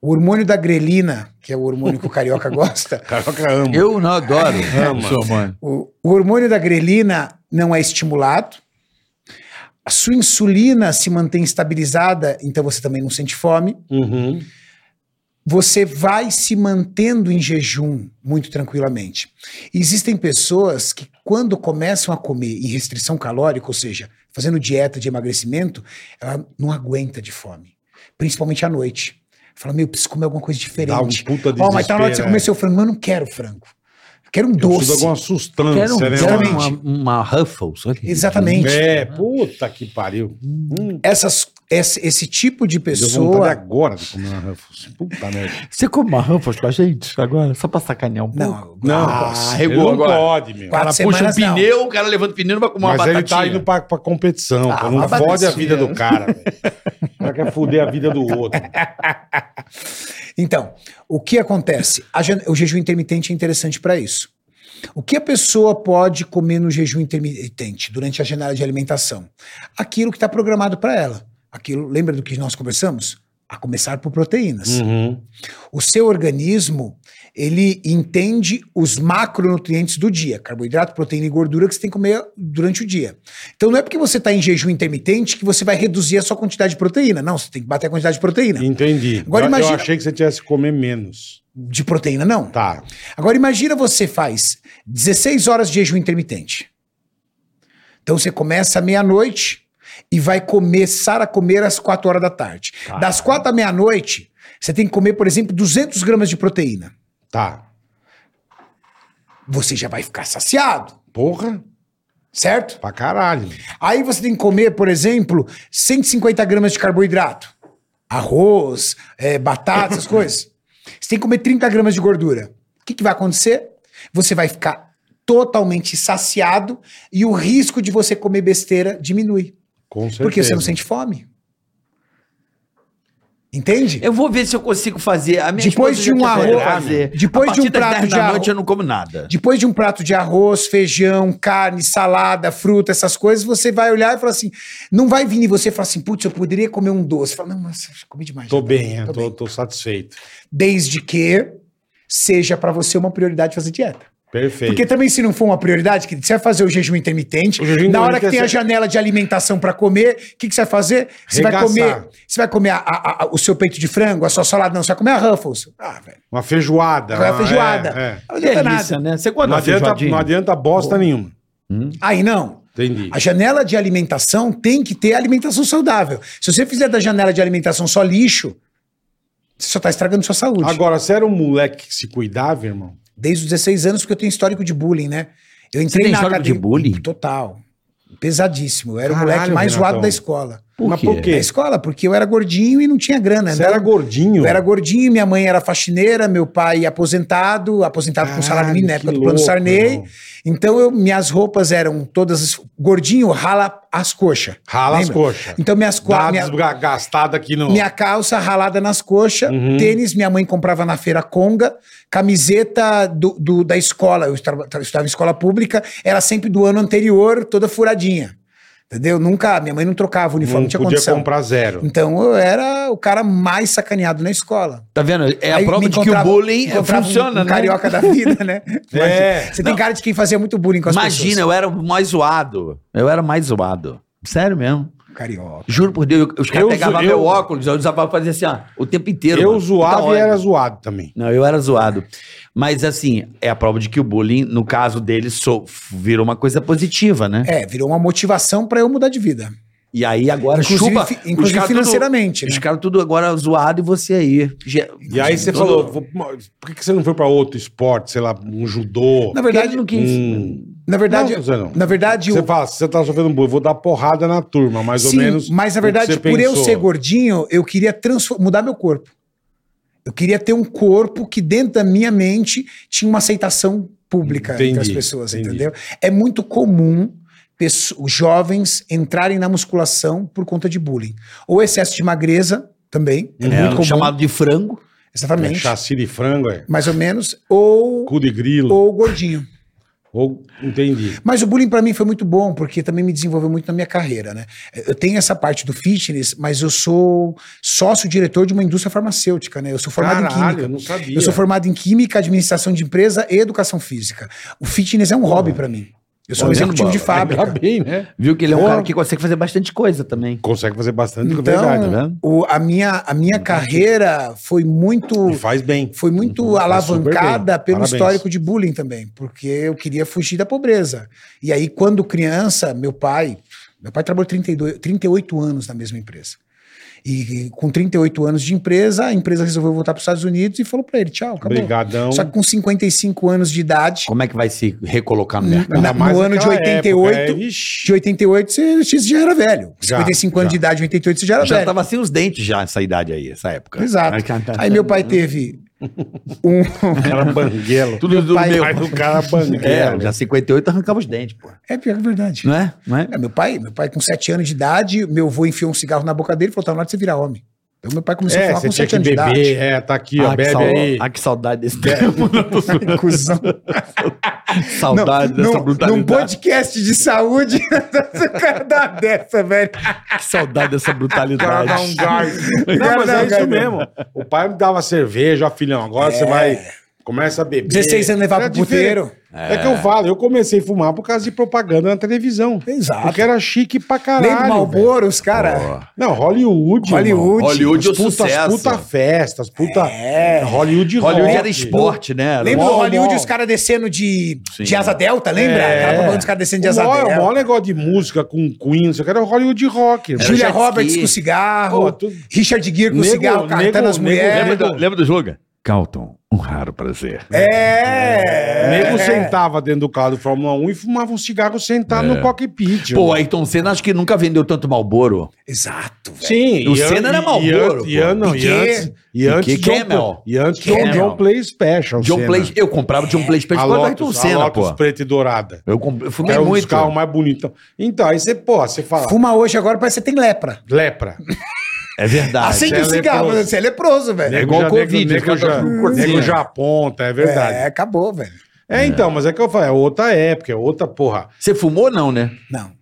O hormônio da grelina, que é o hormônio que o carioca [laughs] gosta,
Caraca, amo.
Eu não adoro.
Ama.
Sou, mano.
o, o hormônio da grelina não é estimulado. A sua insulina se mantém estabilizada, então você também não sente fome.
Uhum.
você vai se mantendo em jejum muito tranquilamente. Existem pessoas que, quando começam a comer em restrição calórica, ou seja, fazendo dieta de emagrecimento, ela não aguenta de fome, principalmente à noite. Fala, meu, preciso comer alguma coisa
Dá um
diferente.
puta
Ó, mas tá na hora de
desespero,
você
é.
comer seu frango, mas eu não quero frango. Eu quero um
Eu preciso de
doce. um
alguma
um-
Quero,
sustância, né?
quero
mano?
uma, uma Ruffles. olha que
Exatamente.
É, puta que pariu. Hum,
Essas, esse, esse tipo de
deu vontade
pessoa.
agora de comer uma Ruffles. Puta merda.
delícia. Você come uma Ruffles com a gente agora? Só pra sacanear um pouco?
Não,
Não,
Ah,
posso.
regou
Ele não
agora.
pode, meu.
Quatro
Ela puxa um
semanas, não.
pneu, o cara levanta o pneu e vai comer uma
Mas ele
batatinha.
tá indo pra, pra competição.
Ah,
pô. não
uma
fode a
batatinha.
vida do cara. velho. O cara quer foder a vida do outro.
Então, o que acontece? A jan- o jejum intermitente é interessante para isso. O que a pessoa pode comer no jejum intermitente durante a janela de alimentação? Aquilo que está programado para ela. Aquilo, lembra do que nós conversamos? A começar por proteínas.
Uhum.
O seu organismo, ele entende os macronutrientes do dia, carboidrato, proteína e gordura que você tem que comer durante o dia. Então não é porque você está em jejum intermitente que você vai reduzir a sua quantidade de proteína. Não, você tem que bater a quantidade de proteína.
Entendi.
Agora
eu, eu
imagina-
achei que você tivesse que comer menos.
De proteína, não.
Tá.
Agora imagina você faz 16 horas de jejum intermitente. Então você começa à meia-noite e vai começar a comer às 4 horas da tarde. Das 4 à meia-noite, você tem que comer, por exemplo, 200 gramas de proteína.
Tá.
Você já vai ficar saciado,
Porra,
certo?
pra caralho.
Aí você tem que comer, por exemplo, 150 gramas de carboidrato. Arroz, eh, batata, essas coisas. Você tem que comer 30 gramas de gordura. O que, que vai acontecer? Você vai ficar totalmente saciado e o risco de você comer besteira diminui.
Com certeza.
Porque você não sente fome. Entende?
Eu vou ver se eu consigo fazer. A minha
Depois
esposa
de
já
um
tentou
arroz- depois
A
de um
partir das
prato
10
de
da
arroz-
noite eu não como nada.
Depois de um prato de arroz, feijão, carne, salada, fruta, essas coisas, você vai olhar e falar assim: não vai vir em você e falar assim, putz, eu poderia comer um doce. Fala, não, mas eu comi demais.
Tô
já tá
bem, eu
tô
tô, tô satisfeito.
Desde que seja pra você uma prioridade fazer dieta.
Perfeito.
Porque também, se não for uma prioridade, querido, você vai fazer o jejum intermitente.
O jejum
na hora que
intermitente
tem
é-
a janela de alimentação pra comer, o que, que você vai fazer? Você
Regaçar.
vai comer, você vai comer a- a- a- o seu peito de frango, a sua salada, não, você vai comer a Ruffles. Ah, velho.
Uma feijoada.
Vai a
uma-
feijoada.
é, é.
Não adianta
Delícia,
nada.
né? Você gosta
Não,
da
adianta, não
feijoadinha?
adianta bosta nenhuma.
Aí não.
Entendi.
A janela de alimentação tem que ter alimentação saudável. Se você fizer da janela de alimentação só lixo, você só está estragando sua saúde.
Agora, você era um moleque que se cuidava, irmão?
Desde os 16 anos, porque eu tenho histórico de bullying, né? Eu entrei
tem
na
histórico de
academia-
bullying?
Total. Pesadíssimo. Eu era
Caralho,
o moleque mais
Renatão.
zoado da escola.
Por
Mas
quê?
por
Da
quê?
escola, porque eu era gordinho e não tinha grana.
Você
né?
era gordinho.
Eu era gordinho, minha mãe era faxineira, meu pai aposentado, aposentado com salário
Caralho,
mínimo na época
que
do plano
louco,
Sarney.
irmão.
Então, eu- minhas roupas eram todas. es- Gordinho, rala as coxas.
Rala as
Lembra?
coxas.
Então, minhas
Dá
quatro.
minha... gastada aqui no...
Minha calça ralada nas coxas,
Uhum.
tênis, minha mãe comprava na feira Conga, camiseta do, do- da escola, eu estava- estava- estudava em escola pública, era sempre do ano anterior, toda furadinha. Entendeu? Nunca, minha mãe não trocava o
Não
uniforme, não tinha
podia
condição.
comprar zero.
Então eu era o cara mais sacaneado na escola.
Tá vendo? É a
Aí
prova
me
de que o
encontrava-
bullying
encontrava um-
funciona,
um
né?
carioca da
[laughs]
vida, né?
É.
Você tem cara de quem fazia muito bullying com as
Imagina,
pessoas.
eu era o mais zoado. Eu era mais zoado. Sério mesmo.
Carioca.
Juro por Deus, eu- os
Eu
caras pegavam
zo- eu-
meu óculos, eu usava pra fazer assim, ó, o tempo inteiro.
Eu
mano. Puta
zoava e
ódio.
era zoado também.
Não, eu era zoado. Mas assim, é a prova de que o bullying, no caso dele, so- virou uma coisa positiva, né?
É, virou uma motivação pra eu mudar de vida.
E aí agora
Inclusive,
chupa.
fi-
os
inclusive
caras
financeiramente,
Tudo, Os
né?
caras tudo agora zoado e você aí. ge-
E aí você
todo-
falou, "Vou- mas por que que você não foi pra outro esporte? Sei lá, um judô?
Na
Porque
verdade,
ele não quis.
Hum.
na verdade,
Não, Zé, não.
na verdade,
Você
o-
fala, você tá sofrendo bullying, vou dar porrada na turma, mais
Sim,
ou menos.
Mas na
o que
verdade,
você
por eu
pensou.
ser gordinho, eu queria transfor- mudar meu corpo. Eu queria ter um corpo que dentro da minha mente tinha uma aceitação pública entre as
Entendi,
pessoas,
entendi.
entendeu? É muito comum pesso- jovens entrarem na musculação por conta de bullying. Ou excesso de magreza também, é,
É,
muito comum.
chamado de frango.
É
Exatamente.
chassi de frango, é.
mais ou menos. Ou,
Cu de grilo.
ou gordinho.
Ou, entendi.
Mas o bullying pra mim foi muito bom, porque também me desenvolveu muito na minha carreira, né? Eu tenho essa parte do fitness, mas eu sou sócio-diretor de uma indústria farmacêutica, né? Eu sou formado em
Caralho, eu
química.
não sabia.
Eu sou formado em química, administração de empresa e educação física. O fitness é um hobby pra mim. Eu sou
Tá
um
vendo,
executivo de
Bola?
fábrica. Então,
Ainda bem, né?
Viu que ele é um
Porra.
cara que consegue fazer bastante coisa também. Hum.
Consegue fazer bastante
Então,
verdade, né?
o- a minha, a minha carreira foi muito
E faz bem.
foi muito
faz Uhum. Tá super bem.
alavancada pelo
Parabéns.
histórico de bullying também, porque eu queria fugir da pobreza. E aí, quando criança, meu pai, meu pai trabalhou 32, 38 anos na mesma empresa. E, e com 38 anos de empresa, a empresa resolveu voltar para os Estados Unidos e falou para ele: tchau, acabou.
Obrigadão.
Só que com 55 anos de idade,
Como é que vai se recolocar no mercado?
na- no ano de
naquela
88,
época, é, vixe.
de 88, você, você já era velho.
Já,
55 anos
já.
de idade, 88, você já era
Já
velho.
tava sem os dentes já essa idade aí, essa época.
É.
tá.
Exato. Aí meu
[laughs]
pai teve um. [laughs]
Cara banguelo.
Tudo do
pai-
meu.
Pai do cara
É,
banguelo.
né?
já 58 arrancava os dentes, pô.
É pior que é verdade.
Não é? Não é?
É, meu pai, meu pai com sete anos de idade, meu avô enfiou um cigarro na boca dele e falou, tá na hora de você virar homem. Então meu pai começou a
É,
falar
você
com
tinha
sete
que
anos
beber,
de idade.
é, tá aqui, ó,
que
bebe
sau-
aí.
ah, que saudade desse tempo.
[laughs] Cusão.
saudade
Não,
dessa
num-
brutalidade.
Num podcast de saúde, [laughs] o cara dá dessa, velho.
Que Ah, saudade dessa brutalidade.
[laughs] Não, mas
Não,
é isso
cara.
mesmo. O pai me dava cerveja, ó, filhão, agora você vai, começa a beber.
16 É. anos levar
Era
pro puteiro.
diferente. É. que eu falo, eu comecei a fumar por causa de propaganda na televisão.
Exato.
Porque era chique pra
Lembra do
caralho. velho.
Malboro, os cara?
Não, Hollywood.
Hollywood.
Hollywood é o
As putas,
sucesso.
puta festas, puta.
É.
Hollywood
Hollywood
rock.
era esporte, né? Era
Lembra
um-
do
Mó,
Hollywood,
mó.
os caras descendo de,
Sim.
de asa delta, lembra?
É.
Aquela propaganda dos caras descendo de
O
asa
maior, o maior
delta.
negócio de música com Queen, isso aqui era Hollywood rock. irmão.
Julia
jet ski.
Roberts com cigarro,
Pô, tudo-
Richard Gere com
Nego-
cigarro,
nego-
cartando as
nego-
mulheres.
Lembra, do, lembra do slogan? Calton, um raro prazer.
É.
O nego sentava dentro do carro do Fórmula 1 e fumava um cigarro sentado no cockpit.
É. Pô,
irmão.
Ayrton Senna acho que nunca vendeu tanto Malboro.
Exato, velho.
Sim,
O
e an-
Senna era
e-
Marlboro,
E, an-
pô.
não, e
Piquet.
antes, e antes
Piquet,
John,
Camel.
Pla- e antes John,
Camel.
John Play Special.
é John
Senna.
Play, eu comprava John Play Special
a
quando
Lotus,
Ayrton
a
Senna,
Lotus
pô.
preta e dourada.
Eu, comprei, eu fumei
Era um dos
muito.
carros mais bonitos. Então, aí você, pô, você fala,
Fuma hoje agora, parece que você tem lepra.
lepra.
É verdade.
Acende
você
o
é
cigarro,
leproso.
você é leproso, velho.
É igual
já-
Covid,
Nego,
os caras
já,
tão com corzinha.
nego já aponta, é verdade.
É, acabou, velho.
É, então, mas é que eu falo, é outra época, é outra porra.
Você fumou não, né?
Não,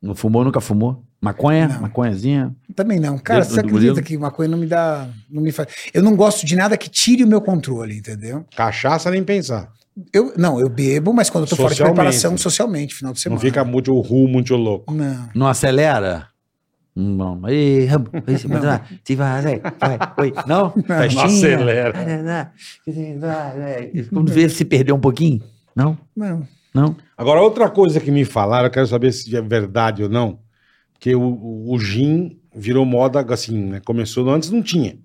Não fumou, nunca fumou? Maconha?
Não.
Maconhazinha?
também não. Cara,
Dentro
você
do
acredita
Murilo?
que uma coisa não me dá. Não me faz. Eu não gosto de nada que tire o meu controle, entendeu?
Cachaça nem pensar.
Eu, não, eu bebo, mas quando eu tô fora de
Socialmente.
preparação, socialmente, final de
Não
semana.
fica muito ruim, muito louco.
Não.
Não acelera? Não. Ei, Rambo, ei, se vai, se vai, vai, vai, oi. Não? Festinha?
acelera.
Vai, vai, vai, vai. Quando vê se perdeu um pouquinho? Não?
Não.
Não?
Agora, outra coisa que me falaram, eu quero saber se é verdade ou não, que o, o, o gin virou moda, assim, né? Começou, antes não tinha.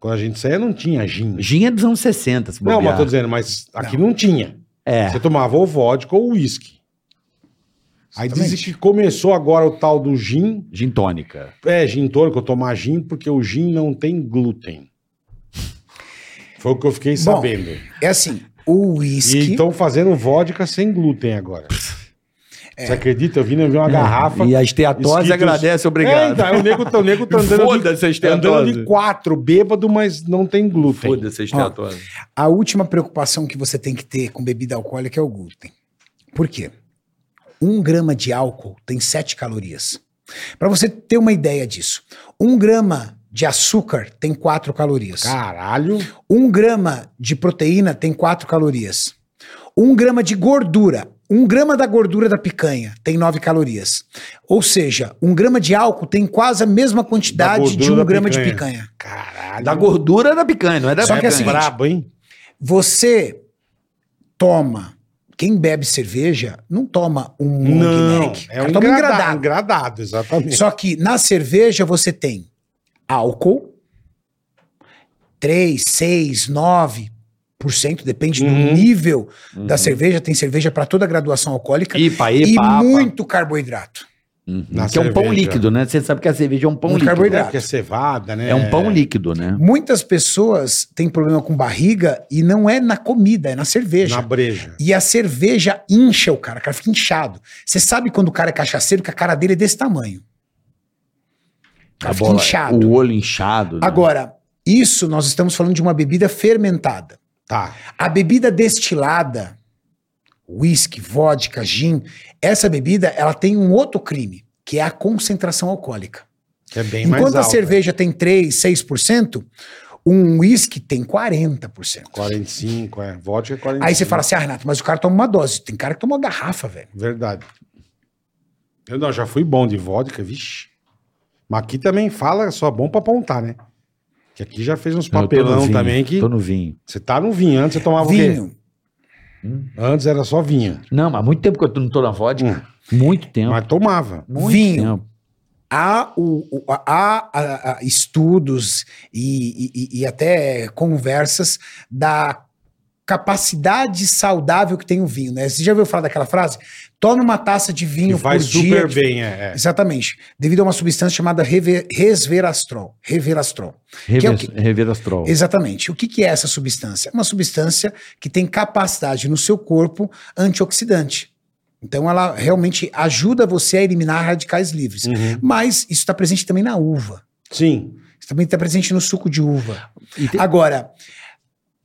Quando a gente saía, não tinha gin.
Gin é dos anos 60, se
Não,
bobear.
mas tô dizendo, mas aqui não, tinha.
É.
Você tomava ou vodka ou uísque. Aí dizem que começou agora o tal do gin.
Gin tônica.
É, gin tônico, eu tomar gin, porque o gin não tem glúten. Foi o que eu fiquei
Bom,
sabendo.
É assim, o
E
uísque.
estão fazendo vodka sem glúten agora. Você acredita? Eu vi, eu vi
É.
uma garrafa.
E a esteatose
escrito-
agradece,
É,
obrigado.
então, o nego, tá- o nego tá andando de,
Foda-se a
andando de
esteatose.
quatro, bêbado, mas não tem glúten.
Foda-se a esteatose.
A última preocupação que você tem que ter com bebida alcoólica é o glúten. Por quê? Um grama de álcool tem 7 calorias. Para você ter uma ideia disso, um grama de açúcar tem 4 calorias.
Caralho.
Um grama de proteína tem 4 calorias. Um grama de gordura, um grama da gordura da picanha tem 9 calorias. Ou seja, um grama de álcool tem quase a mesma quantidade de
gordura
um
da
grama de
picanha.
picanha.
Caralho.
Da gordura da picanha, não é da
Só que
picanha.
é o seguinte,
brabo, hein?
Você toma. Quem bebe cerveja não toma um long
Não,
neck.
é
Ela
um
toma
engrada- engradado. exatamente.
Só que na cerveja você tem álcool, 3, 6, 9%, depende do
Uhum.
nível da cerveja. Tem cerveja para toda a graduação alcoólica.
Ipa,
E,
epa, apa.
muito carboidrato.
Uhum. Que
Na
é um pão
cerveja.
líquido, né? Você sabe que a cerveja é um pão
Muito
líquido.
carboidrato.
É, que é cevada, né?
É um pão líquido, né?
Muitas pessoas têm problema com barriga e não é na comida, é na cerveja.
Na breja.
E a cerveja incha o cara, o cara fica inchado. Você sabe quando o cara é cachaceiro que a cara dele é desse tamanho. O cara
A
fica
bola- é
inchado.
O olho inchado. né?
Agora, isso nós estamos falando de uma bebida fermentada.
Tá.
A bebida destilada, whisky, vodka, gin, essa bebida ela tem um outro crime, que é a concentração alcoólica.
Que é bem mais
Enquanto a
alta.
cerveja tem 3, 6%, Um uísque tem 40%.
45, é. Vodka é 45.
Aí você fala assim, ah, Renato, mas o cara toma uma dose. Tem cara que toma uma garrafa, velho.
Verdade. Eu não, já fui bom de vodka, vixe. Mas aqui também fala é só bom pra apontar, né? Que aqui já fez uns
Eu tô no
papelão
vinho,
também que...
Tô no vinho.
Você tá no vinho, antes você tomava o quê?
Vinho.
Antes era só vinho.
Não, mas muito tempo que eu não tô na vodka. Muito tempo.
Mas tomava.
Muito
Hum. vinho.
tempo.
Há, o, o- há, há- há estudos e, e- e até conversas da capacidade saudável que tem o vinho, né? Você já ouviu falar daquela frase? Toma uma taça de
E
vinho por
vai
dia.
super bem, é. é.
Exatamente. Devido a uma substância chamada reve- resverastrol. Reverastrol. Que é o
Rever,
que-
Reverastrol.
Exatamente. O que, que é essa substância? Uma substância que tem capacidade no seu corpo antioxidante. Então, ela realmente ajuda você a eliminar radicais livres.
Uhum.
Mas isso está presente também na uva.
Sim.
Isso também está presente no suco de uva.
E tem-
Agora,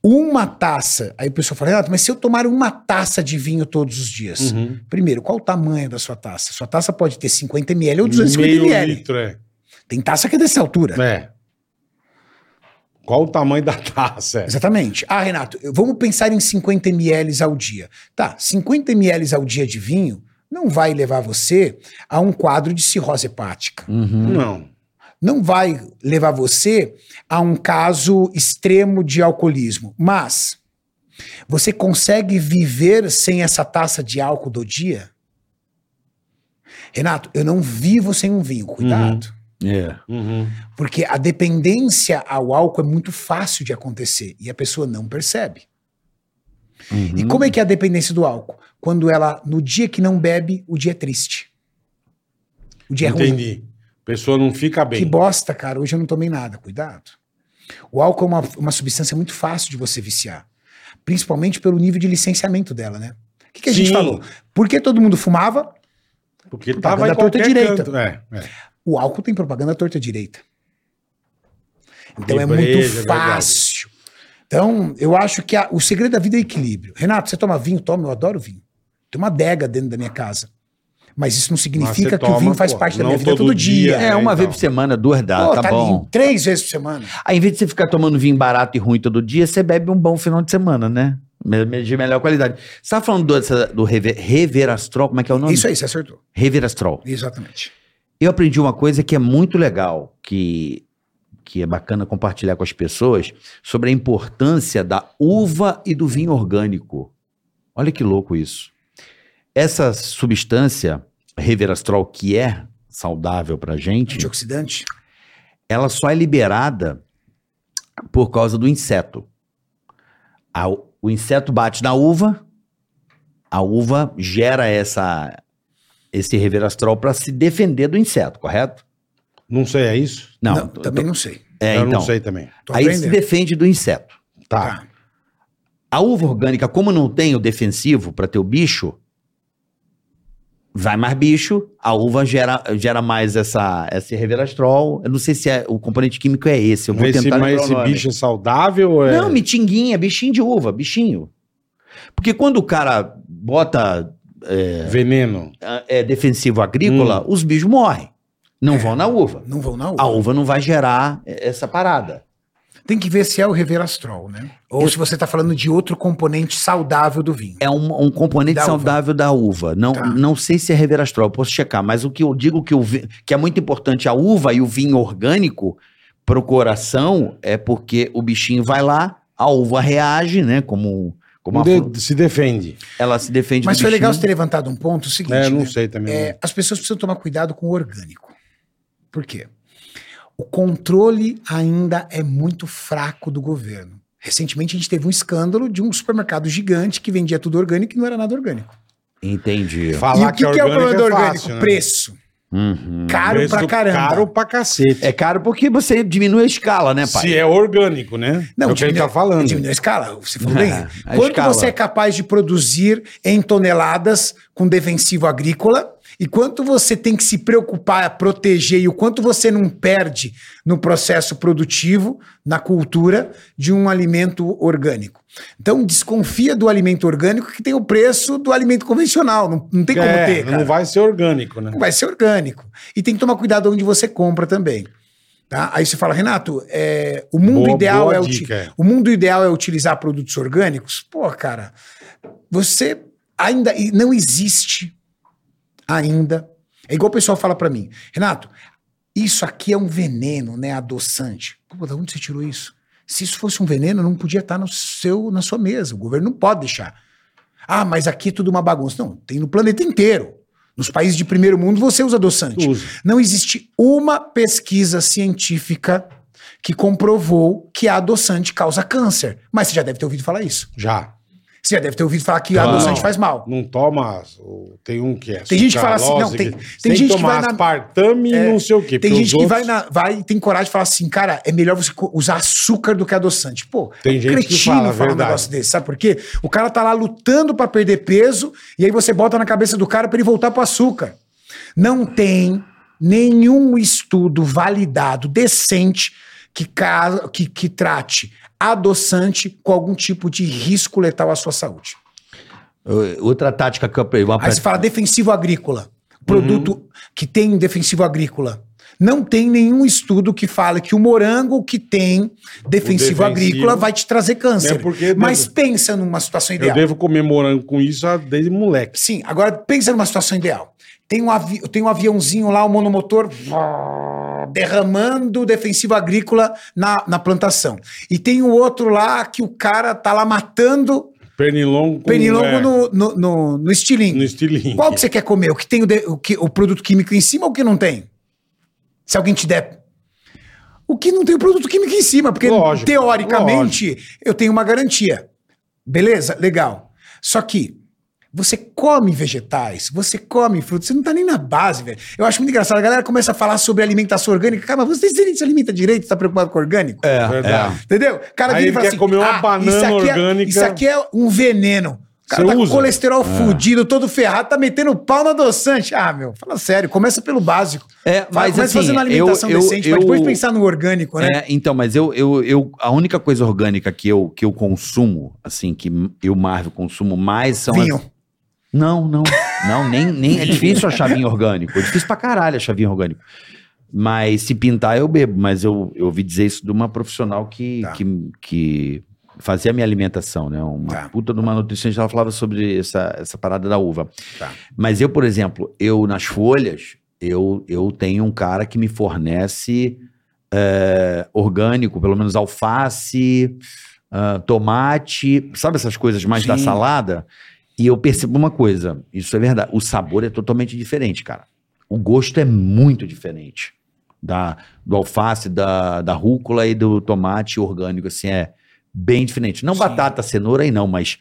uma taça. Aí o pessoal fala, Renato, mas se eu tomar uma taça de vinho todos os dias?
Uhum.
Primeiro, qual o tamanho da sua taça? Sua taça pode ter 50 ml ou 250
Meio
ml.
litro, é.
Tem taça que é dessa altura.
É. Qual o tamanho da taça? é?
Exatamente. Ah, Renato, eu- vamos pensar em 50 ml ao dia. Tá, 50 ml ao dia de vinho não vai levar você a um quadro de cirrose hepática.
Uhum.
Não.
Não vai levar você a um caso extremo de alcoolismo. Mas você consegue viver sem essa taça de álcool do dia? Renato, eu não vivo sem um vinho, cuidado.
É.
Uhum.
Porque a dependência ao álcool é muito fácil de acontecer e a pessoa não percebe. E como é que é a dependência do álcool? Quando ela, no dia que não bebe, o dia é triste. O dia é ruim.
Entendi. A pessoa não fica bem.
Que bosta, cara, hoje eu não tomei nada, cuidado. O álcool é uma, uma substância muito fácil de você viciar, principalmente pelo nível de licenciamento dela, né? O que, que a gente
Sim.
falou? Por que todo mundo fumava?
Porque
Propaganda
tava em
à torta
qualquer
direita.
canto. É, é.
O álcool tem propaganda à torta e à direita. Então é
Breja,
muito
verdade.
fácil. Então, eu acho que a- o segredo da vida é equilíbrio. Renato, você toma vinho? Toma, eu adoro vinho. Tem uma adega dentro da minha casa. Mas isso não
você
significa que
toma,
o vinho faz
pô,
parte da
não
minha vida
todo
todo dia.
dia. Ah,
É,
É,
uma
então.
vez por semana, duas dá,
Pô,
tá,
tá
bom.
vinho três vezes por semana.
Aí, em vez de você ficar tomando vinho barato e ruim todo dia, você bebe um bom final de semana, né? Me- me- De melhor qualidade. Você tá falando do, essa- do rever- Reverastrol, como é que é o nome?
Isso aí, você acertou.
Reverastrol.
Exatamente.
Eu aprendi uma coisa que é muito legal, que, que é bacana compartilhar com as pessoas, sobre a importância da uva e do vinho orgânico. Olha que louco isso. Essa substância, Reverastrol, que é saudável pra gente,
Antioxidante.
ela só é liberada por causa do inseto. A- o inseto bate na uva, a uva gera essa esse reverastrol para se defender do inseto, correto?
Não sei, é isso?
Não,
Não,
t-
também não sei.
é,
Eu
então.
não sei também.
Tô
Aí se
aprendendo.
defende do inseto.
Tá.
A uva orgânica, como não tem o defensivo para ter o bicho, vai mais bicho, a uva gera, gera mais essa, esse reverastrol. Eu não sei se é- o componente químico é esse, eu vou
Mas esse,
tentar
mas
lembrar o
esse
nome.
bicho é saudável? ou É...
Não, mitinguinha, bichinho de uva, bichinho. Porque quando o cara bota
Veneno.
ah, é, defensivo
Hum.
agrícola, os bichos morrem. Não vão na uva.
Não vão na
A
outra.
uva não vai gerar eh, essa parada.
Tem que ver se é o reverastrol, né? Ou se você tá falando de outro componente saudável do vinho.
É um, um componente
Da uva.
saudável da uva. Não,
Tá.
não sei se é reverastrol, eu posso checar, mas o que eu digo que, o vi- que é muito importante a uva e o vinho orgânico pro coração é porque o bichinho vai lá, a uva reage, né? Como, como a
De-
fru-
Se defende.
ela se defende
Mas
do
foi
bichinho.
legal você ter levantado um ponto, o seguinte,
É, não
né?
sei também.
É, as pessoas precisam tomar cuidado com o orgânico. Por quê? O controle ainda é muito fraco do governo. Recentemente a gente teve um escândalo de um supermercado gigante que vendia tudo orgânico e não era nada orgânico.
Entendi.
E
Falar
o que, que é o problema do orgânico?
fácil, né?
Preço.
Uhum.
Caro
Preço
pra caramba.
Caro pra cacete.
É caro porque você diminui a escala, né, pai?
Se é orgânico, né? é o que ele tá
diminui-
falando.
Diminui a escala, você falou bem.
É, a
Quanto
escala.
você é capaz de produzir em toneladas com defensivo agrícola e quanto você tem que se preocupar, proteger e o quanto você não perde no processo produtivo, na cultura de um alimento orgânico. Então, desconfia do alimento orgânico que tem o preço do alimento convencional. Não, não tem como
É,
ter. Cara.
Não vai ser orgânico, né?
Não vai ser orgânico. E tem que tomar cuidado onde você compra também. Tá? Aí você fala, Renato, é, o mundo
Boa-
ideal
boa
é
dica,
uti-
é.
o mundo ideal é utilizar produtos orgânicos. Pô, cara, você ainda e não existe ainda. É igual o pessoal fala pra mim, Renato, isso aqui é um veneno, né, adoçante. Pô, da onde você tirou isso? Se isso fosse um veneno, não podia estar no seu, na sua mesa. O governo não pode deixar. Ah, mas aqui é tudo uma bagunça. Não, tem no planeta inteiro. Nos países de primeiro mundo você usa adoçante.
Usa.
Não existe uma pesquisa científica que comprovou que a adoçante causa câncer. Mas você já deve ter ouvido falar isso.
Já.
Você já deve ter ouvido falar que a
Não.
adoçante faz mal.
Não toma. o- Tem um que é.
Tem gente que fala assim, não,
sucralose,
tem-
você
tem gente que
tomar
vai na- É,
aspartame e não sei o quê.
Tem
porque
gente
os
que vai,
outros-
na, vai e tem coragem de falar assim, cara, é melhor você co- usar açúcar do que adoçante. Pô,
Tem
é um
gente que fala a
um
verdade.
negócio desse, sabe por quê? O cara tá lá lutando pra perder peso e aí você bota na cabeça do cara pra ele voltar pro açúcar. Não tem nenhum estudo validado, decente, que, ca- que, que trate adoçante com algum tipo de risco letal à sua saúde.
Ô, Outra tática que eu aprendi. Uma
Aí você fala defensivo agrícola. Produto
Uhum.
que tem defensivo agrícola. Não tem nenhum estudo que fale que o morango que tem defensivo,
defensivo-
agrícola vai te trazer câncer.
É porque-
Mas pensa numa situação
Eu
ideal.
devo comer morango com isso ah, desde moleque.
Sim, agora pensa numa situação ideal. Tem um, avi- tem um aviãozinho lá, um monomotor derramando defensivo agrícola na, na plantação. E tem o outro lá que o cara tá lá matando
Pernilongo com.
pernilongo
Uh, é,
no, no, no, no estilingue.
no estilingue.
Qual que você quer comer? O que tem o, de- o que- o produto químico em cima ou o que não tem? Se alguém te der. O que não tem o produto químico em cima, porque
Lógico,
teoricamente eu tenho uma garantia. Beleza? Legal. Só que você come vegetais, você come frutas, você não tá nem na base, velho. Eu acho muito engraçado. A galera começa a falar sobre alimentação orgânica. Cara, mas você nem se alimenta direito, tá preocupado com orgânico?
É,
Verdade.
Entendeu? O cara
Aí
vira e
ele
fala
quer
assim,
comer uma banana
isso aqui é-
orgânica."
isso aqui é um veneno. O cara
Você
tá
usa? É.
com colesterol fudido, todo ferrado, tá metendo pau no adoçante. Ah, meu, fala sério, começa pelo básico.
É,
Fala-
mas
começa
assim,
fazendo uma
eu-
alimentação
eu-
decente,
eu-
pra depois pensar no orgânico, né?
É, então, mas eu, eu, eu a única coisa orgânica que eu, que eu consumo, assim, que eu, Marvel, consumo mais são
então,
as-
Vinho.
Não, não. Não, nem, nem é difícil achar vinho orgânico. É difícil pra caralho achar vinho orgânico. Mas se pintar, eu bebo. Mas eu, eu ouvi dizer isso de uma profissional que,
Tá.
que, que fazia a minha alimentação, né? Uma
Tá.
puta de uma nutricionista, ela falava sobre essa, essa parada da uva.
Tá.
Mas eu, por exemplo, eu nas folhas, eu, eu tenho um cara que me fornece é, orgânico, pelo menos alface, ah, tomate, sabe essas coisas mais da
Sim.
salada? E eu percebo uma coisa, isso é verdade, o sabor é totalmente diferente, cara. O gosto é muito diferente da, do alface, da, da rúcula e do tomate orgânico, assim, é bem diferente. Não
Sim.
batata, cenoura aí não, mas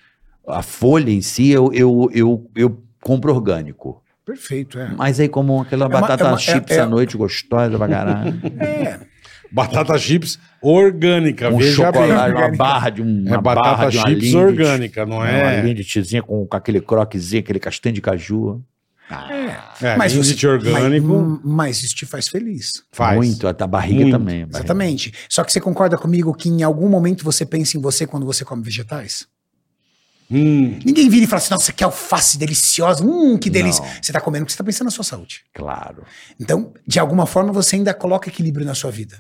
a folha em si eu, eu, eu, eu compro orgânico.
Perfeito, é.
Mas aí como aquela
uma-
batata
é uma- é-
chips
é-
à noite, gostosa pra caralho.
É,
Batata chips orgânica.
um
veja bem.
chocolate, uma
orgânica.
barra de um.
É
Uma barra
batata
de uma
chips
Lindt,
orgânica, não
Uma
é?
linha de tizinha com, com aquele croquezinho, aquele castanho de caju.
é
mas
Lindt
você-
orgânico
Mas, mas isso te faz feliz.
faz.
Muito, a barriga
Muito.
também. a barriga.
Exatamente. Só que você concorda comigo que em algum momento você pensa em você quando você come vegetais?
Hum,
Ninguém vira e fala assim, nossa, que alface deliciosa, hum, que delícia.
Não.
Você tá comendo porque você tá pensando na sua saúde.
Claro.
Então, de alguma forma, você ainda coloca equilíbrio na sua vida.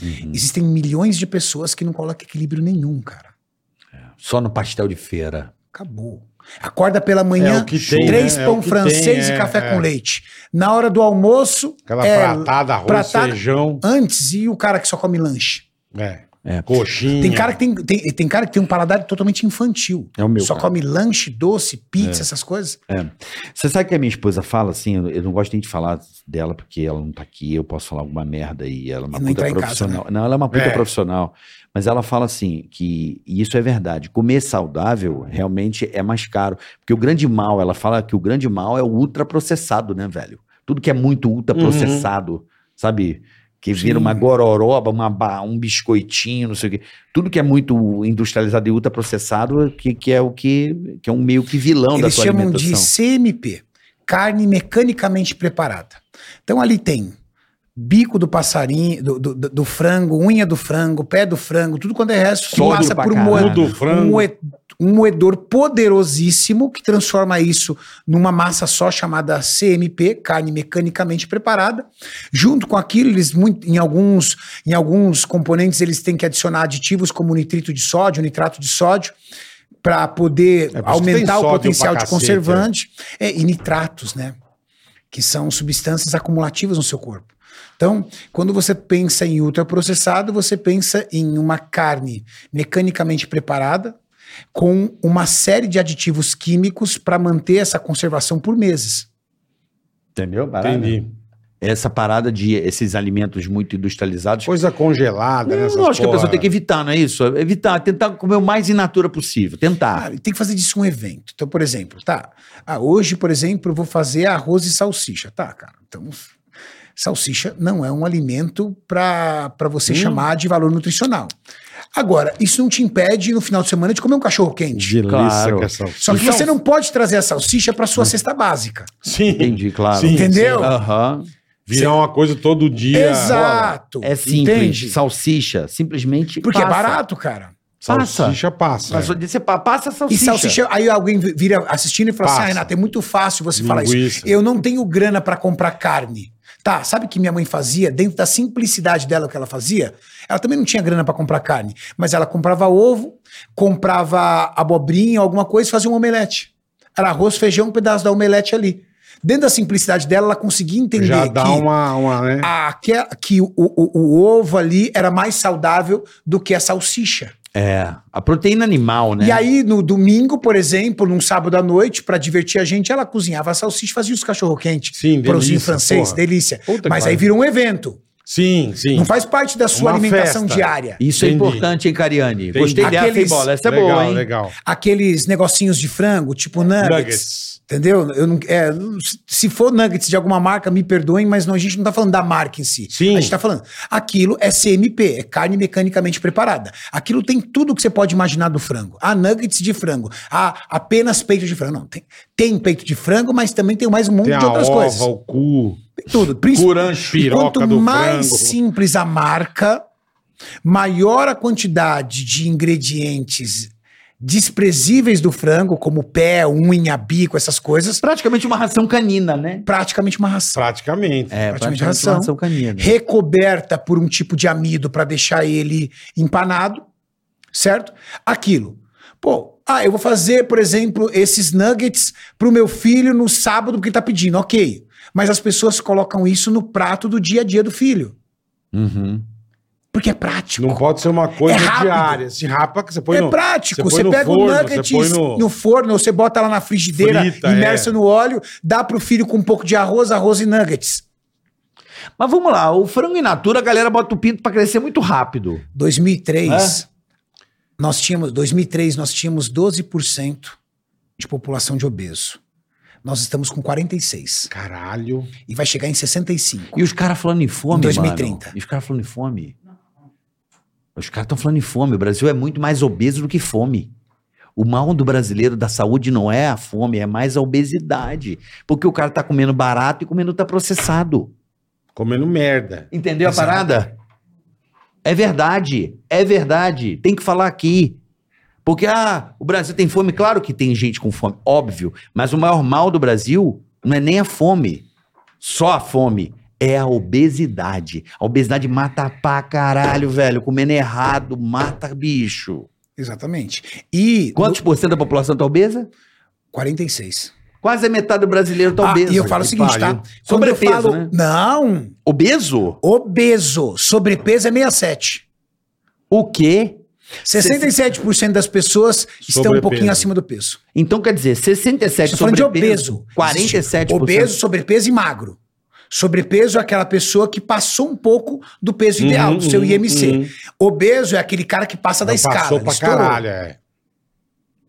Uhum.
Existem milhões de pessoas que não colocam equilíbrio nenhum, cara.
Só no pastel de feira.
Acabou. Acorda pela
É
manhã,
o que tem,
três
né? É o
pão
que
francês
tem,
e
é,
café
é.
com leite. Na hora do almoço,
aquela
é,
pratada, arroz,
pratada-
feijão.
antes, e o cara que só come lanche.
É.
É.
Coxinha.
Tem cara, que tem, tem, tem cara que tem um paladar totalmente infantil.
É o meu,
Só
cara.
come lanche, doce,
É.
pizza, essas coisas.
Você sabe que a minha esposa fala assim, eu eu não gosto nem de falar dela porque ela não tá aqui, eu posso falar alguma merda e ela é uma
E não
puta
entrar tá em casa, né?
profissional. Não, ela é uma puta
É.
profissional, mas ela fala assim que e isso é verdade. Comer saudável realmente é mais caro, porque o grande mal, ela fala que o grande mal é o ultraprocessado, né, velho? Tudo que é muito ultraprocessado, sabe? Que vira
Uhum. Sim.
uma gororoba, uma ba- um biscoitinho, não sei o quê. Tudo que é muito industrializado e ultraprocessado, que, que é o que, que é um meio que vilão da
Eles
sua
chamam
alimentação.
de CMP, carne mecanicamente preparada. Então ali tem bico do passarinho, do, do- do- do frango, unha do frango, pé do frango, tudo quanto é resto,
Todo
passa
pra
por um,
caralho.
moe-
Tudo
um,
frango.
moe- um moedor poderosíssimo que transforma isso numa massa só chamada CMP, carne mecanicamente preparada. Junto com aquilo, eles muito, em alguns em alguns componentes eles têm que adicionar aditivos como nitrito de sódio, nitrato de sódio. Para poder
É, que tem
aumentar o
sódio
potencial
pra cacete,
de conservante É, e nitratos, né? que são substâncias acumulativas no seu corpo. Então, quando você pensa em ultraprocessado, você pensa em uma carne mecanicamente preparada com uma série de aditivos químicos para manter essa conservação por meses.
Entendeu? Parada?
Entendi.
Essa parada de esses alimentos muito industrializados.
Coisa congelada, né?
Eu
essas
acho que a
porra.
pessoa tem que evitar, não é isso? Evitar, tentar comer o mais in natura possível. Tentar.
Ah, tem que fazer disso um evento. Então, por exemplo, tá. Ah, hoje, por exemplo, eu vou fazer arroz e salsicha. Tá, cara. Então, salsicha não é um alimento para você
Hum.
chamar de valor nutricional. Agora, isso não te impede, no final de semana, de comer um cachorro quente.
Delícia
Claro.
que é essa-
Só que
Então-
você não pode trazer a salsicha para sua cesta básica.
Sim.
Entendi, claro.
Sim,
Entendeu?
sim.
Aham.
Virar uma coisa todo dia.
Exato.
É simples.
Entende?
Salsicha, simplesmente.
Porque é
passa.
barato, cara.
Salsicha é. passa.
Mas eu disse, pa- passa a
E
salsicha.
salsicha, aí alguém vi- vira assistindo e fala
Passa.
assim: ah, Renato, é muito fácil você falar isso.
Linguiça.
Eu não tenho grana para comprar carne. Tá, sabe o que minha mãe fazia? Dentro da simplicidade dela, o que ela fazia? Ela também não tinha grana para comprar carne, mas ela comprava ovo, comprava abobrinha, alguma coisa e fazia um omelete. Era arroz, feijão, um pedaço da omelete ali. Dentro da simplicidade dela, ela conseguia entender
é. Já dá
que
uma, uma, né?
a, que, que o, o- o ovo ali era mais saudável do que a salsicha.
É, a proteína animal, né?
E aí, no domingo, por exemplo, num sábado à noite, pra divertir a gente, ela cozinhava a salsicha e fazia os cachorro-quente.
Sim,
Pãozinho
delícia,
francês,
porra.
delícia.
Puta que
Mas aí
pariu.
virou um evento.
Sim, sim.
Não faz parte da sua
Uma
alimentação
festa.
diária.
Isso
Entendi.
é importante, hein, Cariane?
Entendi.
Gostei dessa, hein,
Aqueles-
bola? Essa é
legal,
boa, hein?
legal.
Aqueles negocinhos de frango, tipo nuggets.
Nuggets.
Entendeu? Eu não, é, se for nuggets de alguma marca, me perdoem, mas não, a gente não tá falando da marca em si.
Sim.
A gente tá falando. Aquilo é CMP, é carne mecanicamente preparada. Aquilo tem tudo que você pode imaginar do frango. Há nuggets de frango. Há apenas peito de frango. Não, tem, tem peito de frango, mas também tem mais um monte
Tem
de
a
outras
ova,
coisas.
o cu.
Tem tudo. Principalmente.
Curancho, piroca
Quanto
do
mais
frango.
simples a marca, maior a quantidade de ingredientes desprezíveis do frango, como pé, unha, bico, essas coisas,
Praticamente uma ração canina, né?
praticamente uma ração.
Praticamente.
É,
Praticamente
praticamente uma
ração.
ração canina.
Recoberta por um tipo de amido para deixar ele empanado, certo? Aquilo. Pô, ah, eu vou fazer, por exemplo, esses nuggets pro meu filho no sábado porque ele tá pedindo, ok. Mas as pessoas colocam isso no prato do dia a dia do filho.
Uhum.
Porque é prático.
tipo,
Não pode ser uma coisa
É rápido.
diária. Se rapa, você põe
é
no...
prático.
você põe
Você,
no
pega o
forno,
nugget
você põe
no...
no-
forno, ou você bota lá na frigideira,
Frita,
imersa
é.
no óleo, dá pro filho com um pouco de arroz, arroz e nuggets.
Mas vamos lá, o frango in natura, a galera bota o pinto pra crescer muito rápido.
2003, nós tínhamos 2003 nós tínhamos 12% de população de obeso. Nós estamos com 46
Caralho.
e vai chegar em 65.
E os caras falando em fome,
Em 2030.
mano. E os caras falando em fome. Os caras estão falando em fome. O Brasil é muito mais obeso do que fome. O mal do brasileiro da saúde não é a fome, é mais a obesidade. Porque o cara tá comendo barato e comendo tá processado.
Comendo merda.
Entendeu
Exato.
a parada? É verdade, é verdade. Tem que falar aqui. Porque ah, o Brasil tem fome, claro que tem gente com fome, óbvio. Mas o maior mal do Brasil não é nem a fome, só a fome. É a obesidade. A obesidade mata pra caralho, velho. Comendo errado, mata bicho.
Exatamente. E
Quantos por cento da população tá obesa?
46.
Quase a metade do brasileiro tá
Ah,
obeso.
e eu falo o
Que
seguinte, tá?
pariu.
Quando eu
Sobrepeso,
falo,
né?
não,
Obeso?
obeso, sobrepeso é 67.
O quê?
67% das pessoas estão um
Sobrepeso.
pouquinho acima do peso.
Então quer dizer, 67
Estou tá falando de
É sobrepeso,
obeso.
É,
47
tipo,
Obeso, sobrepeso e magro. Sobrepeso é aquela pessoa que passou um pouco do peso ideal,
Uhum,
do seu
uhum,
IMC.
uhum.
Obeso é aquele cara que passa da
Não
escala.
Passou pra
ele estourou.
caralho, é.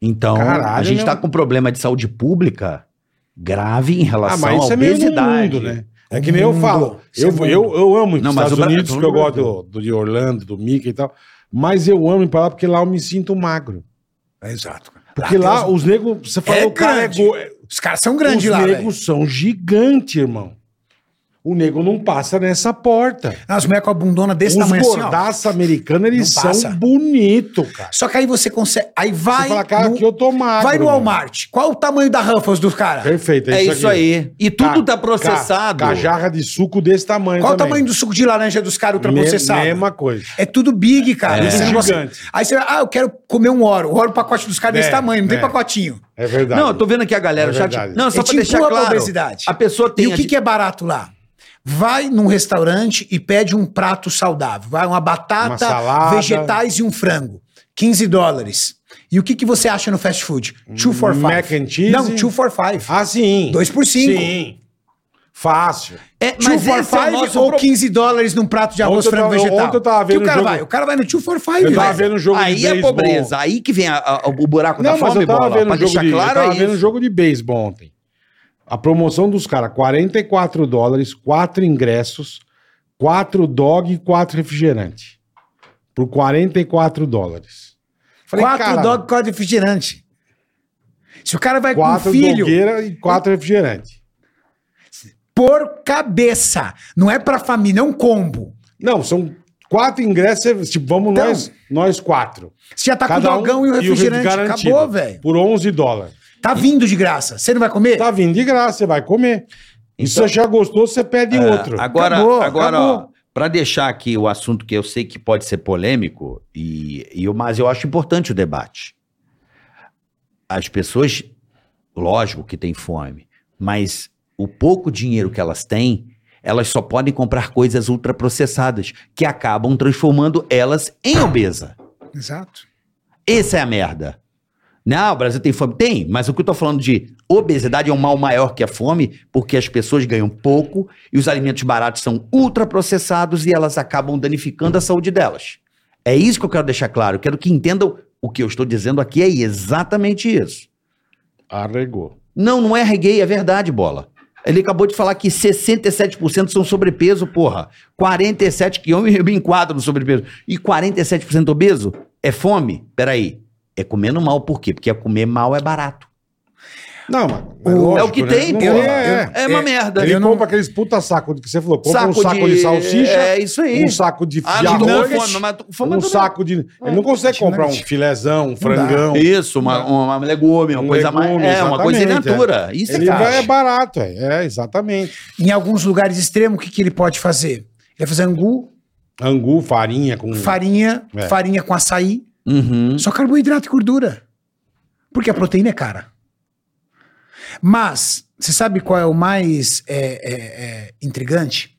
Então, a
Caralho, né,
gente
meu.
tá com problema de saúde pública grave em
Ah,
relação
mas isso
à
é meio no
obesidade.
mundo, né? É
O
que nem eu
mundo.
falo.
Isso
Eu,
é mundo.
eu, eu amo ir para
Não,
os
mas
Estados
o Bra-
Unidos, porque eu
todo
gosto
mundo.
do, do- de Orlando, do Mickey e tal. Mas eu amo ir pra lá porque lá eu me sinto magro.
É, exato.
Porque
tem
lá, os
os,
negros, você fala,
É
o cara é
grande.
go- é-
os caras são grandes
Os
lá, velho.
negros são gigantes, irmão. o nego não passa nessa porta.
As mulheres com a bundona desse
Os
tamanho assim, ó.
gordaça americano, eles
Não
são
passa.
bonitos, cara.
Só que aí você consegue. Aí vai.
Você fala, cara,
no,
que eu tô magro.
vai no
meu.
Walmart. Qual o tamanho da Ruffles do cara?
Perfeito,
É isso
aqui.
aí. E tudo
Ca-
tá processado.
ca- Cajarra de suco desse tamanho
Qual o
também.
tamanho do suco de laranja dos caras
tá
ultraprocessados?
Me- Mesma coisa.
É tudo big, cara.
É.
Esse
Tudo
negócio-
gigante.
Aí você vai, ah, eu quero comer um oro. O oro, o pacote dos caras
É,
desse tamanho, não tem
é.
pacotinho.
É verdade.
Não, eu tô vendo aqui a galera.
É
o chat.
verdade.
Não, só
É
pra
tipo
deixar
a
claro.
obesidade.
A pessoa tem.
e o que, que é barato lá? Vai num restaurante e pede um prato saudável. Vai uma
Uma
batata,
salada.
vegetais e um frango. 15 dólares. E o que, que você acha no fast food? 2 for 5.
Mac and cheese?
Não, 2 for 5.
Ah, sim.
2 por 5.
Sim. Fácil.
É,
2
mas
for
esse é o
5
nosso
ou
pro-
15 dólares num prato de arroz,
Ontem eu
frango
tava-
vegetal.
ontem eu tava
Que
vendo
o cara
jogo-
vai? O cara vai no 2 for 5.
Eu tava
velho.
vendo um jogo
Aí
de
é
beisebol.
pobreza. Aí que vem a- a- o buraco
Não,
da
mas
fome,
eu tava
bola.
vendo
pra
um jogo
deixar
de, eu
claro
tava
é
vendo um
isso.
jogo de beisebol ontem. A promoção dos caras, 44 dólares, 4 ingressos, 4 dog e 4 refrigerante. Por 44 dólares. Falei,
quatro
cara,
dog, quatro refrigerante. Se o cara
é
vai com
quatro
um filho
dogueira e 4 refrigerante.
por cabeça, não é pra família, é um combo.
Não, são quatro ingressos, tipo, vamos
Então-
nós, nós quatro.
Você já tá
Cada
com
um
o dogão e o
e o
refrigerante.
garantido.
Acabou, velho.
Por 11 dólares.
Tá vindo de graça. Você não vai comer?
Tá vindo de graça, você vai comer. e se você já gostou, você pede
É,
outro.
Agora,
Então- Acabou,
agora
acabou.
ó, pra deixar aqui o assunto que eu sei que pode ser polêmico, e, e eu- mas eu acho importante o debate. As pessoas, lógico que têm fome, mas o pouco dinheiro que elas têm, elas só podem comprar coisas ultraprocessadas, que acabam transformando elas em obesa.
Exato.
Essa é a merda. Não, o Brasil tem fome? Tem, mas o que eu tô falando de obesidade é um mal maior que a fome, porque as pessoas ganham pouco e os alimentos baratos são ultraprocessados e elas acabam danificando a saúde delas. É isso que eu quero deixar claro. Eu quero que entendam o que eu estou dizendo aqui é exatamente isso.
Arregou.
Não, não é reggae, é verdade, bola. Ele acabou de falar que 67% são sobrepeso, porra. 47% que eu me, eu me enquadro no sobrepeso. E 47% obeso? É fome? Peraí. É comendo mal, por quê? Porque comer mal é barato.
Não, mas, mas
O-
lógico,
é o que
né?
tem,
Não
porra.
É, é.
É, uma
é-
merda.
Ele
Eu não-
compra aqueles puta saco de que você falou. Compra um saco de, salsicha,
É isso aí.
um saco de
ah,
de
não, não,
arroz,
fome, mas fome
um
mas-
saco de...
É,
Ele não consegue comprar um
Nugget.
filézão, um
dá.
frangão.
Isso, uma, uma, legume, uma
É. Um
coisa mais.
legume,
É, uma coisa in
exatamente, é.
natura. Isso é
Ele
caro.
vai, é barato, é, é, exatamente.
Em alguns lugares extremos, o que, que ele pode fazer? Ele vai fazer angu,
Angu, farinha com...
farinha,
É.
farinha com açaí,
Uhum.
só carboidrato e gordura. Porque a proteína é cara. Mas, você sabe qual é o mais é, é, é, intrigante?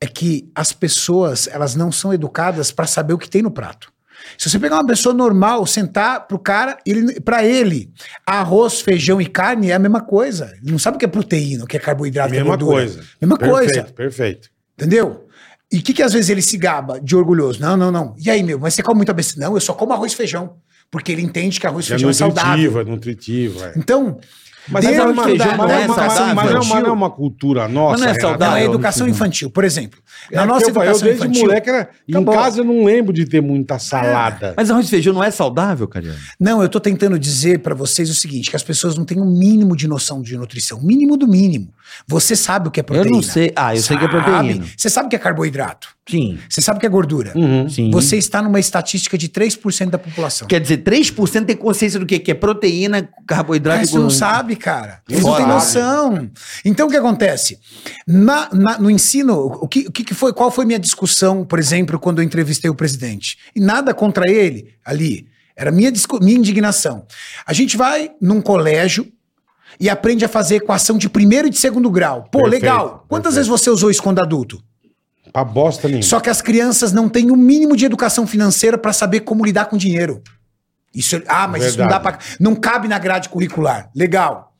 É que as pessoas, elas não são educadas para saber o que tem no prato. Se você pegar uma pessoa normal, sentar pro cara, ele, para ele, arroz, feijão e carne é a mesma coisa. Ele não sabe o que é proteína, o que é carboidrato, o que é
Mesma
gordura.
coisa.
Mesma coisa.
Perfeito, perfeito.
Entendeu? E o que, que às vezes ele se gaba de orgulhoso? Não, não, não. E aí, meu, mas você come muita besteira? Não, eu só como arroz e feijão. Porque ele entende que arroz e
É
feijão é saudável.
nutritivo, é nutritivo. é.
Então,
Mas,
dentro
é uma,
feijão
da,
mas
não
da
é uma- mas,
educação
mas não, é uma-
infantil,
não é uma cultura nossa.
Mas não é
Renato.
saudável.
não, é
eu
educação
não-
infantil. Por exemplo,
É
na nossa
que eu, eu
educação
desde
infantil...
moleque era, em
Acabou. É.
casa eu não lembro de ter muita salada.
Mas arroz e feijão não é saudável, cara?
Não, eu tô tentando dizer pra vocês o seguinte, que as pessoas não têm o mínimo de noção de nutrição. Mínimo do mínimo. Você sabe o que é proteína.
Eu não sei. Ah, eu sei que é proteína.
Sabe? Você sabe o que é carboidrato.
Sim.
Você sabe o que é gordura.
Uhum.
Sim.
Você está numa estatística de 3% da população.
Quer dizer, 3% tem consciência do que, que é proteína, carboidrato
Ah,
e
isso não
gordura.
sabe, cara. Eles
Não
não têm
sabe.
noção. Então, o que acontece? Na- na- no ensino, o que, o que que foi? Qual foi minha discussão, por exemplo, quando eu entrevistei o presidente? E nada contra ele ali. Era minha, discu- minha indignação. A gente vai num colégio e aprende a fazer equação de primeiro e de segundo grau. Pô,
Perfeito,
legal.
perfeito.
Quantas vezes você usou isso quando adulto?
Pra bosta nenhuma.
Só que as crianças não têm o mínimo de educação financeira para saber como lidar com dinheiro. Isso, ah, mas isso não dá
Verdade.
para, não cabe na grade curricular. Legal.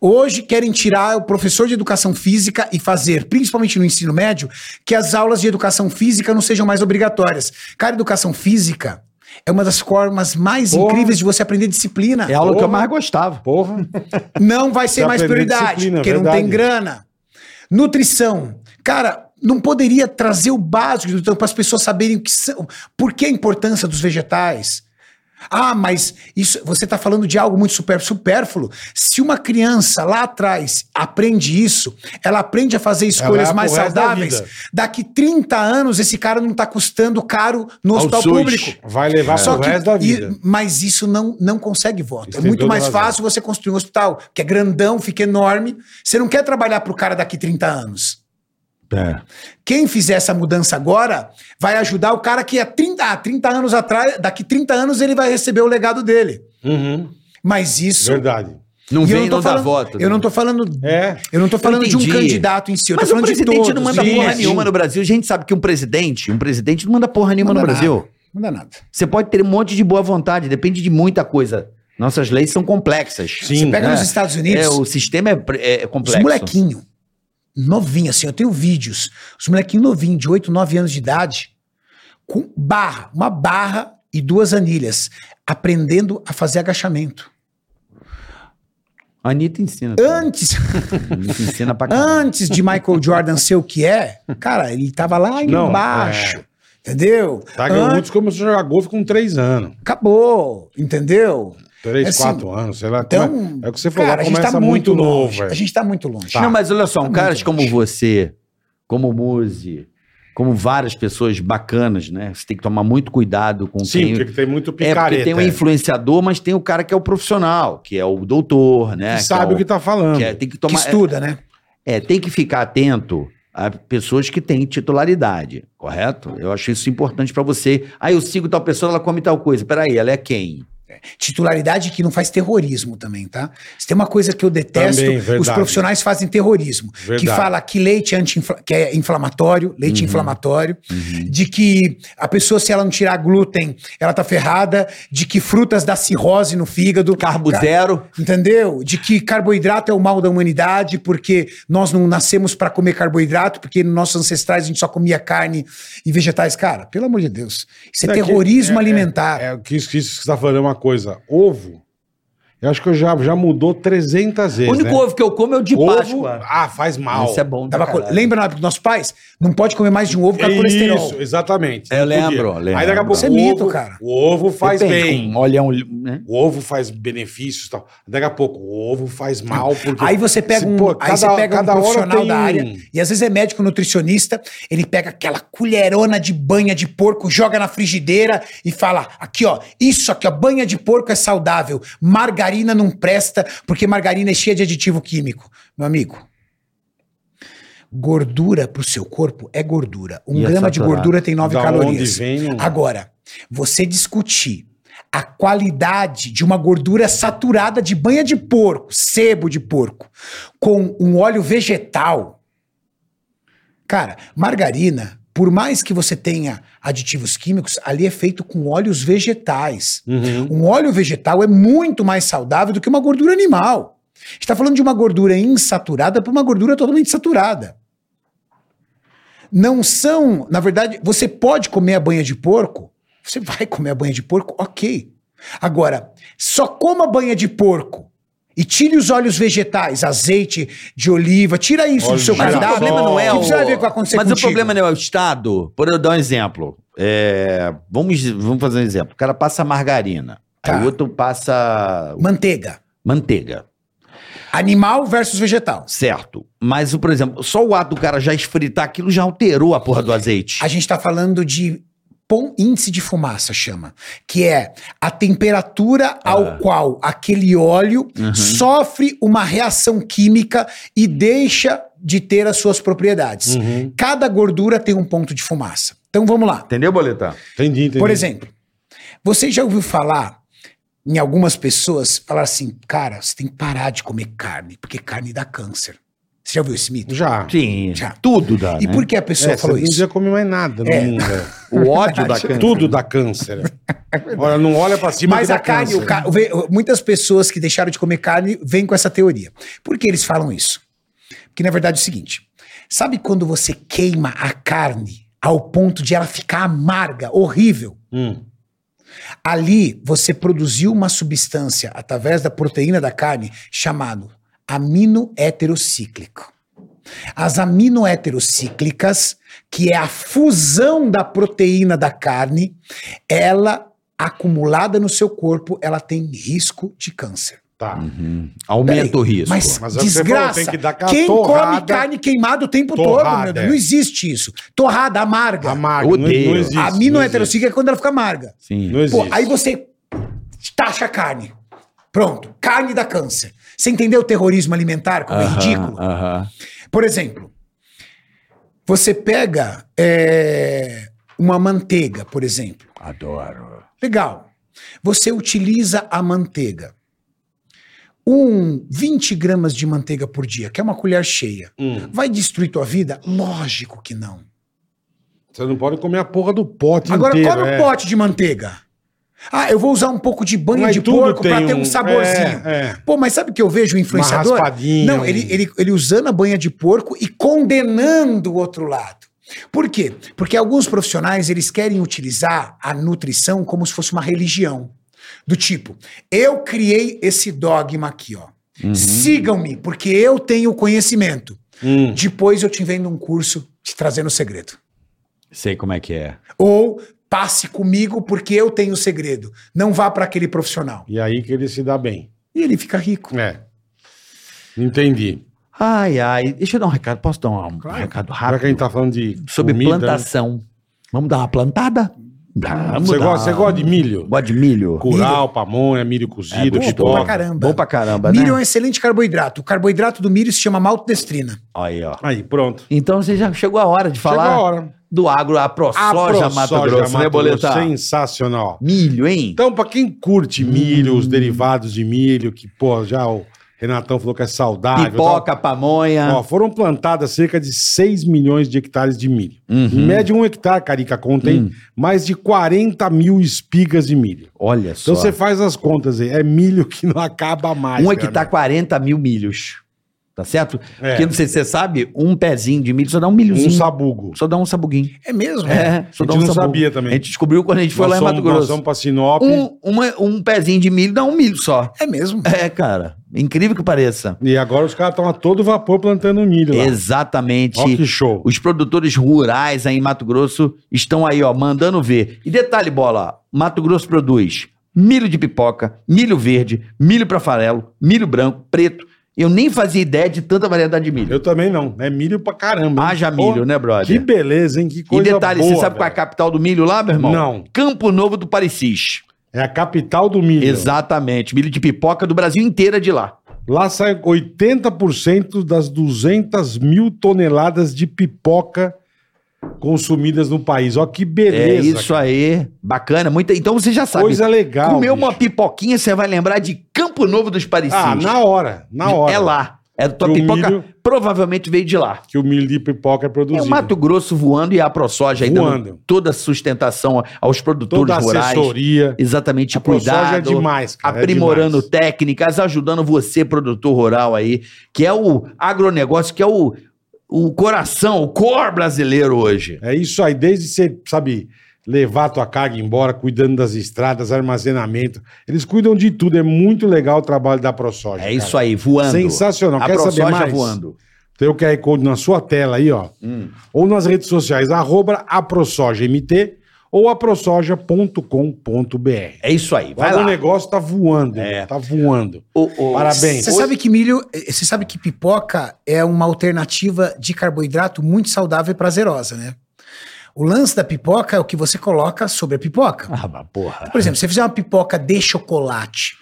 Hoje querem tirar o professor de educação física e fazer, principalmente no ensino médio, que as aulas de educação física não sejam mais obrigatórias. Cara, educação física é uma das formas mais
Porra.
incríveis de você aprender disciplina.
É a aula que eu
Porra.
mais gostava.
Porra.
Não vai ser
Você
mais
aprender
prioridade,
disciplina, é
porque
verdade.
não tem grana. Nutrição. Cara, não poderia trazer o básico para as pessoas saberem o que são, por que a importância dos vegetais. Ah, mas isso, você está falando de algo muito super, supérfluo. Se uma criança lá atrás aprende isso, ela aprende a fazer escolhas
vai
mais
pro resto da
saudáveis.
vida.
Daqui 30 anos, esse cara não está custando caro no
Ao
hospital
SUS.
público.
Vai levar
Só
pro
que-
resto da
e-
vida.
mas isso não, não consegue voto.
Isso
é
tem
muito
toda
mais
razão.
fácil você construir um hospital que é grandão, fica enorme. Você não quer trabalhar para o cara daqui 30 anos. Quem fizer essa mudança agora vai ajudar o cara que há 30, ah, 30 anos atrás, daqui 30 anos ele vai receber o legado dele.
Uhum.
Mas isso.
Verdade.
Não
e eu
vem,
tô
não dá
falando,
voto. né?
Eu não tô falando.
É.
Eu não tô falando de um
entendi.
candidato em si, eu
Mas
tô
o
falando de
presidente
todos.
não manda
Sim,
porra
sim.
nenhuma no Brasil. A gente sabe que um presidente, um presidente não manda porra nenhuma
Não
no
manda
Brasil.
nada, Não dá nada.
Você pode ter um monte de boa vontade, depende de muita coisa. Nossas leis são complexas.
Sim. né?
Você pega
É.
nos Estados Unidos,
É, o sistema é, pre- é
os
complexo.
molequinhos novinhos, assim, eu tenho vídeos, os molequinhos novinhos, de 8, 9 anos de idade, com barra, uma barra e duas anilhas, aprendendo a fazer agachamento.
A Anitta ensina. cara.
Antes,
A Anitta ensina pra caramba.
antes de Michael Jordan ser o que é, cara, ele tava lá
Não, é.
embaixo. Entendeu?
Tá,
An-
muitos começou a jogar golfe com três anos.
Acabou, entendeu?
Três,
Assim,
quatro anos, sei lá.
Então,
Como é, é o que você falou,
cara, a gente
começa
tá
muito,
longe.
novo. é.
A
velho.
gente tá muito longe.
Não, mas olha
Tá
só, um
muito
então.
caras como
longe.
você, como Muzi, como várias pessoas bacanas, né? Você tem que tomar muito cuidado com
Sim,
quem.
porque tem muito
um
É,
picareta.
porque tem o
é.
influenciador, mas tem o cara que é o profissional, que é o doutor, né?
que sabe
é
o que tá falando.
que é- tem que
que
tomar.
estuda, né?
É, tem que ficar atento a pessoas que têm titularidade, correto? Eu acho isso importante pra você. Ah, eu sigo tal pessoa, ela come tal coisa. Peraí, ela é quem?
Titularidade que não faz terrorismo também, tá? Se tem uma coisa que eu detesto,
Também,
os
verdade.
profissionais fazem terrorismo.
Verdade. Uhum.
Que fala que leite é, anti-infla- que é inflamatório, leite inflamatório, de que a pessoa, se ela não tirar glúten, ela tá ferrada, de que frutas dá cirrose no fígado.
Carbo
Ca-
zero.
Entendeu? De que carboidrato é o mal da humanidade, porque nós não nascemos pra comer carboidrato, porque nossos ancestrais a gente só comia carne e vegetais. Cara, pelo amor de Deus. Isso é,
que-
terrorismo
é-
alimentar.
É, é, que isso, que isso que você tá falando é uma coisa. Ovo, eu acho que eu já, já mudou 300 vezes.
o único
né?
ovo que eu como é o de
ovo.
Páscoa.
Ah, faz mal.
Isso é bom. pra
Tava co-
caralho.
Lembra na época dos nossos pais? Não pode comer mais de um ovo por causa do colesterol.
Isso, exatamente.
Eu
Não podia.
lembro,
Aí daqui a
lembro.
pouco.
Isso é
o ovo-
mito, cara.
O ovo faz
Depende,
bem.
com Olha, um, né?
O ovo faz benefícios e tal. Daqui a pouco, o ovo faz mal. Porque
Tá. Aí você pega
Se,
um,
pô,
aí você pega um
hora
profissional
tem
da
um-
área, e às vezes é médico nutricionista, ele pega aquela colherona de banha de porco, joga na frigideira e fala: aqui ó, isso aqui ó, banha de porco é saudável, margarina não presta, porque margarina é cheia de aditivo químico. Meu amigo, gordura pro seu corpo é gordura. Um
E é
grama de
saturado.
gordura tem 9
Da onde
calorias.
vem um-
Agora, você discutir a qualidade de uma gordura saturada de banha de porco, sebo de porco, com um óleo vegetal. Cara, margarina, por mais que você tenha aditivos químicos, ali é feito com óleos vegetais.
Uhum.
Um óleo vegetal é muito mais saudável do que uma gordura animal. A gente está falando de uma gordura insaturada para uma gordura totalmente saturada. Não são, na verdade, você pode comer a banha de porco, você vai comer a banha de porco, ok. Agora, só coma a banha de porco e tire os óleos vegetais, azeite de oliva, tira isso
Óleo
do seu
de
Mas o
Cuidado.
cardável.
problema não é
Que
o...
precisa ver o que vai acontecer
Mas o
contigo.
problema não é o Estado. Por eu dar um exemplo. É, Vamos, vamos fazer um exemplo. O cara passa margarina.
Tá.
Aí o outro passa
Manteiga.
manteiga.
Animal versus vegetal.
Certo. Mas, por exemplo, só o ato do cara já esfritar aquilo já alterou a porra do azeite.
A gente tá falando de pom- índice de fumaça, chama. Que é a
É.
temperatura ao qual aquele óleo
Uhum.
sofre uma reação química e deixa de ter as suas propriedades.
Uhum.
Cada gordura tem um ponto de fumaça. Então vamos lá.
Entendeu, Boleta?
Entendi, entendi.
Por exemplo, você já ouviu falar em algumas pessoas falar assim, cara, você tem que parar de comer carne, porque carne dá câncer. Você já ouviu esse mito?
Já.
Sim.
Já.
Tudo dá,
E
né?
por que a pessoa
É, você
falou
não
isso?
precisa comer mais nada no
É.
mundo.
[laughs]
é.
O ódio da câncer.
Tudo dá câncer. Olha, não olha pra cima
É Mas
que
a
dá
carne,
câncer.
o ca- vê- muitas pessoas que deixaram de comer carne vêm com essa teoria. Por que eles falam isso? Porque na verdade é o seguinte: sabe quando você queima a carne ao ponto de ela ficar amarga, horrível?
Hum.
Ali você produziu uma substância através da proteína da carne chamado aminoheterocíclico. As aminoheterocíclicas, que é a fusão da proteína da carne, ela acumulada no seu corpo, ela tem risco de câncer.
Tá.
Peraí,
Aumenta o risco.
Mas,
Mas é o que você
desgraça.
falou, tem que dar aquela
Quem come
torrada-
carne queimada o tempo todo,
Torrada,
meu Deus,
é.
não existe isso. Torrada, amarga.
Amarga.
Odeio.
a minoheterocíclica é quando ela fica amarga.
Sim.
Não existe.
Pô, aí você taxa a carne. Pronto, carne dá câncer. Você entendeu o terrorismo alimentar, como é
Aham,
ridículo?
aham.
Por exemplo, você pega é, uma manteiga, por exemplo.
Adoro.
Legal. Você utiliza a manteiga. Um 20 gramas de manteiga por dia, que é uma colher cheia.
Hum.
Vai destruir tua vida? Lógico que não.
Você não pode comer a porra do pote
Agora,
inteiro.
come
é.
um pote de manteiga. Ah, eu vou usar um pouco de banho
Mas
de
tudo
porco pra
tem
ter
um-
um saborzinho.
é, é.
Pô, mas sabe o que eu vejo o influenciador?
raspadinha,
Não, ele,
um-
ele, ele usando a banha de porco e condenando o outro lado. Por quê? Porque alguns profissionais, eles querem utilizar a nutrição como se fosse uma religião. Do tipo, eu criei esse dogma aqui, ó.
Uhum.
Sigam-me, porque eu tenho o conhecimento.
Hum.
Depois eu te vendo um curso te trazendo o segredo.
Sei como é que é.
Ou passe comigo porque eu tenho o segredo. Não vá para aquele profissional.
E aí que ele se dá bem.
E ele fica rico.
É. Entendi.
Ai, ai. Deixa eu dar um recado. Posso dar um recado
Agora que a
rápido?
gente tá falando de.
Sobre
comida,
plantação. Vamos dar uma plantada? Vamos
Você
dar.
gosta, você gosta de milho?
Gosto de milho?
Curau, pamonha, milho
É,
cozido,
bom,
gostoso
pipoca.
pra caramba.
Bom pra caramba,
milho é um
né?
excelente carboidrato. O carboidrato do milho se chama maltodestrina.
Aí, ó.
Aí, pronto.
Então você já chegou a hora de falar
Chegou a hora.
do agro, a ProSoja Mato
ProSoja
Grosso, né,
Mato
Boletar?
Sensacional.
Milho, hein?
Então, pra quem curte
Hum.
milho, os derivados de milho, que, pô, já o Renatão falou que é saudável. e tal.
Pipoca, né? pamonha.
Ó, foram plantadas cerca de 6 milhões de hectares de milho.
Uhum.
Em média, um hectare, Carica, contém
Hum.
mais de 40 mil espigas de milho.
Olha só.
Então você faz as contas aí. É milho que não acaba mais.
um
né,
hectare, 40 mil milhos. Tá certo?
É.
Porque não sei se você sabe, um pezinho de milho só dá um
meu? Um
milhozinho.
sabugo.
só dá um sabuguinho.
É mesmo? né?
É, só
A
dá
gente
um
não
sabugo.
sabia também.
A gente descobriu quando a gente foi
Nós
lá em
somos-
Mato
Nós
Grosso.
vamos pra Sinop.
Um, uma- um pezinho de milho dá um milho só.
É mesmo.
[laughs] É, cara. Incrível que pareça.
E agora os caras estão a todo vapor plantando milho lá.
Exatamente.
Ó que show.
Os produtores rurais aí em Mato Grosso estão aí, ó, mandando ver. E detalhe, bola, Mato Grosso produz milho de pipoca, milho verde, milho para farelo, milho branco, preto. Eu nem fazia ideia de tanta variedade de milho.
Eu também não. É milho pra caramba. hein?
Haja
Pô,
milho, né,
Que
brother?
beleza, hein? Que
E
coisa
detalhe,
boa,
você sabe qual é a
velho.
capital do milho lá, meu irmão?
Não.
Campo Novo do Parecis.
É a capital do milho.
Exatamente. Milho de pipoca do Brasil inteira de lá.
Lá sai 80% das 200 mil toneladas de pipoca consumidas no país. Ó que beleza.
é isso
cara.
aí. Bacana. Muita... Então você já sabe.
Coisa legal.
Comeu
bicho.
uma pipoquinha, você vai lembrar de Campo Novo dos Parecis.
Ah, na hora. Na hora.
É lá. É tua
Pro
pipoca
milho-
provavelmente veio de lá.
Que o milho de pipoca é
É
produzido.
o Mato Grosso voando e a ProSoja aí dando
Voando.
toda a sustentação aos produtores
Toda a
rurais.
assessoria.
Exatamente,
A ProSoja é
cuidado,
demais, cara. é
aprimorando
demais.
técnicas, ajudando você, produtor rural aí, que é o agronegócio, que é o, o coração, o core brasileiro hoje.
É isso aí, desde você, sabe, levar a tua carga embora, cuidando das estradas, armazenamento. Eles cuidam de tudo, é muito legal o trabalho da ProSoja.
É isso aí, voando.
Sensacional.
A
Quer saber
ProSoja
mais?
voando.
Tem o QR Code na sua tela aí, ó.
Hum.
Ou nas redes sociais, arroba aprosojamt ou aprosoja.com.br.
É isso aí,
O
vai lá.
negócio tá voando,
É.
tá voando.
O- o-
Parabéns.
Você sabe que milho, eh, você sabe que pipoca é uma alternativa de carboidrato muito saudável e prazerosa, né? O lance da pipoca é o que você coloca sobre a pipoca.
Ah, mas porra.
Por exemplo, se você fizer uma pipoca de chocolate,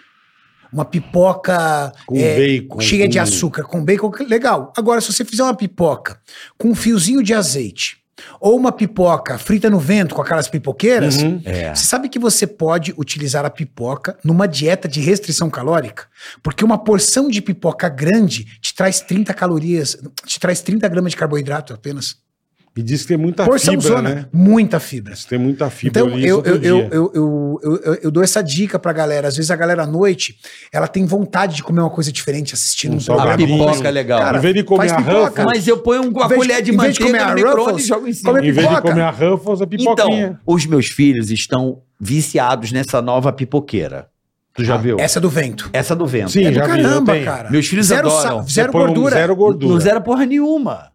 uma pipoca eh,
Com bacon,
cheia de
com-
açúcar, com bacon, que legal. Agora, se você fizer uma pipoca com um fiozinho de azeite ou uma pipoca frita no vento com aquelas pipoqueiras,
Uhum.
É.
você sabe que você pode utilizar a pipoca numa dieta de restrição calórica? Porque uma porção de pipoca grande te traz 30 calorias, te traz 30 gramas de carboidrato apenas.
E diz que tem muita
Porção
fibra,
é um zona,
né?
muita fibra.
Diz que Tem muita fibra.
Então,
li isso
eu,
outro
eu, eu,
dia.
eu, eu, eu- eu dou essa dica pra galera. Às vezes a galera à noite, ela tem vontade de comer uma coisa diferente assistindo
Um
um,
A
programa.
salgadinho.
pipoca é legal.
Cara,
em vez de comer
faz
a
pipoca.
Ruffles,
Mas eu ponho uma
Em vez de-
um colher de
em vez de
manteiga
comer
no
a
micro-ondas
Ruffles,
e jogo em cima.
come
em vez de
pipoca.
comer a Ruffles, a pipoquinha.
Então, os meus filhos estão viciados nessa nova pipoqueira. Tu já viu? Essa,
Essa é do vento.
do vento.
Sim,
é do
já vi, eu
caramba,
tenho.
cara.
Meus filhos
zero
adoram.
sa-
Você
Zero
põe um
gordura.
Zero gordura.
Não zera porra nenhuma.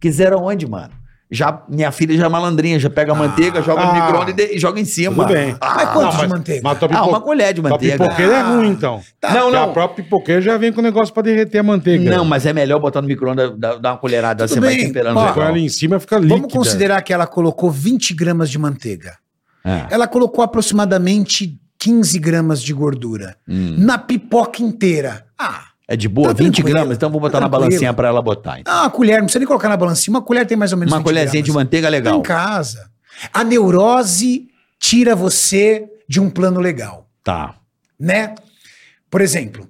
Que zera onde, mano? já minha filha já é malandrinha, já pega a manteiga, joga
ah,
no micro-ondas e de- e joga em cima.
Tudo bem.
Mas quantos de manteiga?
Ah, Mas tua
Ah, uma
pipo-
colher de
tua
manteiga.
pipoqueira é
Ah,
ruim, então.
tá.
Não,
Porque
não.
A própria pipoqueira já vem com o negócio pra derreter a manteiga.
Não, mas é melhor botar no micro-ondas, dar dar uma colherada,
Tudo
você vai
bem.
temperando.
Ó,
legal.
Põe ela em cima fica líquida.
Vamos considerar que ela colocou 20 gramas de manteiga.
É.
Ela colocou aproximadamente 15 gramas de gordura.
Hum.
Na pipoca inteira. Ah,
É de boa,
Tá
20
tranquilo.
gramas, então vou botar
Tá
na
tranquilo.
balancinha pra ela botar. então.
Ah, uma colher, não precisa nem colocar na balancinha. Uma colher tem mais ou menos
Uma
20
colherzinha de
gramas.
manteiga
Tá
legal.
em casa. A neurose tira você de um plano legal,
Tá.
né? Por exemplo,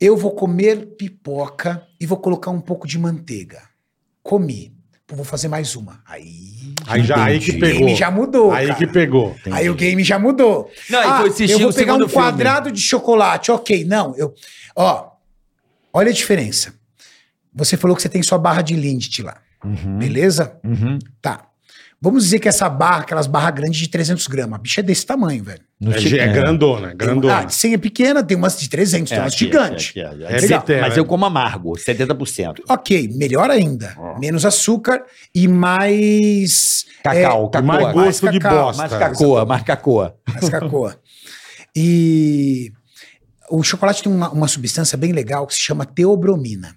eu vou comer pipoca e vou colocar um pouco de manteiga. Comi. Pô, Vou fazer mais uma. Aí,
Aí já aí que
o
pegou.
game já mudou.
Aí
cara.
que pegou.
Aí o game já mudou.
Não, e
ah,
foi assistir
eu vou
o
pegar um
segundo filme.
quadrado de chocolate. Ok, não. Eu, ó, olha a diferença. Você falou que você tem sua barra de Lindt lá.
Uhum.
Beleza? Tá. Vamos dizer que essa barra, aquelas barras grandes de 300 gramas, a bicha é desse tamanho, velho.
É, ge- é grandona,
Tem uma-
grandona.
Ah, de 100 é pequena, tem umas de 300, tem umas
É, aqui,
gigantes.
aqui, aqui, aqui.
É
Legal,
bitter,
Mas
né?
eu como amargo, 70%.
Ok, melhor ainda. Menos açúcar e mais.
Cacau,
é,
cacau.
mais
Mais,
gosto de
cacau,
bosta.
mais cacoa, mais cacoa.
mais cacoa. E o chocolate tem uma, uma substância bem legal que se chama teobromina.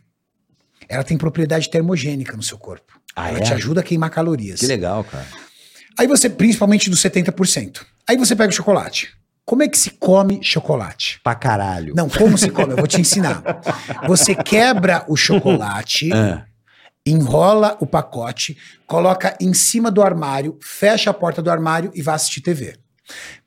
Ela tem propriedade termogênica no seu corpo.
Ah,
Ela
é?
te ajuda a queimar calorias.
Que legal, cara.
Aí você, principalmente dos 70%. Aí você pega o chocolate. Como é que se come chocolate?
Pra caralho.
Não, como se come? Eu vou
[laughs]
te ensinar. Você quebra o chocolate,
Ah,
enrola o pacote, coloca em cima do armário, fecha a porta do armário e vai assistir TV.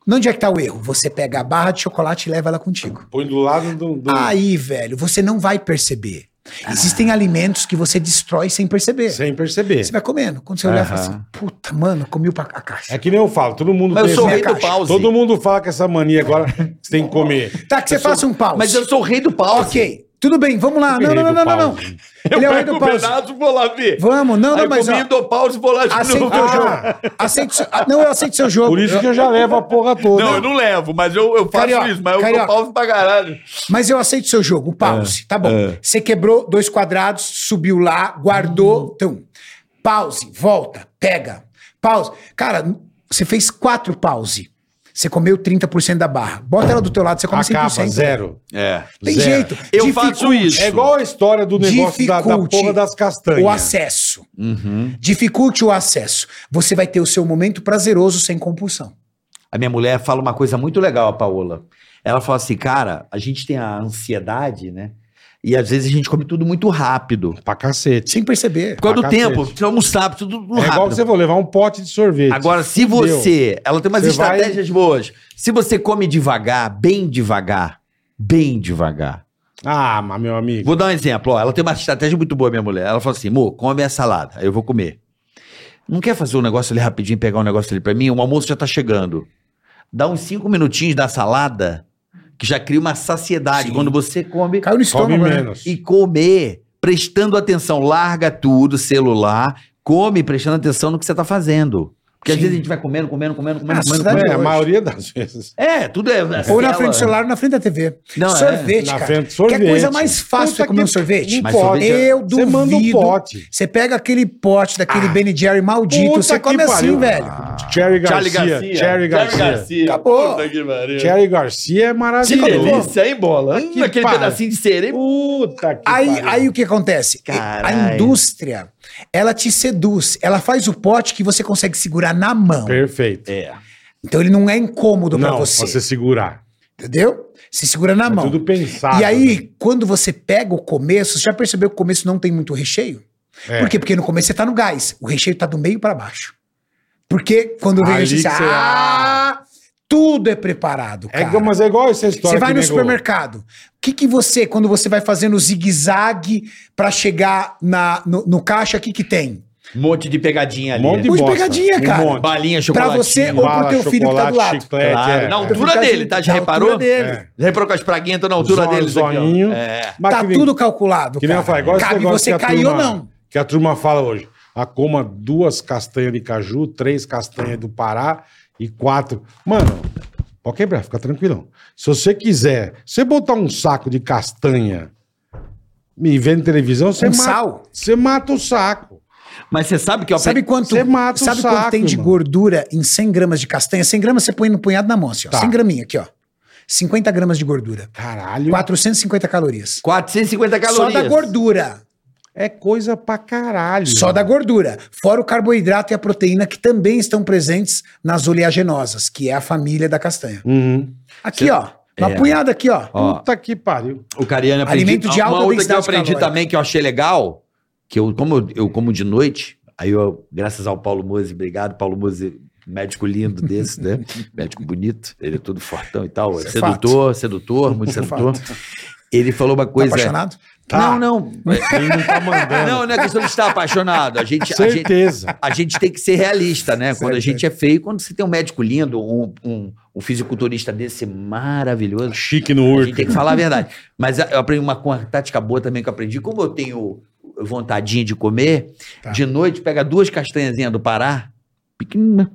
Onde é que tá o erro? Você pega a barra de chocolate e leva ela contigo.
Põe do lado do. do-
Aí, velho, você não vai perceber. Existem alimentos que você destrói sem perceber.
Sem perceber.
é. Você vai comendo. Quando você olhar, fala assim, puta, mano, comi o pa- a caixa.
É que nem eu falo, todo mundo
Mas eu
tem
sou o
essa-
rei do
caixa.
pause.
Todo mundo fala que essa mania agora que tem que comer.
Tá, que você faça um pause.
Mas eu sou o rei do pause.
Ok, tudo bem, vamos lá. Não, não, não, não, não, não. Ele é o rei do pause.
um vou lá ver.
Vamos, não, não,
Aí
mas ó,
comi, dou pause, vou lá de
aceito
novo.
o teu jogo.
Ah.
Aceito, seu- ah, não, eu aceito seu jogo.
Por isso que eu já levo a porra toda.
Não, eu não levo, mas eu, eu faço
né? Carioca,
isso, mas eu
carioca.
dou pause pra caralho.
Mas eu aceito seu jogo, o
É,
pause, tá bom. Você quebrou dois quadrados, subiu lá, guardou.
Uhum.
Então, pause, volta, pega. Pause. Cara, você fez quatro pause. Você comeu 30% da barra. Bota ela do teu lado, você come
Acaba,
100%.
zero.
É.
Tem
zero.
jeito.
Eu faço isso.
É igual a história do negócio da, da
Dificulte
porra das castanhas.
O acesso.
Uhum.
Dificulte o acesso. Você vai ter o seu momento prazeroso sem compulsão.
A minha mulher fala uma coisa muito legal, a Paola. Ela fala assim, cara, a gente tem a ansiedade, né? E às vezes a gente come tudo muito rápido.
Pra cacete.
Sem perceber.
Por causa do
Pra cacete.
É tempo, você almoçar, tudo
É
rápido.
igual que você vou levar um pote de sorvete.
Agora, se
Fudeu.
você. Ela tem umas
Você vai-
estratégias boas. Se você come devagar, bem devagar, bem devagar.
Ah, mas meu amigo.
Vou dar um exemplo. Ó, ela tem uma estratégia muito boa, minha mulher. Ela fala assim: amor, come a salada. Aí eu vou comer. Não quer fazer um negócio ali rapidinho, pegar um negócio ali pra mim? O almoço já tá chegando. Dá uns cinco minutinhos da salada, que já cria uma saciedade. Quando você come
Caiu no
Come
estômago, né?
menos.
e comer, prestando atenção, larga tudo, celular, come prestando atenção no que você tá fazendo. Porque às
Sim.
vezes a gente vai comendo, comendo, comendo, comendo,
Ah,
comendo,
cidade
comendo.
É, a
hoje.
maioria das vezes.
É, tudo é. é
Ou na
tela.
frente do celular ou na frente da TV.
Não, é.
sorvete,
Na
cara.
frente do sorvete.
Quer coisa mais fácil
Puta
você comer
que-
um sorvete?
Um
Mas
pote.
sorvete é- Ah.
Eu
Você
duvido.
manda um pote.
Você pega aquele pote daquele Ben Jerry maldito,
Puta
você
que
come assim,
pariu. Ah,
velho.
Cherry Garcia. Cherry Garcia.
Acabou.
Cherry Garcia é maravilhoso.
hein, bola? Hum,
Que
aquele
pare-
pedacinho de cereja.
Puta que
Aí,
pariu.
aí o que acontece? A
Caralho.
indústria, ela te seduz. Ela faz o pote que você consegue segurar na mão.
Perfeito.
É.
Então ele não é incômodo pra
Não, pra
você,
você segurar.
Entendeu? Se segura na
É
mão.
tudo pensado.
e aí,
né?
quando você pega o começo, você já percebeu que o começo não tem muito recheio?
É.
Por quê? Porque no começo você tá no gás, o recheio tá do meio pra baixo. Porque quando vem o
Ali
recheio,
que
você,
você-
ah, tudo é preparado,
É,
cara.
mas é igual essa história
Você vai
que
no
nego-
supermercado. O que, que você, quando você vai fazendo zigue-zague pra chegar na, no, no caixa, o que, que tem?
Um monte de pegadinha
Um
ali. né?
monte de
Monte de
bosta. Um
pegadinha, cara.
monte.
Balinha,
Pra
chocolate.
você ou pro teu filho que tá do lado.
chiclete,
Claro,
é.
na
Eu
altura
fico
dele,
assim,
tá? Já
na
reparou?
altura dele.
É. Já reparou com as praguinhas? Tô na altura
Zóio,
dele.
zoinho.
É.
Mas
tá
que nem-
tudo calculado.
Que nem eu
cara. né?
falo, igual esse
Cabe
negócio
você
que a
cair ou
turma-
não.
Que a turma fala hoje. A coma duas castanhas de caju, três castanhas do Pará e quatro. Mano, pode quebrar, fica tranquilão. Se você quiser, se você botar um saco de castanha e vendo televisão, você
Com
mata,
Um sal?
Você mata o saco.
Mas você sabe que eu
Sabe
aprendi.
quanto,
Então, Você mata o
sabe quanto
saco,
tem de
irmão.
gordura em 100 gramas de castanha? 100 gramas você põe no punhado na mão, assim, ó.
Tá.
100 graminha aqui, ó. 50 gramas de gordura.
Caralho.
450 calorias.
450 calorias.
Só da gordura.
É coisa pra caralho.
Só da gordura. Fora o carboidrato e a proteína que também estão presentes nas oleaginosas, que é a família da castanha.
Uhum.
Aqui,
Cê-
ó. Uma
É.
punhada aqui, ó. Tá
Ó.
Puta que pariu.
O Cariano aprendi. Ah,
Alimento de alta
uma outra que eu
densidade
aprendi
calórica.
também que eu achei legal, que eu como eu, eu como de noite, aí eu graças ao Paulo Mose, obrigado Paulo Mose, médico lindo desse, né?
[laughs]
médico bonito, ele é todo fortão e tal,
Isso é
sedutor, sedutor, muito sedutor. Ele falou uma
Tá
é.
coisa.
apaixonado? Tá.
Não, não.
Ele não tá mandando.
Não, não é questão de estar apaixonado. A gente, a gente,
[laughs]
Certeza.
a gente tem que ser realista, né? Quando a
Certo.
gente é feio, quando você tem um médico lindo, um, um, um fisiculturista desse maravilhoso,
Chique no
a gente tem que falar a verdade. Mas eu aprendi uma co- tática boa também que eu aprendi. Como eu tenho vontadinha de comer,
Tá.
de noite pega duas castanhazinhas do Pará, pequena,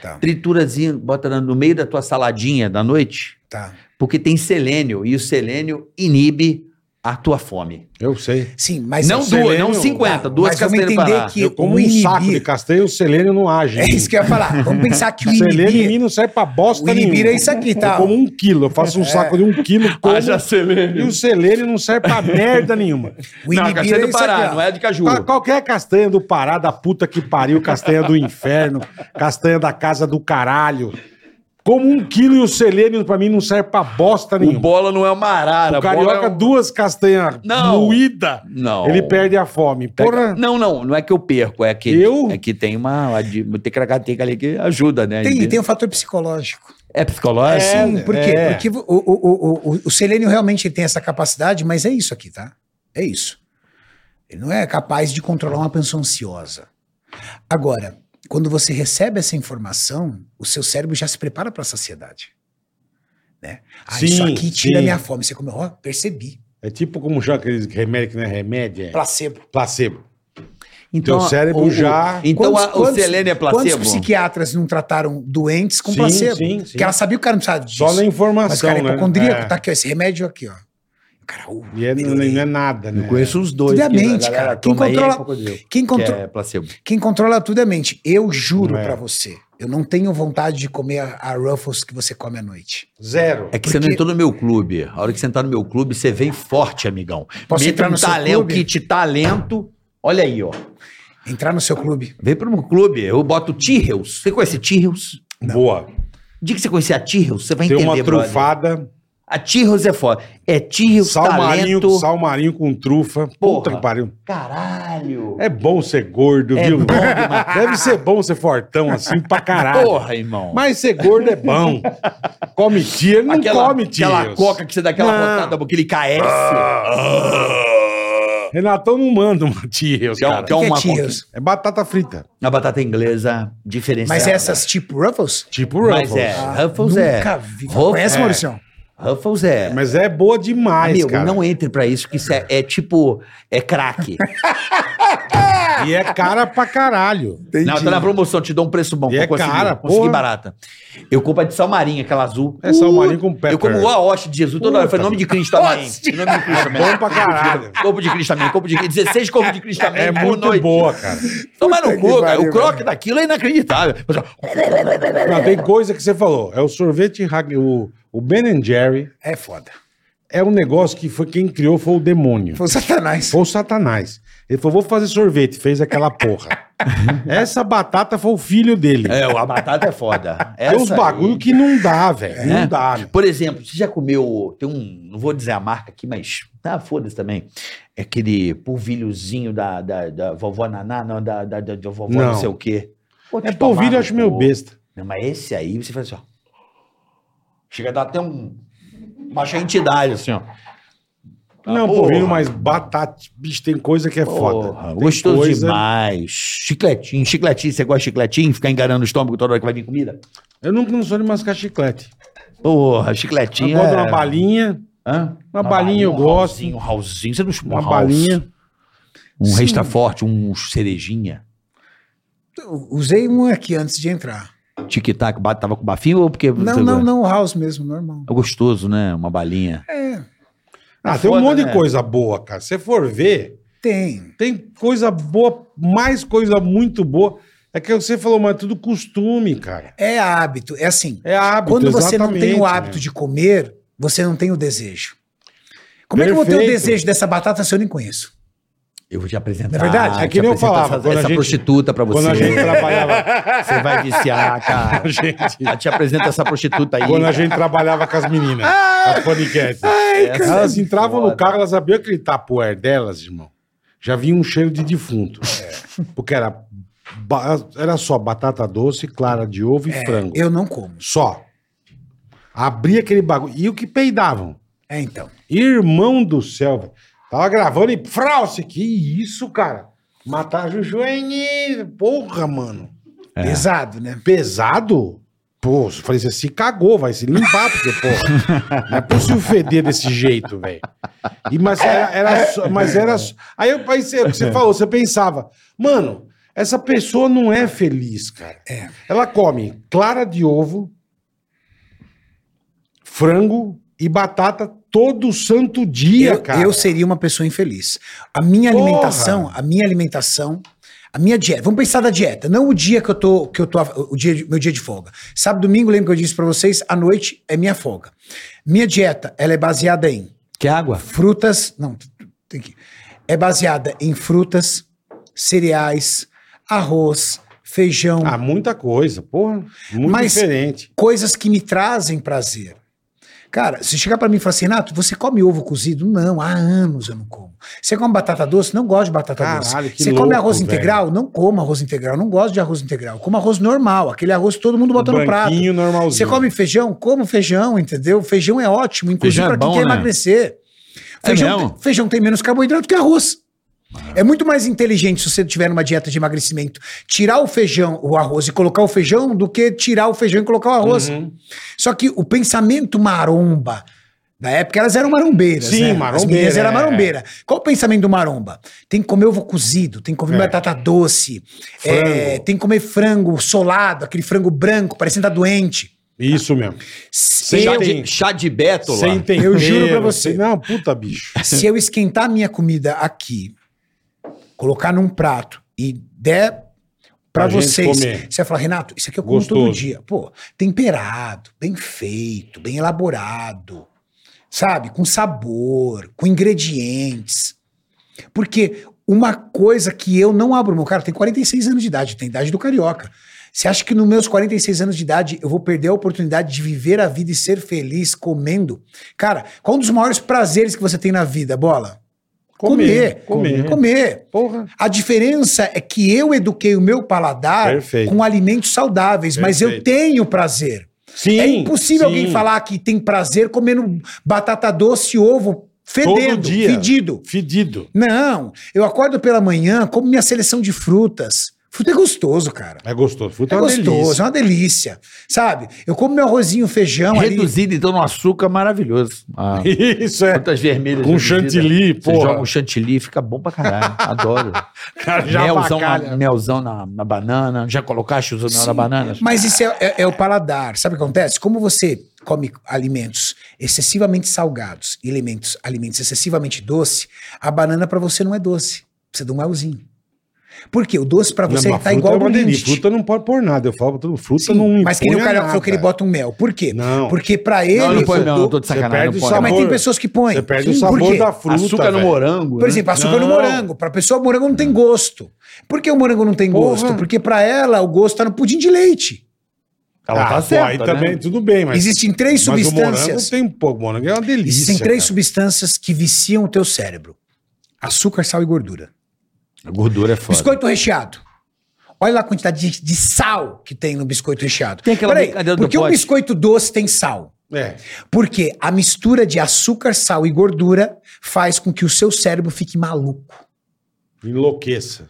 Tá.
triturazinha, bota na- no meio da tua saladinha da noite,
Tá.
porque tem selênio, e o selênio inibe a tua fome.
Eu sei.
Sim, mas.
não
eu-
duas,
selênio-
não 50, duas
mas vamos
castanhas do
entender
Pará.
que
eu como
o
um saco de
inibir.
castanha, o selênio não age.
[laughs] É isso que eu ia falar. Vamos pensar que o
Selênio em
inibir.
mim não serve pra bosta
O inibir
nenhuma.
é isso aqui,
Eu
tá?
como um quilo. Eu faço um saco de um
[laughs]
quilo, como, e
selênio.
o selênio não serve pra merda nenhuma.
O
Não, a
inibir
castanha
é
do
isso
Pará,
aqui, ó.
não é de caju.
Qual- Qualquer castanha do Pará, da puta que pariu, castanha do inferno, castanha da casa do caralho. Como um quilo e o selênio pra mim não serve pra bosta
O
nenhuma.
bola não é uma arara.
O
a bola
carioca,
é um-
duas castanhas
Não.
moída,
Não.
ele perde a fome.
Pega-
Porra,
Não, não, não é que eu perco, é que,
Eu?
é que tem uma tecracateca ali que ajuda, né?
Tem, tem um fator psicológico.
É psicológico?
Sim, por quê?
é.
Porque o, o, o, o, o Selênio realmente tem essa capacidade, mas é isso aqui, tá? É isso. Ele não é capaz de controlar uma pessoa ansiosa. Agora, quando você recebe essa informação, o seu cérebro já se prepara para a saciedade. Né? Ah, isso
Sim,
aqui tira
sim.
minha fome. Você comeu, ó, percebi.
é tipo como já aqueles remédio que não é remédio, é
Placebo.
placebo. Teu cérebro
Então, o-
já-
Então
Quantos-
a- o
quantos-
selênio é placebo?
Quantos psiquiatras não trataram doentes com
Sim,
placebo?
sim, sim.
Porque ela sabia que o cara não precisava disso.
Só na informação,
Mas o cara é
né?
hipocondríaco,
É.
tá aqui, ó, esse remédio aqui, ó. O cara, uh,
E é- não,
melhorei.
não é nada, né?
Eu conheço uns dois.
Tudo é
que a
mente,
galera
cara. Quem
toma aí,
controla-
é pouco Deus,
Quem,
que
contro...
é placebo.
Quem controla tudo é mente. Eu juro
Não é.
pra você, eu não tenho vontade de comer a, a Ruffles que você come à noite.
Zero.
É que você não
Porque-
entrou no meu clube. A hora que você entrar no meu clube, você vem forte, amigão.
Posso
Mete
entrar
um
no seu
talento,
clube?
kit talento. Olha aí, ó.
Entrar no seu clube.
Vem pro meu clube, eu boto Tyrrells. Você conhece Tyrrells?
Boa.
O dia que você conhecer a Tyrrells, você vai
Tem
entender,
uma
brother.
trufada,
A Tyrrells é foda. É Tyrrells,
salmarinho,
talento.
salmarinho com trufa. Puta
Porra.
que pariu.
Caralho.
É bom ser gordo,
É
viu?
bom
[laughs]
demais.
Deve ser bom ser fortão assim pra
É.
caralho.
Porra, irmão.
Mas ser gordo é bom. Come tia, não
aquela,
come tia.
aquela coca que você dá aquela
Não.
botada, aquele KS.
Ah, Renatão não manda uma tia,
Que é um-
cara.
que é
O que
uma
é Cheetos?
É batata frita.
A batata inglesa diferenciada.
Mas essas tipo Ruffles?
Tipo
Mas
Ruffles.
é,
é.
Ruffles
Nunca
é.
vi.
Ruffles
Conhece,
é.
Maurício?
Ruffles é.
Mas é boa demais,
Amigo,
cara.
não entre pra isso, que isso é, é tipo. É craque.
E é cara pra caralho. É
Não, tá na promoção, te dou um preço bom.
E
que eu
é cara,
consegui
porra.
barata. Eu compro a de salmarinho, aquela azul. Uh,
É salmarinho com
Eu
pepper.
como o Aoste de Jesus toda hora. Eu falei,
Puta.
nome de Cristo amém. Em nome de Cristo amém.
Bom pra caralho.
Corpo de Cristo amém. Corpo de Cristo. 16 corpo de Cristo amém.
É
por
muito
noite.
boa, cara.
Toma no cu,
Puta que
cara.
pariu,
O croque daquilo é inacreditável. Mas, ó,
Não, tem coisa que você falou. É o sorvete, Hag- o, o Ben Jerry.
É foda.
É um negócio que foi quem criou foi o demônio.
Foi o Satanás.
Foi o Satanás. Ele falou, vou fazer sorvete. Fez
[laughs]
aquela porra. Essa batata foi o filho dele.
É, a batata é foda.
[laughs] Tem uns
Essa aí,
bagulho que não dá, velho.
né?
Não dá. meu.
Por exemplo, você já comeu. Tem um. Não vou dizer a marca aqui, mas. Ah, foda-se também. É aquele polvilhozinho da, da, da vovó Naná, não, da, da, da, da vovó não,
Não.
sei o quê. Pô, te
É polvilho,
tomar
eu
no
acho meio
cu.
besta.
Não, mas esse aí, você faz assim, ó. Chega a dar até um. Uma entidade, assim, ó.
não,
Tá
é um
porra.
polvilho, mas batata. Bicho, tem coisa que é
Porra,
foda. Tem
gostoso
coisa-
demais. Chicletinho, chicletinho. Você gosta de chicletinho? Ficar enganando o estômago toda hora que vai vir comida?
Eu nunca não sou de mascar chiclete.
Porra,
Eu
chicletinho.
gosto de
é-
uma balinha.
Hã?
Uma balinha eu
um
gosto.
Raulzinho, um raulzinho. Você não chama
Uma
um Raul?
balinha.
Um resta forte, um cerejinha.
Eu Usei um aqui antes de entrar.
Tic-tac, bate- tava com bafinho ou porque...
Não, não, não, o House mesmo, normal.
É gostoso, né? Uma balinha.
É.
Ah, tem um
foda,
monte de
né?
coisa boa, cara. Se você for ver,
Tem.
Tem coisa boa, mais coisa muito boa. É que você falou, mas é tudo costume, cara.
É hábito. É assim.
É hábito.
quando você não tem
exatamente,
o hábito
né?
de comer, você não tem o desejo. Como é que eu vou ter o
Perfeito.
desejo dessa batata se eu nem conheço?
Eu vou te apresentar.
É verdade,
te
é que nem eu
apresentar
falava,
Essa,
quando a
essa
gente-
prostituta pra você.
Quando a gente
[laughs]
trabalhava.
Você vai viciar,
[laughs]
cara.
[laughs]
a gente-
Eu te apresenta essa prostituta aí.
quando a gente trabalhava com as meninas, as paniquetes.
Essa é
Elas entravam
foda.
no carro, elas sabiam aquele tapoer delas, irmão. Já vinha um cheiro de defunto.
É.
É. Porque era, ba- era só batata doce, clara de ovo e frango.
É, Eu não como.
Só. Abria aquele bagulho. E o que peidavam?
É então.
Irmão do céu, velho. Tava gravando e. Frauce, que isso, cara? Matar a Juju é. ni- Porra, mano.
Pesado, né?
Pesado? Pô, eu falei assim, se cagou, vai se limpar, porque,
[laughs]
porra. Não é possível feder desse jeito, velho. E, mas era, era só- mas era. só- Aí eu pensei, o que você falou, você pensava, mano, essa pessoa não é feliz, cara.
É.
Ela come clara de ovo, frango e batata todo santo dia,
eu,
cara.
eu seria uma pessoa infeliz. A minha
Porra!
alimentação, a minha alimentação, a minha dieta. Vamos pensar da dieta, não o dia que eu tô, que eu tô, o dia, de- meu dia de folga. Sábado, domingo, lembro que eu disse pra vocês, à noite é minha folga. Minha dieta, ela é baseada em
Quer água?
frutas, não, tem que é baseada em frutas, cereais, arroz, feijão,
Ah, muita coisa, porra. Muito
Mas-
diferente.
coisas que me trazem prazer. Cara, se chegar pra mim e falar assim, Renato, você come ovo cozido? Não, há anos eu não como. Você come batata doce? Não gosto de batata
Caralho,
doce.
que
Você come
louco,
arroz
velho.
integral? Não como arroz integral. Não gosto de arroz integral. Como arroz normal, aquele arroz que todo mundo bota no prato.
Um Banquinho normalzinho.
Você come feijão? Como feijão, entendeu? Feijão é ótimo, inclusive
Feijão é
pra quem
bom,
quer
né?
emagrecer.
É
Feijão,
mesmo?
tem- feijão tem menos carboidrato que arroz. É muito mais inteligente se você tiver numa dieta de emagrecimento tirar o feijão, o arroz e colocar o feijão do que tirar o feijão e colocar o arroz.
Uhum.
Só que o pensamento maromba, na época elas eram marombeiras,
Sim,
né? As
marombeira,
meninas eram
é.
marombeira. Qual o pensamento do maromba? Tem que comer ovo cozido, tem que comer
É.
batata doce,
Frango.
é, tem que comer frango solado, aquele frango branco, parecendo tá doente.
Isso mesmo.
Se
Sem
Chá
eu,
tem.
de, chá de bétula.
Sem tempero.
Eu juro pra você.
sem- Não, puta, bicho.
se eu esquentar minha comida aqui, colocar num prato e der pra
Pra gente
vocês,
comer.
você vai falar, Renato, isso aqui eu como todo
Gostoso.
dia. Pô, temperado, bem feito, bem elaborado, sabe? Com sabor, com ingredientes. Porque uma coisa que eu não abro mão, cara, tem 46 anos de idade, tem idade do carioca. Você acha que nos meus 46 anos de idade eu vou perder a oportunidade de viver a vida e ser feliz comendo? Cara, qual um dos maiores prazeres que você tem na vida, bola?
Comer, comer.
Comer. Comer.
Porra.
A diferença é que eu eduquei o meu paladar
Perfeito.
com alimentos saudáveis, mas eu
Perfeito.
tenho prazer.
Sim.
é impossível
sim.
alguém falar que tem prazer comendo batata doce e ovo fedendo,
dia.
fedido.
Fedido.
Não, eu acordo pela manhã, como minha seleção de frutas. Fruta é gostoso, cara.
É gostoso. Fruta
É
é,
gostoso,
gostoso.
é uma delícia. Sabe? Eu como meu arrozinho, feijão ali.
Reduzido, então, no açúcar, maravilhoso. Ah,
Isso é.
frutas vermelhas.
Com
reduzida.
chantilly,
Você
porra.
joga um chantilly, fica bom pra caralho.
[laughs]
Adoro.
Cara, já
melzão
abacalha.
na, melzão na, na banana. Já colocaste o na banana?
Mas isso é, é- é o paladar. Sabe o que acontece? Como você come alimentos excessivamente salgados e alimentos, alimentos excessivamente doce, a banana pra você não é doce. Precisa de um melzinho. Por quê? O doce pra você
mas
tá
fruta
igual
é
ao
uma
do
delícia.
Lindt.
Fruta não pode pôr nada. Eu falo pra todo mundo, Fruta
Sim,
não impõe
mas que nem o cara
nada.
falou que ele bota um mel. Por quê?
Não.
Porque pra ele.
não, não põe
o
mel,
do-
não tô de
Você
sacanagem. Não
perde o
põe.
Não,
sabor.
mas tem pessoas que põem.
Você perde o
Sim, por
sabor
quê?
da fruta,
açúcar no
velho.
morango.
Por
né?
exemplo, açúcar no
Não.
morango. Pra pessoa, o morango não tem gosto. Por que o morango não tem
Porra.
gosto? Porque pra ela, o gosto tá no pudim de leite.
Ela
Ah,
tá
pô,
certa,
aí
né?
também, tudo bem, mas...
Existem três
mas o
substâncias.
morango tem um pouco. O morango é uma delícia,
Existem três
cara.
substâncias que viciam o teu cérebro: açúcar, sal e gordura.
A gordura é foda.
Biscoito recheado. Olha lá a quantidade de, de sal que tem no biscoito recheado.
Tem aquela
Peraí,
brincadeira do
por que o
pote?
biscoito doce tem sal?
É.
Porque a mistura de açúcar, sal e gordura faz com que o seu cérebro fique maluco.
É, Enlouqueça.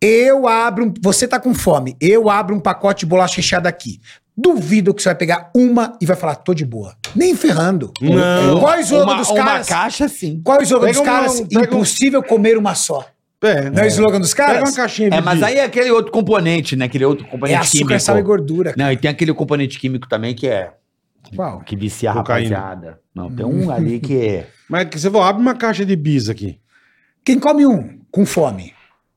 Eu abro. um- Você tá com fome. Eu abro um pacote de bolacha recheada aqui. Duvido que você vai pegar uma e vai falar, tô de boa. Nem ferrando.
Não.
Qual é o slogan dos
uma
caras?
caixa, sim.
Qual é o slogan
Pega
dos
uma-
caras?
pega um-
Impossível comer uma só.
É.
Não é o slogan dos caras?
Pega um uma caixinha de
É, mas
bico.
aí é aquele outro componente, né? Aquele outro
É
componente
açúcar,
químico.
sal e gordura.
Não, e tem aquele componente químico também que é
Qual?
que vicia a
Cocaína.
rapaziada. Não, tem um ali que é.
Mas que você falou, abre uma caixa de bis aqui.
Quem come um com fome?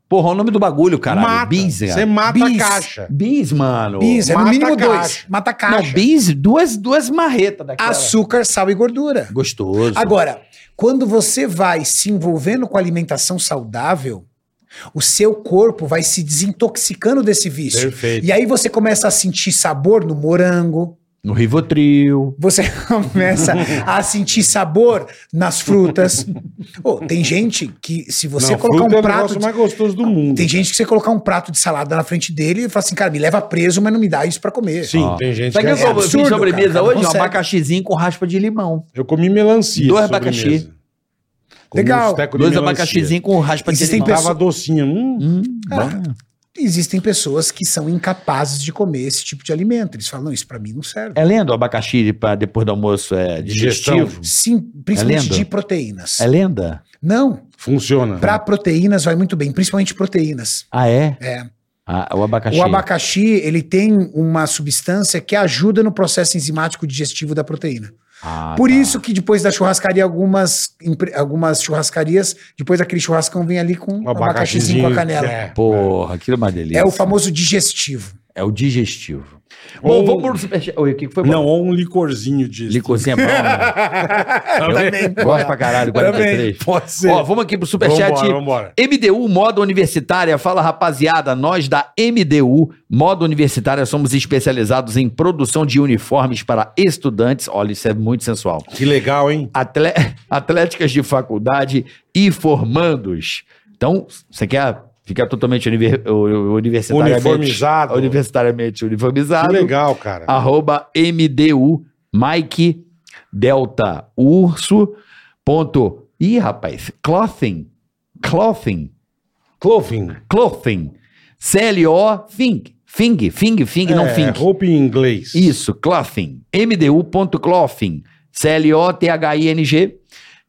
Porra, o nome do bagulho, caralho.
Mata.
Bis, cara.
Você mata
Bis.
a caixa.
Bis, mano.
Bis, é no
mata
mínimo
caixa.
dois. Mata caixa.
Não, bis, duas, duas marretas daquela.
Açúcar, sal e gordura.
Gostoso.
Agora, quando você vai se envolvendo com alimentação saudável, o seu corpo vai se desintoxicando desse vício.
Perfeito.
E aí você começa a sentir sabor no morango,
No Rivotril.
você [laughs] começa a sentir sabor nas frutas. Ô, tem gente que se você
Não,
colocar
fruta
um
é o
prato,
negócio
de-
mais gostoso
Ah,
do mundo.
tem gente que você colocar um prato de salada na frente dele e fala assim, cara, me leva preso, mas não me dá isso pra comer.
Sim,
Ó.
tem gente
Sabe
que
o
é
que eu
assim.
fiz
absurdo,
sobremesa
cara, não
hoje? Um
consegue.
abacaxizinho com raspa de limão.
Eu comi melancia.
Dois
de sobremesa.
abacaxi.
Comi
Legal.
uns tecos de
Dois
melancia.
abacaxizinhos com raspa de
Existem
limão.
pessoas-
Tava docinho. Hum,
Hum,
Ah,
bom.
Existem pessoas que são incapazes de comer esse tipo de alimento. Eles falam, não, isso pra mim não serve.
É lenda o abacaxi pra depois do almoço é
Digestão.
digestivo?
Sim, principalmente
lenda?
de proteínas.
É lenda?
Não,
funciona.
para proteínas vai muito bem, principalmente proteínas.
Ah, é?
É.
Ah, o abacaxi.
O abacaxi, ele tem uma substância que ajuda no processo enzimático digestivo da proteína.
Ah,
Por
tá.
isso que depois da churrascaria, algumas, empre- algumas churrascarias, depois daquele churrascão, vem ali com
Um
um abacaxizinho com a canela. É.
É.
Porra, aquilo é uma delícia.
o famoso digestivo.
É o digestivo.
Ou-
Bom, vamos pro superchat. Oi, o que que foi? bom?
Não, ou um licorzinho disso.
Licorzinho é bom, [laughs] né?
Também.
Gosto pra caralho, 43.
Pode ser.
Ó, vamos aqui pro superchat.
Vambora, vambora.
MDU Moda Universitária, fala rapaziada, nós da MDU Moda Universitária somos especializados em produção de uniformes para estudantes. Olha, isso é muito sensual.
Que legal, hein?
Atle- Atléticas de faculdade e formandos. Então, você quer ficar totalmente univer- u- u- universitariamente,
Uniformizado.
universitariamente
Que
uniformizado?
legal, cara.
Ah, arroba MDU Mike Delta Urso ponto Ih, rapaz, clothing, clothing,
Clothing.
clothing, CLO, think, think, think, think, não
É,
think.
Roupa em inglês.
Isso, clothing, MDU.clothing, C-L-O-T-H-I-N-G.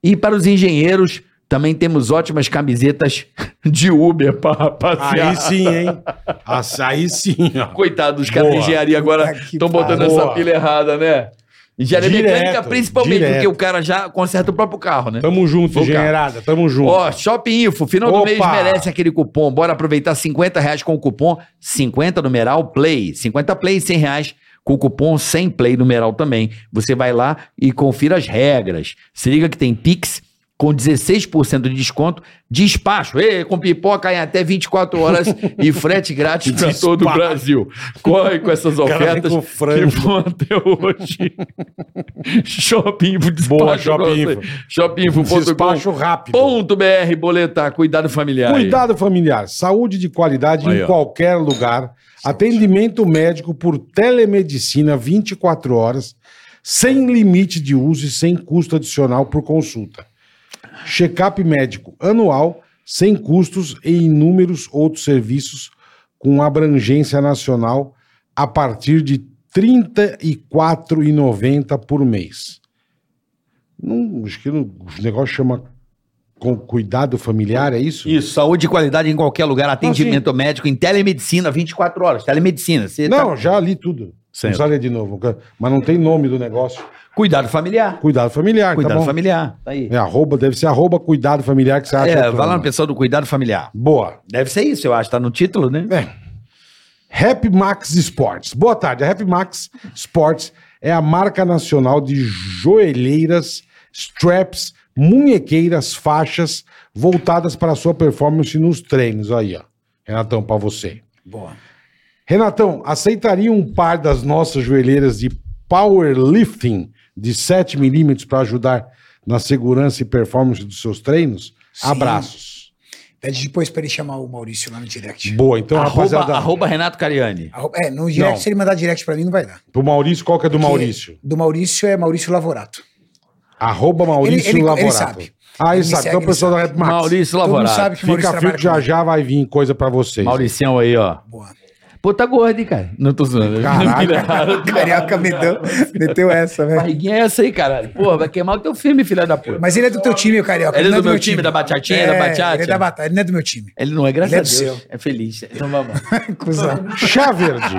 E para os engenheiros, também temos ótimas camisetas de Uber [laughs] para
Ah,
rapaziada.
Aí sim, hein? As- Aí sim, ó.
Coitado, os caras de
Boa.
engenharia agora
Puta que
estão botando
pariu.
essa
Boa.
pilha errada, né? Engenharia
Direto,
mecânica, principalmente,
direto.
porque o cara já conserta o próprio carro, né?
Tamo junto,
Vou cá.
engenheirada. Tamo junto.
Ó, Shopping Info, final do
Opa!
mês merece aquele cupom. Bora aproveitar 50 reais com o cupom 50 numeral play. 50 play, 100 reais com o cupom 100 play numeral também. Você vai lá e confira as regras. Se liga que tem Pix com 16% de desconto. Despacho, ê, com pipoca em até 24
[laughs]
horas e frete grátis para todo o
Despacho.
Brasil. Corre com essas
cara vem
ofertas
com frango.
que vão até hoje.
[laughs]
Shopping Info, despacho.
Boa,
pra
Shopping
você.
Info.
Shoppinfo.com.
Despacho rápido.
Ponto BR boletar, cuidado familiar. aí.
Cuidado familiar, saúde de qualidade
Aí,
em
ó.
qualquer lugar, atendimento médico por telemedicina 24 horas, sem limite de uso e sem custo adicional por consulta. Check-up médico anual, sem custos e inúmeros outros serviços com abrangência nacional a partir de R$ 34,90 por mês. Não, acho que não- o negócio chama com cuidado familiar, é isso?
Isso, saúde de qualidade em qualquer lugar, atendimento médico em telemedicina 24 horas. Telemedicina, você tá-
Não, já li tudo.
Certo.
Não precisa ler de novo. Mas não tem nome do negócio.
Cuidado
Ah,
familiar.
Cuidado familiar, tá
Cuidado
bom?
familiar. Tá aí.
É arroba, deve ser arroba cuidado familiar que você
Ah,
acha.
É,
outro
vai lá no
nome.
pessoal do cuidado familiar.
Boa.
Deve ser isso, eu acho, tá no título, né?
É. Rap Max Sports. Boa tarde. A Rap Max Sports é a marca nacional de joelheiras, straps, munhequeiras, faixas voltadas para a sua performance nos treinos. Aí, ó. Renatão, para você.
Boa.
Renatão, aceitaria um par das nossas joelheiras de powerlifting de 7 milímetros para ajudar na segurança e performance dos seus treinos?
Sim.
Abraços.
Pede depois pra ele chamar o Maurício lá no direct.
Boa, então,
arroba,
rapaziada,
arroba Renato Cariani.
Arroba- É, no direct,
Não.
se ele mandar direct pra mim, não vai dar.
do Maurício, qual que é do Maurício?
Que- Do Maurício é Maurício Lavorato.
Arroba Maurício
Ele- ele-
Lavorato.
ele sabe.
Ah, ele,
Ele
sabe.
me segue,
Então, o
ele
pessoal da
sabe.
Rap Max,
Maurício
Todo mundo
Lavorado.
sabe que o Maurício
fica frio
trabalha
que já
comigo.
já vai vir coisa para vocês.
Mauricião aí, ó.
Boa.
Pô, tá gordo, hein, cara? Não tô zoando. [laughs]
Caraca.
Carioca me deu, meteu essa, velho.
Barriguinha é essa aí, caralho. Porra, vai queimar o teu filme, filha da puta.
Mas ele é do teu time, o Carioca.
Ele é
não
do meu time, da bachatinha, da bachata?
Ele é, da batata, ele não é do meu time.
Ele não é, graças
Ele é
a
do
Deus. É feliz. Então vamos. lá.
Cusão.
Chá verde.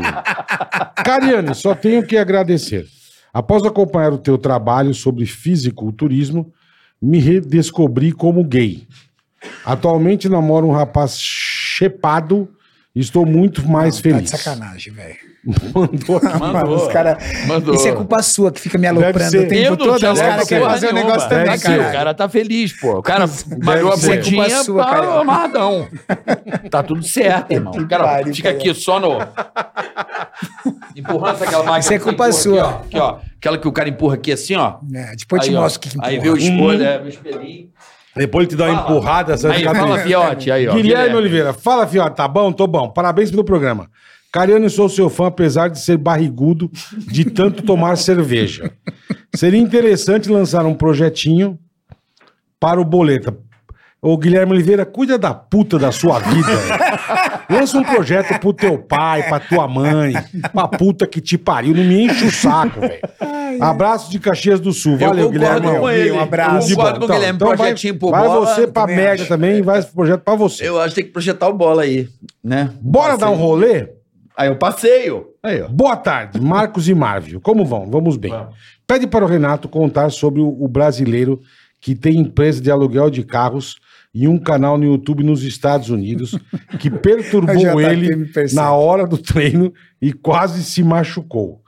Cariane, só tenho que agradecer. Após acompanhar o teu trabalho sobre fisiculturismo, me redescobri como gay. Atualmente namoro um rapaz chepado e estou muito mais
Tá de
feliz.
sacanagem, velho.
Mandou aqui.
[laughs] Mano, os cara...
Mandou.
Isso é culpa sua que fica me aloprando
ser.
o tempo todo. Os caras querem fazer o um negócio também,
Deve ser,
cara.
O cara tá feliz, pô. O cara
[laughs]
malhou a
ser culpa
bundinha,
sua, cara.
tá amarradão. Tá tudo certo, irmão. O cara
pariu,
fica
cara.
aqui só no... Empurrando aquela máquina.
Isso é
que
culpa
empurra
sua.
Aqui, ó. Aqui, ó. Aquela que o cara empurra aqui assim, ó.
É, depois eu
Aí,
te
ó.
mostro o que Uhum. que
Aí
importa.
vê o espelho, é, o espelhinho.
Depois ele te dá uma
Fala.
empurrada, você vai
Aí,
ficar
fala,
triste.
fiote. Aí, ó.
Guilherme Oliveira, fala, fiote, tá bom? Tô bom. Parabéns pelo programa. Cariano, sou seu fã, apesar de ser barrigudo de tanto tomar [laughs] cerveja. Seria interessante lançar um projetinho para o Boleta. Ô, Guilherme Oliveira, cuida da puta da sua vida. Lança um projeto pro teu pai, pra tua mãe, pra puta que te pariu. Não me enche o saco, velho. Abraço de Caxias do Sul.
Eu concordo
Valeu, Guilherme.
com ele.
Um abraço.
Tudo de
então
bom.
Concordo com o Guilherme. Projetinho pro
então, vai, vai
Bola,
você pra
também
merda
acho.
também e vai esse projeto pra você.
Eu acho que tem que projetar o bola aí, né?
Bora dar um rolê?
Aí eu passeio. Aí, ó.
Boa tarde, Marcos e Marvio. Como vão? Vamos bem. Pede para o Renato contar sobre o, o brasileiro que tem empresa de aluguel de carros e um canal no YouTube nos Estados Unidos que
Eu já
perturbou
tá
ele
aqui, me percebe.
na hora do treino e quase se machucou.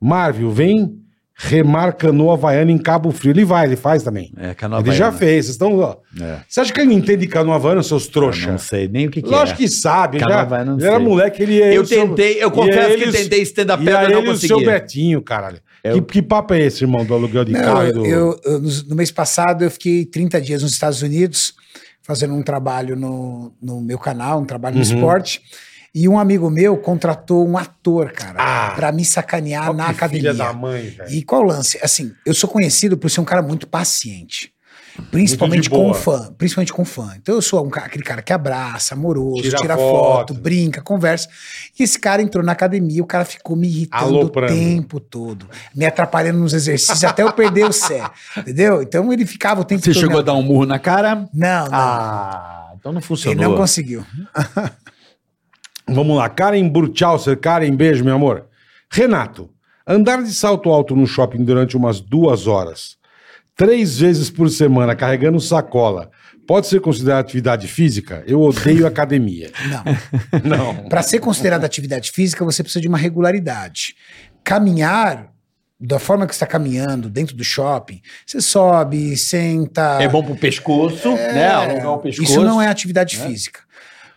Marvio, vem remar canoa havaiana em Cabo Frio. Ele vai, ele faz também.
É,
ele
né?
já fez. Vocês estão, ó.
É.
Você acha que ele entende canoa havaiana, seus
Não
trouxas?
sei nem o que, que
Lógico
é.
que sabe. ele
Canoa
já-
havaiana, não
ele era
sei.
moleque, ele é.
Eu
o seu-
tentei, eu
e
confesso
é
que
ele o-
tentei stand-up
e a
pedra,
ele
não
e o seu
consegui.
Betinho, caralho.
Eu-
Que, que papo é esse, irmão, do aluguel de
Não,
carro e
eu,
do...
eu- eu- nos- no mês passado eu fiquei 30 dias nos Estados Unidos fazendo um trabalho no, no meu canal, um trabalho
Uhum.
no esporte. E um amigo meu contratou um ator, cara,
Ah.
pra me sacanear
Ó,
na
que é
academia.
Filha da mãe, velho.
E qual o lance? Assim, eu sou conhecido por ser um cara muito paciente. Principalmente
Muito de
com
boa.
fã. Principalmente com fã. Então eu sou um ca- aquele cara que abraça, amoroso,
Tira
tira,
foto.
foto. brinca, conversa. E esse cara entrou na academia, o cara ficou me irritando
Aloprando.
o tempo todo. Me atrapalhando nos exercícios até eu perder o [laughs] sé. Entendeu? Então ele ficava o tempo
Você
todo.
chegou a
me-
dar um murro na cara?
Não, não.
Ah, então não
ele
funcionou.
não conseguiu.
Vamos lá, Karen Burchauser. Karen, beijo, meu amor. Renato, andar de salto alto no shopping durante umas duas horas, três vezes por semana, carregando sacola, pode ser considerado atividade física? Eu
[laughs]
odeio academia.
Não.
Não.
Para ser considerada atividade física, você precisa de uma regularidade. Caminhar da forma que você está caminhando dentro do shopping, você sobe, senta. É,
É bom pro pescoço,
É.
né?
um
Alongar o pescoço.
Isso não é atividade física.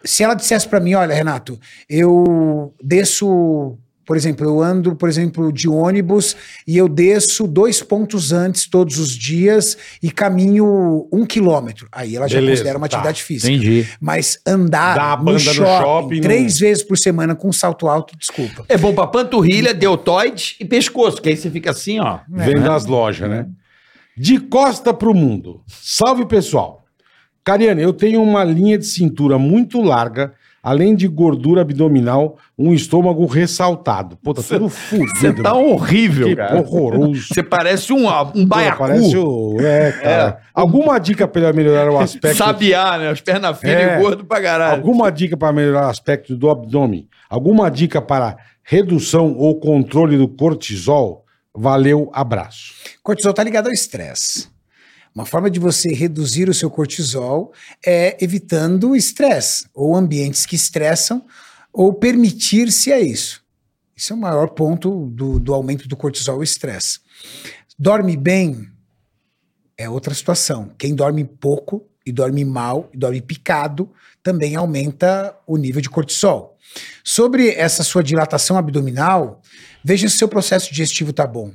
Se ela dissesse pra mim, olha, Renato, eu desço, por exemplo, eu ando, por exemplo, de ônibus e eu desço dois pontos antes todos os dias e caminho um quilômetro. Aí ela já
Beleza,
considera uma
tá.
atividade física.
Entendi.
Mas andar
Dar a banda no
no shopping,
shopping,
três vezes por semana com um salto alto, desculpa.
É bom pra panturrilha, deltoide e pescoço, que aí você fica assim, ó.
Vem das lojas, né? De costa pro mundo. Salve, pessoal. Cariane, eu tenho uma linha de cintura muito larga, além de gordura abdominal, um estômago ressaltado. Pô, tá tudo
Você
fudido.
tá
mano.
horrível,
que
cara.
horroroso.
Você parece um, um
Pô,
[laughs] baiacu.
parece o... É, cara. Alguma dica pra melhorar o aspecto...
Sabiá, né? As pernas finas
É.
e gordo pra caralho.
Alguma dica para melhorar o aspecto do abdômen? Alguma dica para redução ou controle do cortisol? Valeu, abraço.
Cortisol está ligado ao estresse. Uma forma de você reduzir o seu cortisol é evitando o estresse, ou ambientes que estressam, ou permitir-se a isso. Isso é o maior ponto do, do aumento do cortisol, o estresse. Dorme bem é outra situação. Quem dorme pouco e dorme mal, e dorme picado, também aumenta o nível de cortisol. Sobre essa sua dilatação abdominal, veja se seu processo digestivo está bom.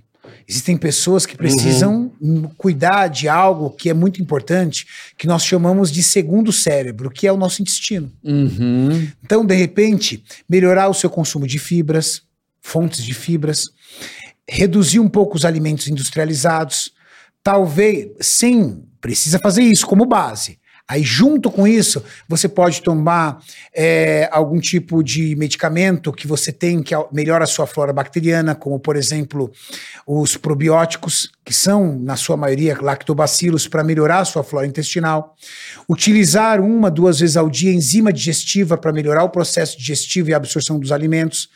Existem pessoas que precisam hum, cuidar de algo que é muito importante, que nós chamamos de segundo cérebro, que é o nosso intestino.
Uhum.
Então, de repente, melhorar o seu consumo de fibras, fontes de fibras, reduzir um pouco os alimentos industrializados, talvez, sim, precisa fazer isso como base. Aí, junto com isso, você pode tomar eh, algum tipo de medicamento que você tem que au- melhora a sua flora bacteriana, como, por exemplo, os probióticos, que são, na sua maioria, lactobacilos, para melhorar a sua flora intestinal. Utilizar uma, duas vezes ao dia enzima digestiva para melhorar o processo digestivo e a absorção dos alimentos.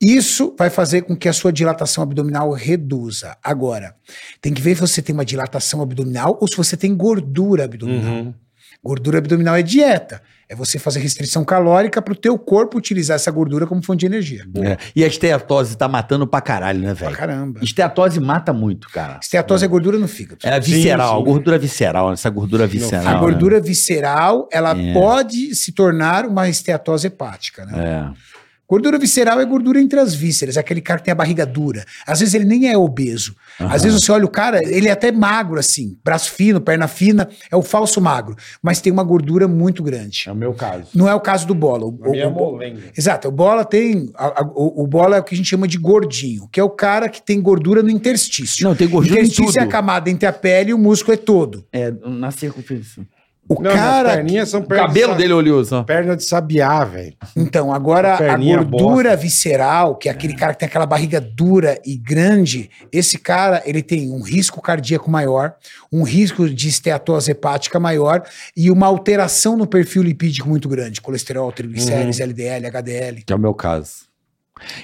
Isso vai fazer com que a sua dilatação abdominal reduza. Agora, tem que ver se você tem uma dilatação abdominal ou se você tem gordura abdominal. Gordura abdominal é dieta. É você fazer restrição calórica para o teu corpo utilizar essa gordura como fonte de energia.
É. E a esteatose tá matando pra caralho, né,
Pra
velho?
caramba.
Esteatose mata muito, cara.
Esteatose é gordura no fígado.
É visceral,
sim.
gordura visceral, essa gordura visceral.
A
né?
gordura visceral, ela
É.
pode se tornar uma esteatose hepática, né?
É.
Gordura visceral é gordura entre as vísceras, é aquele cara que tem a barriga dura. Às vezes ele nem é obeso. Às vezes você olha o cara, ele é até magro assim, braço fino, perna fina, é o falso magro, mas tem uma gordura muito grande.
É o meu caso.
Não é o caso do Bola. O,
A minha
o-
é
o-
molenga.
Exato, o Bola tem a- a- o, o Bola é o que a gente chama de gordinho, que é o cara que tem gordura no interstício.
Não, tem gordura em
interstício
tudo.
é a camada entre a pele e o músculo é todo.
É, na circunferência.
O
Não,
cara
minhas perninhas são
O
pernas
cabelo
de, sa-
dele oleoso, ó.
Perna de sabiá, velho.
Então, agora a
Perninha
gordura visceral, que é aquele cara que tem aquela barriga dura e grande, esse cara, ele tem um risco cardíaco maior, um risco de esteatose hepática maior e uma alteração no perfil lipídico muito grande, colesterol,
Uhum.
triglicérides, LDL, HDL.
Que é o meu caso.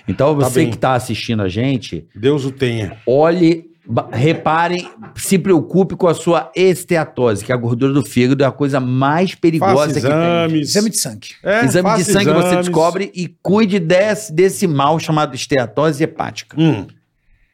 Então,
Tá
você
bem.
que tá assistindo a gente,
Deus o tenha.
olhe, ba- repare, se preocupe com a sua esteatose, que a gordura do fígado é a coisa mais perigosa
Faça
que tem.
exames.
Exame de sangue.
É,
Exame de
faça
sangue você
exames.
descobre e cuide desse, desse mal chamado esteatose hepática.
Hum.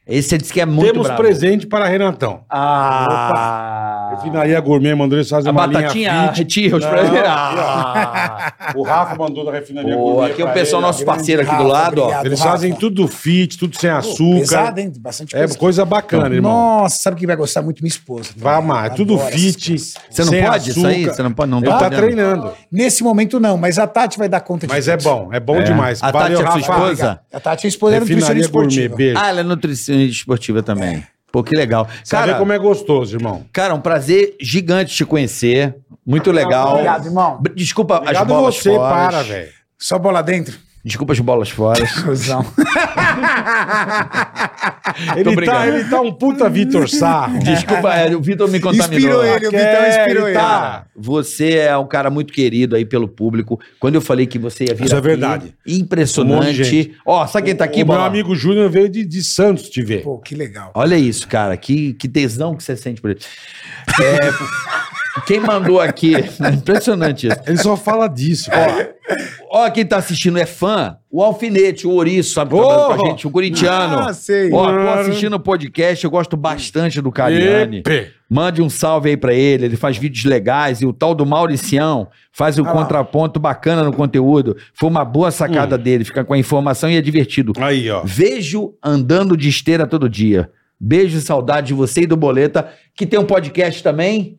Esse você disse que é muito
Temos
brabo.
presente para Renatão.
Ah!
Refinaria Gourmet mandou eles fazerem
A
uma linha
batatinha
fit.
retira os
Não,
presentes.
aqui,
Ah!
O Rafa mandou da Refinaria
Pô,
Gourmet.
aqui é o
pra
pessoal,
ele,
nosso
ó.
parceiro aqui do
Rafa,
lado, ó.
obrigado.
Eles
Rafa.
fazem tudo fit, tudo sem
Pô,
açúcar.
Pesado, hein? Bastante
É
coisa.
coisa bacana, irmão.
Então, Nossa, sabe quem vai gostar muito? Minha esposa.
Vai amar. É tudo
Adora
fit.
essas coisas.
Você não
sem
pode isso aí? Você não pode, não
Ele
tá
tá
podendo.
treinando.
Nesse momento não, mas a Tati vai dar conta
Mas é
tudo.
bom, é bom demais.
A Tati é sua esposa?
A Tati é esposa é
Refinaria
nutricionista
Gourmet,
esportiva.
beijo.
Ah, ela é nutricionista esportiva também. Pô, que legal.
É. Sabe
Cara,
como é gostoso, irmão.
cara, um prazer gigante te conhecer. Muito legal.
Obrigado, irmão.
Br- Desculpa as
Obrigado
bolas Ah,
você,
fora.
para, velho.
Só bola
[laughs]
dentro.
Desculpa as bolas fora.
Cusão.
Ele
brincando.
tá, ele tá um puta Vitor Sarro.
Desculpa, é, o Vitor me contaminou.
Inspirou ele, o Vitão
Quer,
inspirou ele.
tá.
Você é um cara muito querido aí pelo público. Quando eu falei que você ia vir
Isso é
aqui,
verdade. Um monte de
Impressionante.
gente.
Ó, sabe quem tá aqui,
o meu
Bola?
amigo Júnior veio de, de Santos te ver.
Pô, que legal.
Olha isso, cara. Que, que tesão que você sente por ele. É, quem mandou aqui... [laughs] Impressionante isso.
Ele só fala disso. cara.
Ó, quem tá assistindo é fã. O Alfinete, o Ouriço, sabe?
Ô!
trabalhando com a gente, o corintiano.
Ah, sei.
Ó, tô assistindo o podcast, eu gosto bastante do Cariani.
Epe.
Mande um salve aí pra ele, ele faz vídeos legais e o tal do Mauricião faz um
Ah lá.
contraponto bacana no conteúdo. Foi uma boa
Hum.
sacada dele, fica com a informação e é divertido.
Aí, ó.
Vejo andando de esteira todo dia. Beijo e saudade de você e do Boleta, que tem um podcast também.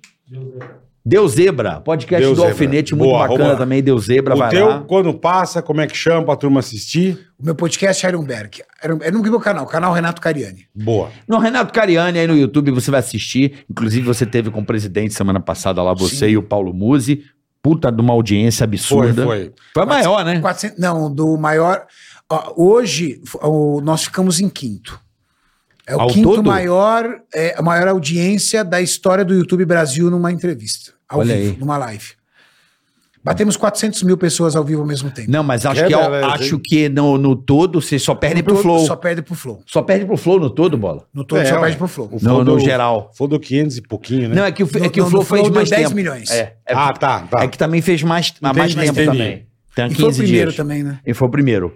Deu Zebra, podcast
Deu
do
Zebra.
Alfinete, muito
Boa,
bacana
vamos lá.
também, Deu Zebra,
O
vai
teu,
lá.
quando passa, como é que chama pra turma assistir?
O meu podcast é Ironberg. Iron- É no meu canal, canal Renato Cariani.
Boa.
No Renato Cariani aí no YouTube você vai assistir. Inclusive você teve com o presidente semana passada lá, você e o Paulo Musi. Puta de uma audiência
Foi,
absurda.
foi.
Foi a maior, né?
400, não, do maior. ó, hoje, f- o- nós ficamos em quinto. É o
Ao
quinto
todo?
maior, é, a maior audiência da história do YouTube Brasil numa entrevista. Ao
Olha
vivo,
aí.
numa live. Batemos 400 mil pessoas ao vivo ao mesmo tempo.
Não, mas acho
Que
que, ao-
beleza, É hein?
acho que no, no todo você só perde
No
pro
todo,
Flow.
Só
Só...
perde pro Flow.
perde pro Flow no todo, bola.
No todo,
É,
só
ué.
perde pro Flow.
Flow
No, no
do-
geral.
Foi do 500 e pouquinho, né?
Não, é que o, é
No-
que o
no-
Flow
no Flow
fez
deu
mais
10
tempo.
milhões.
É, é,
ah, tá, tá. Ah,
é que também fez mais, há mais
Entendi,
tempo
entendi.
também. Tem
E
15
foi o primeiro
dias.
também, né?
Ele foi o primeiro.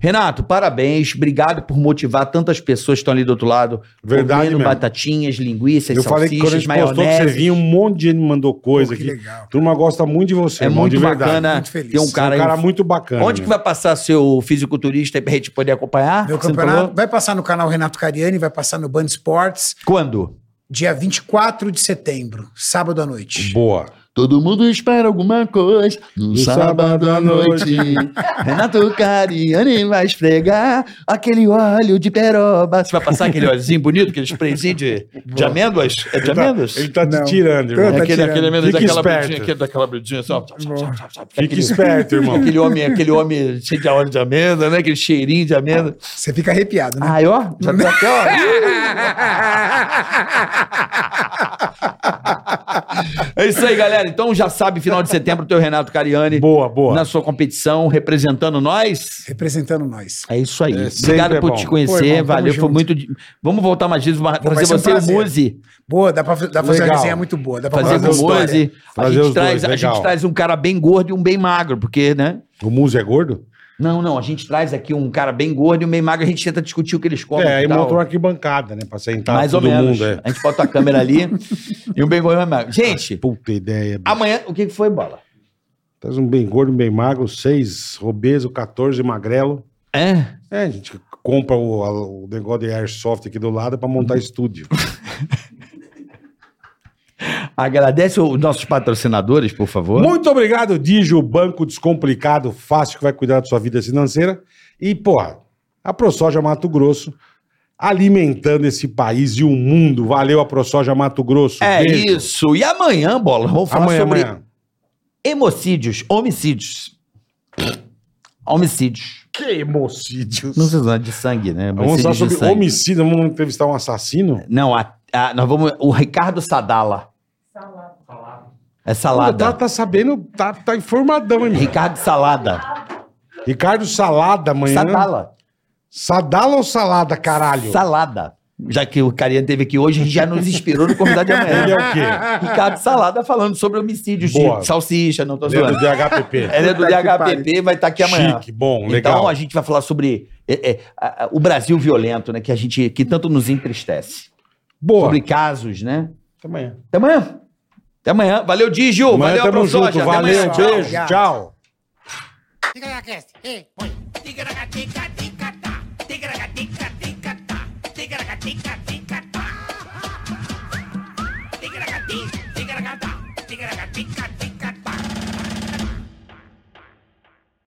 Renato, parabéns. Obrigado por motivar tantas pessoas que estão ali do outro lado.
Verdade
comendo
mesmo.
batatinhas, linguiças,
Eu falei que quando a
salsichas,
gente postou que você
maionese.
vinha, um monte de gente me mandou coisa
Pô, que
aqui.
legal.
Turma gosta muito de você,
É
irmão,
muito
de verdade.
bacana.
muito feliz.
Tem um
Você é um
cara,
um cara
aí.
muito bacana.
Onde que
meu.
vai passar seu fisiculturista aí pra gente poder acompanhar?
Meu
Ah, Você não
campeonato
falou?
vai passar no canal Renato Cariani, vai passar no Band Sports,
Quando?
dia 24 de setembro, sábado à noite.
Boa.
Todo mundo espera alguma coisa no sábado à noite.
Renato Cariani vai esfregar aquele óleo de peroba. Você vai passar aquele óleozinho bonito, aquele sprayzinho de, de amêndoas? É de amêndoas? É
Ele tá
Não.
te tirando, irmão.
Tá
aquele,
tirando.
aquele amêndoas,
Fica
daquela
esperto.
brilhinha, aquele, daquela brilhinha assim, ó.
Fica esperto, irmão.
Aquele homem, aquele homem cheio de óleo de amêndoa, né? Aquele cheirinho de amêndoa.
Você fica arrepiado, né?
Ai, ó, já tá até, ó. [laughs] É isso aí, galera. Então já sabe, final de setembro, tem o Renato Cariani
Boa, boa.
na sua competição, representando nós.
Representando nós.
É isso aí.
É, sempre
Obrigado
é
por
bom.
te conhecer.
Pô, irmão, tamo
Valeu, foi
junto.
muito. de- Vamos voltar mais vezes,
vai
trazer
ser um
você e o
prazer.
Muzi
Boa, dá pra, dá pra fazer uma
Legal.
resenha muito boa. Dá pra
Fazer com
Fazer
uma
o
os dois.
Mose, a,
Fazer
gente
os
traz,
dois,
a gente
legal.
traz um cara bem gordo e um bem magro, porque, né?
O Muso é gordo?
Não, não, a gente traz aqui um cara bem gordo e um bem magro, a gente tenta discutir o que eles comem.
é, aí
e tal.
monta uma arquibancada, né? Pra sentar
Mais ou
todo
menos.
mundo. É.
A gente bota a câmera ali e um bem gordo e um bem magro. Gente,
Puta ideia. bicho.
amanhã. O que que foi, bola?
Traz um bem gordo, um bem magro, seis obeso, 14 magrelo.
É?
É, a gente compra o, a- o negócio de airsoft aqui do lado pra
Uhum.
montar estúdio.
Agradece os nossos patrocinadores, por favor.
Muito obrigado, Dijo, banco descomplicado, fácil, que vai cuidar da sua vida financeira. E, porra, a ProSoja Mato Grosso alimentando esse país e o mundo. Valeu a ProSoja Mato Grosso.
É
Beijo.
isso. E amanhã, bola, vamos falar
Amanhã,
sobre
amanhã.
hemocídios, homicídios. Homicídios.
Que hemocídios.
Não sei se é de sangue, né?
Vamos falar
Homicídios de
sobre
sangue.
homicídio, vamos entrevistar um assassino.
Não, a- a- nós vamos. O Ricardo Sadala. É salada.
Tá, tá sabendo, tá, tá informadão, hein, meu?
Ricardo Salada.
Ricardo Salada amanhã.
Sadala.
Sadala ou Salada, caralho?
Salada. Já que o Cariano teve aqui hoje, a gente já nos inspirou no convidado de
[laughs] Ele
amanhã.
é o quê?
Ricardo Salada falando sobre homicídios
Boa. é
de salsicha, não tô
Dedo
zoando.
de HPP.
Ela é do
Puta que
DHPP, vai estar aqui amanhã.
Chique, bom,
Então
legal.
a gente vai falar sobre é, é, a- a- o Brasil violento, né? Que a gente que tanto nos entristece.
Boa.
Sobre casos, né?
Até amanhã.
Até amanhã. Até amanhã. Valeu, Digio.
Amanhã
valeu,
tamo junto.
ProSoja. Até amanhã.
Valeu,
Tchau.
beijo,
Obrigado.
tchau.
Tica-tica-tica-tica-tica-tica-tica-tica-tica.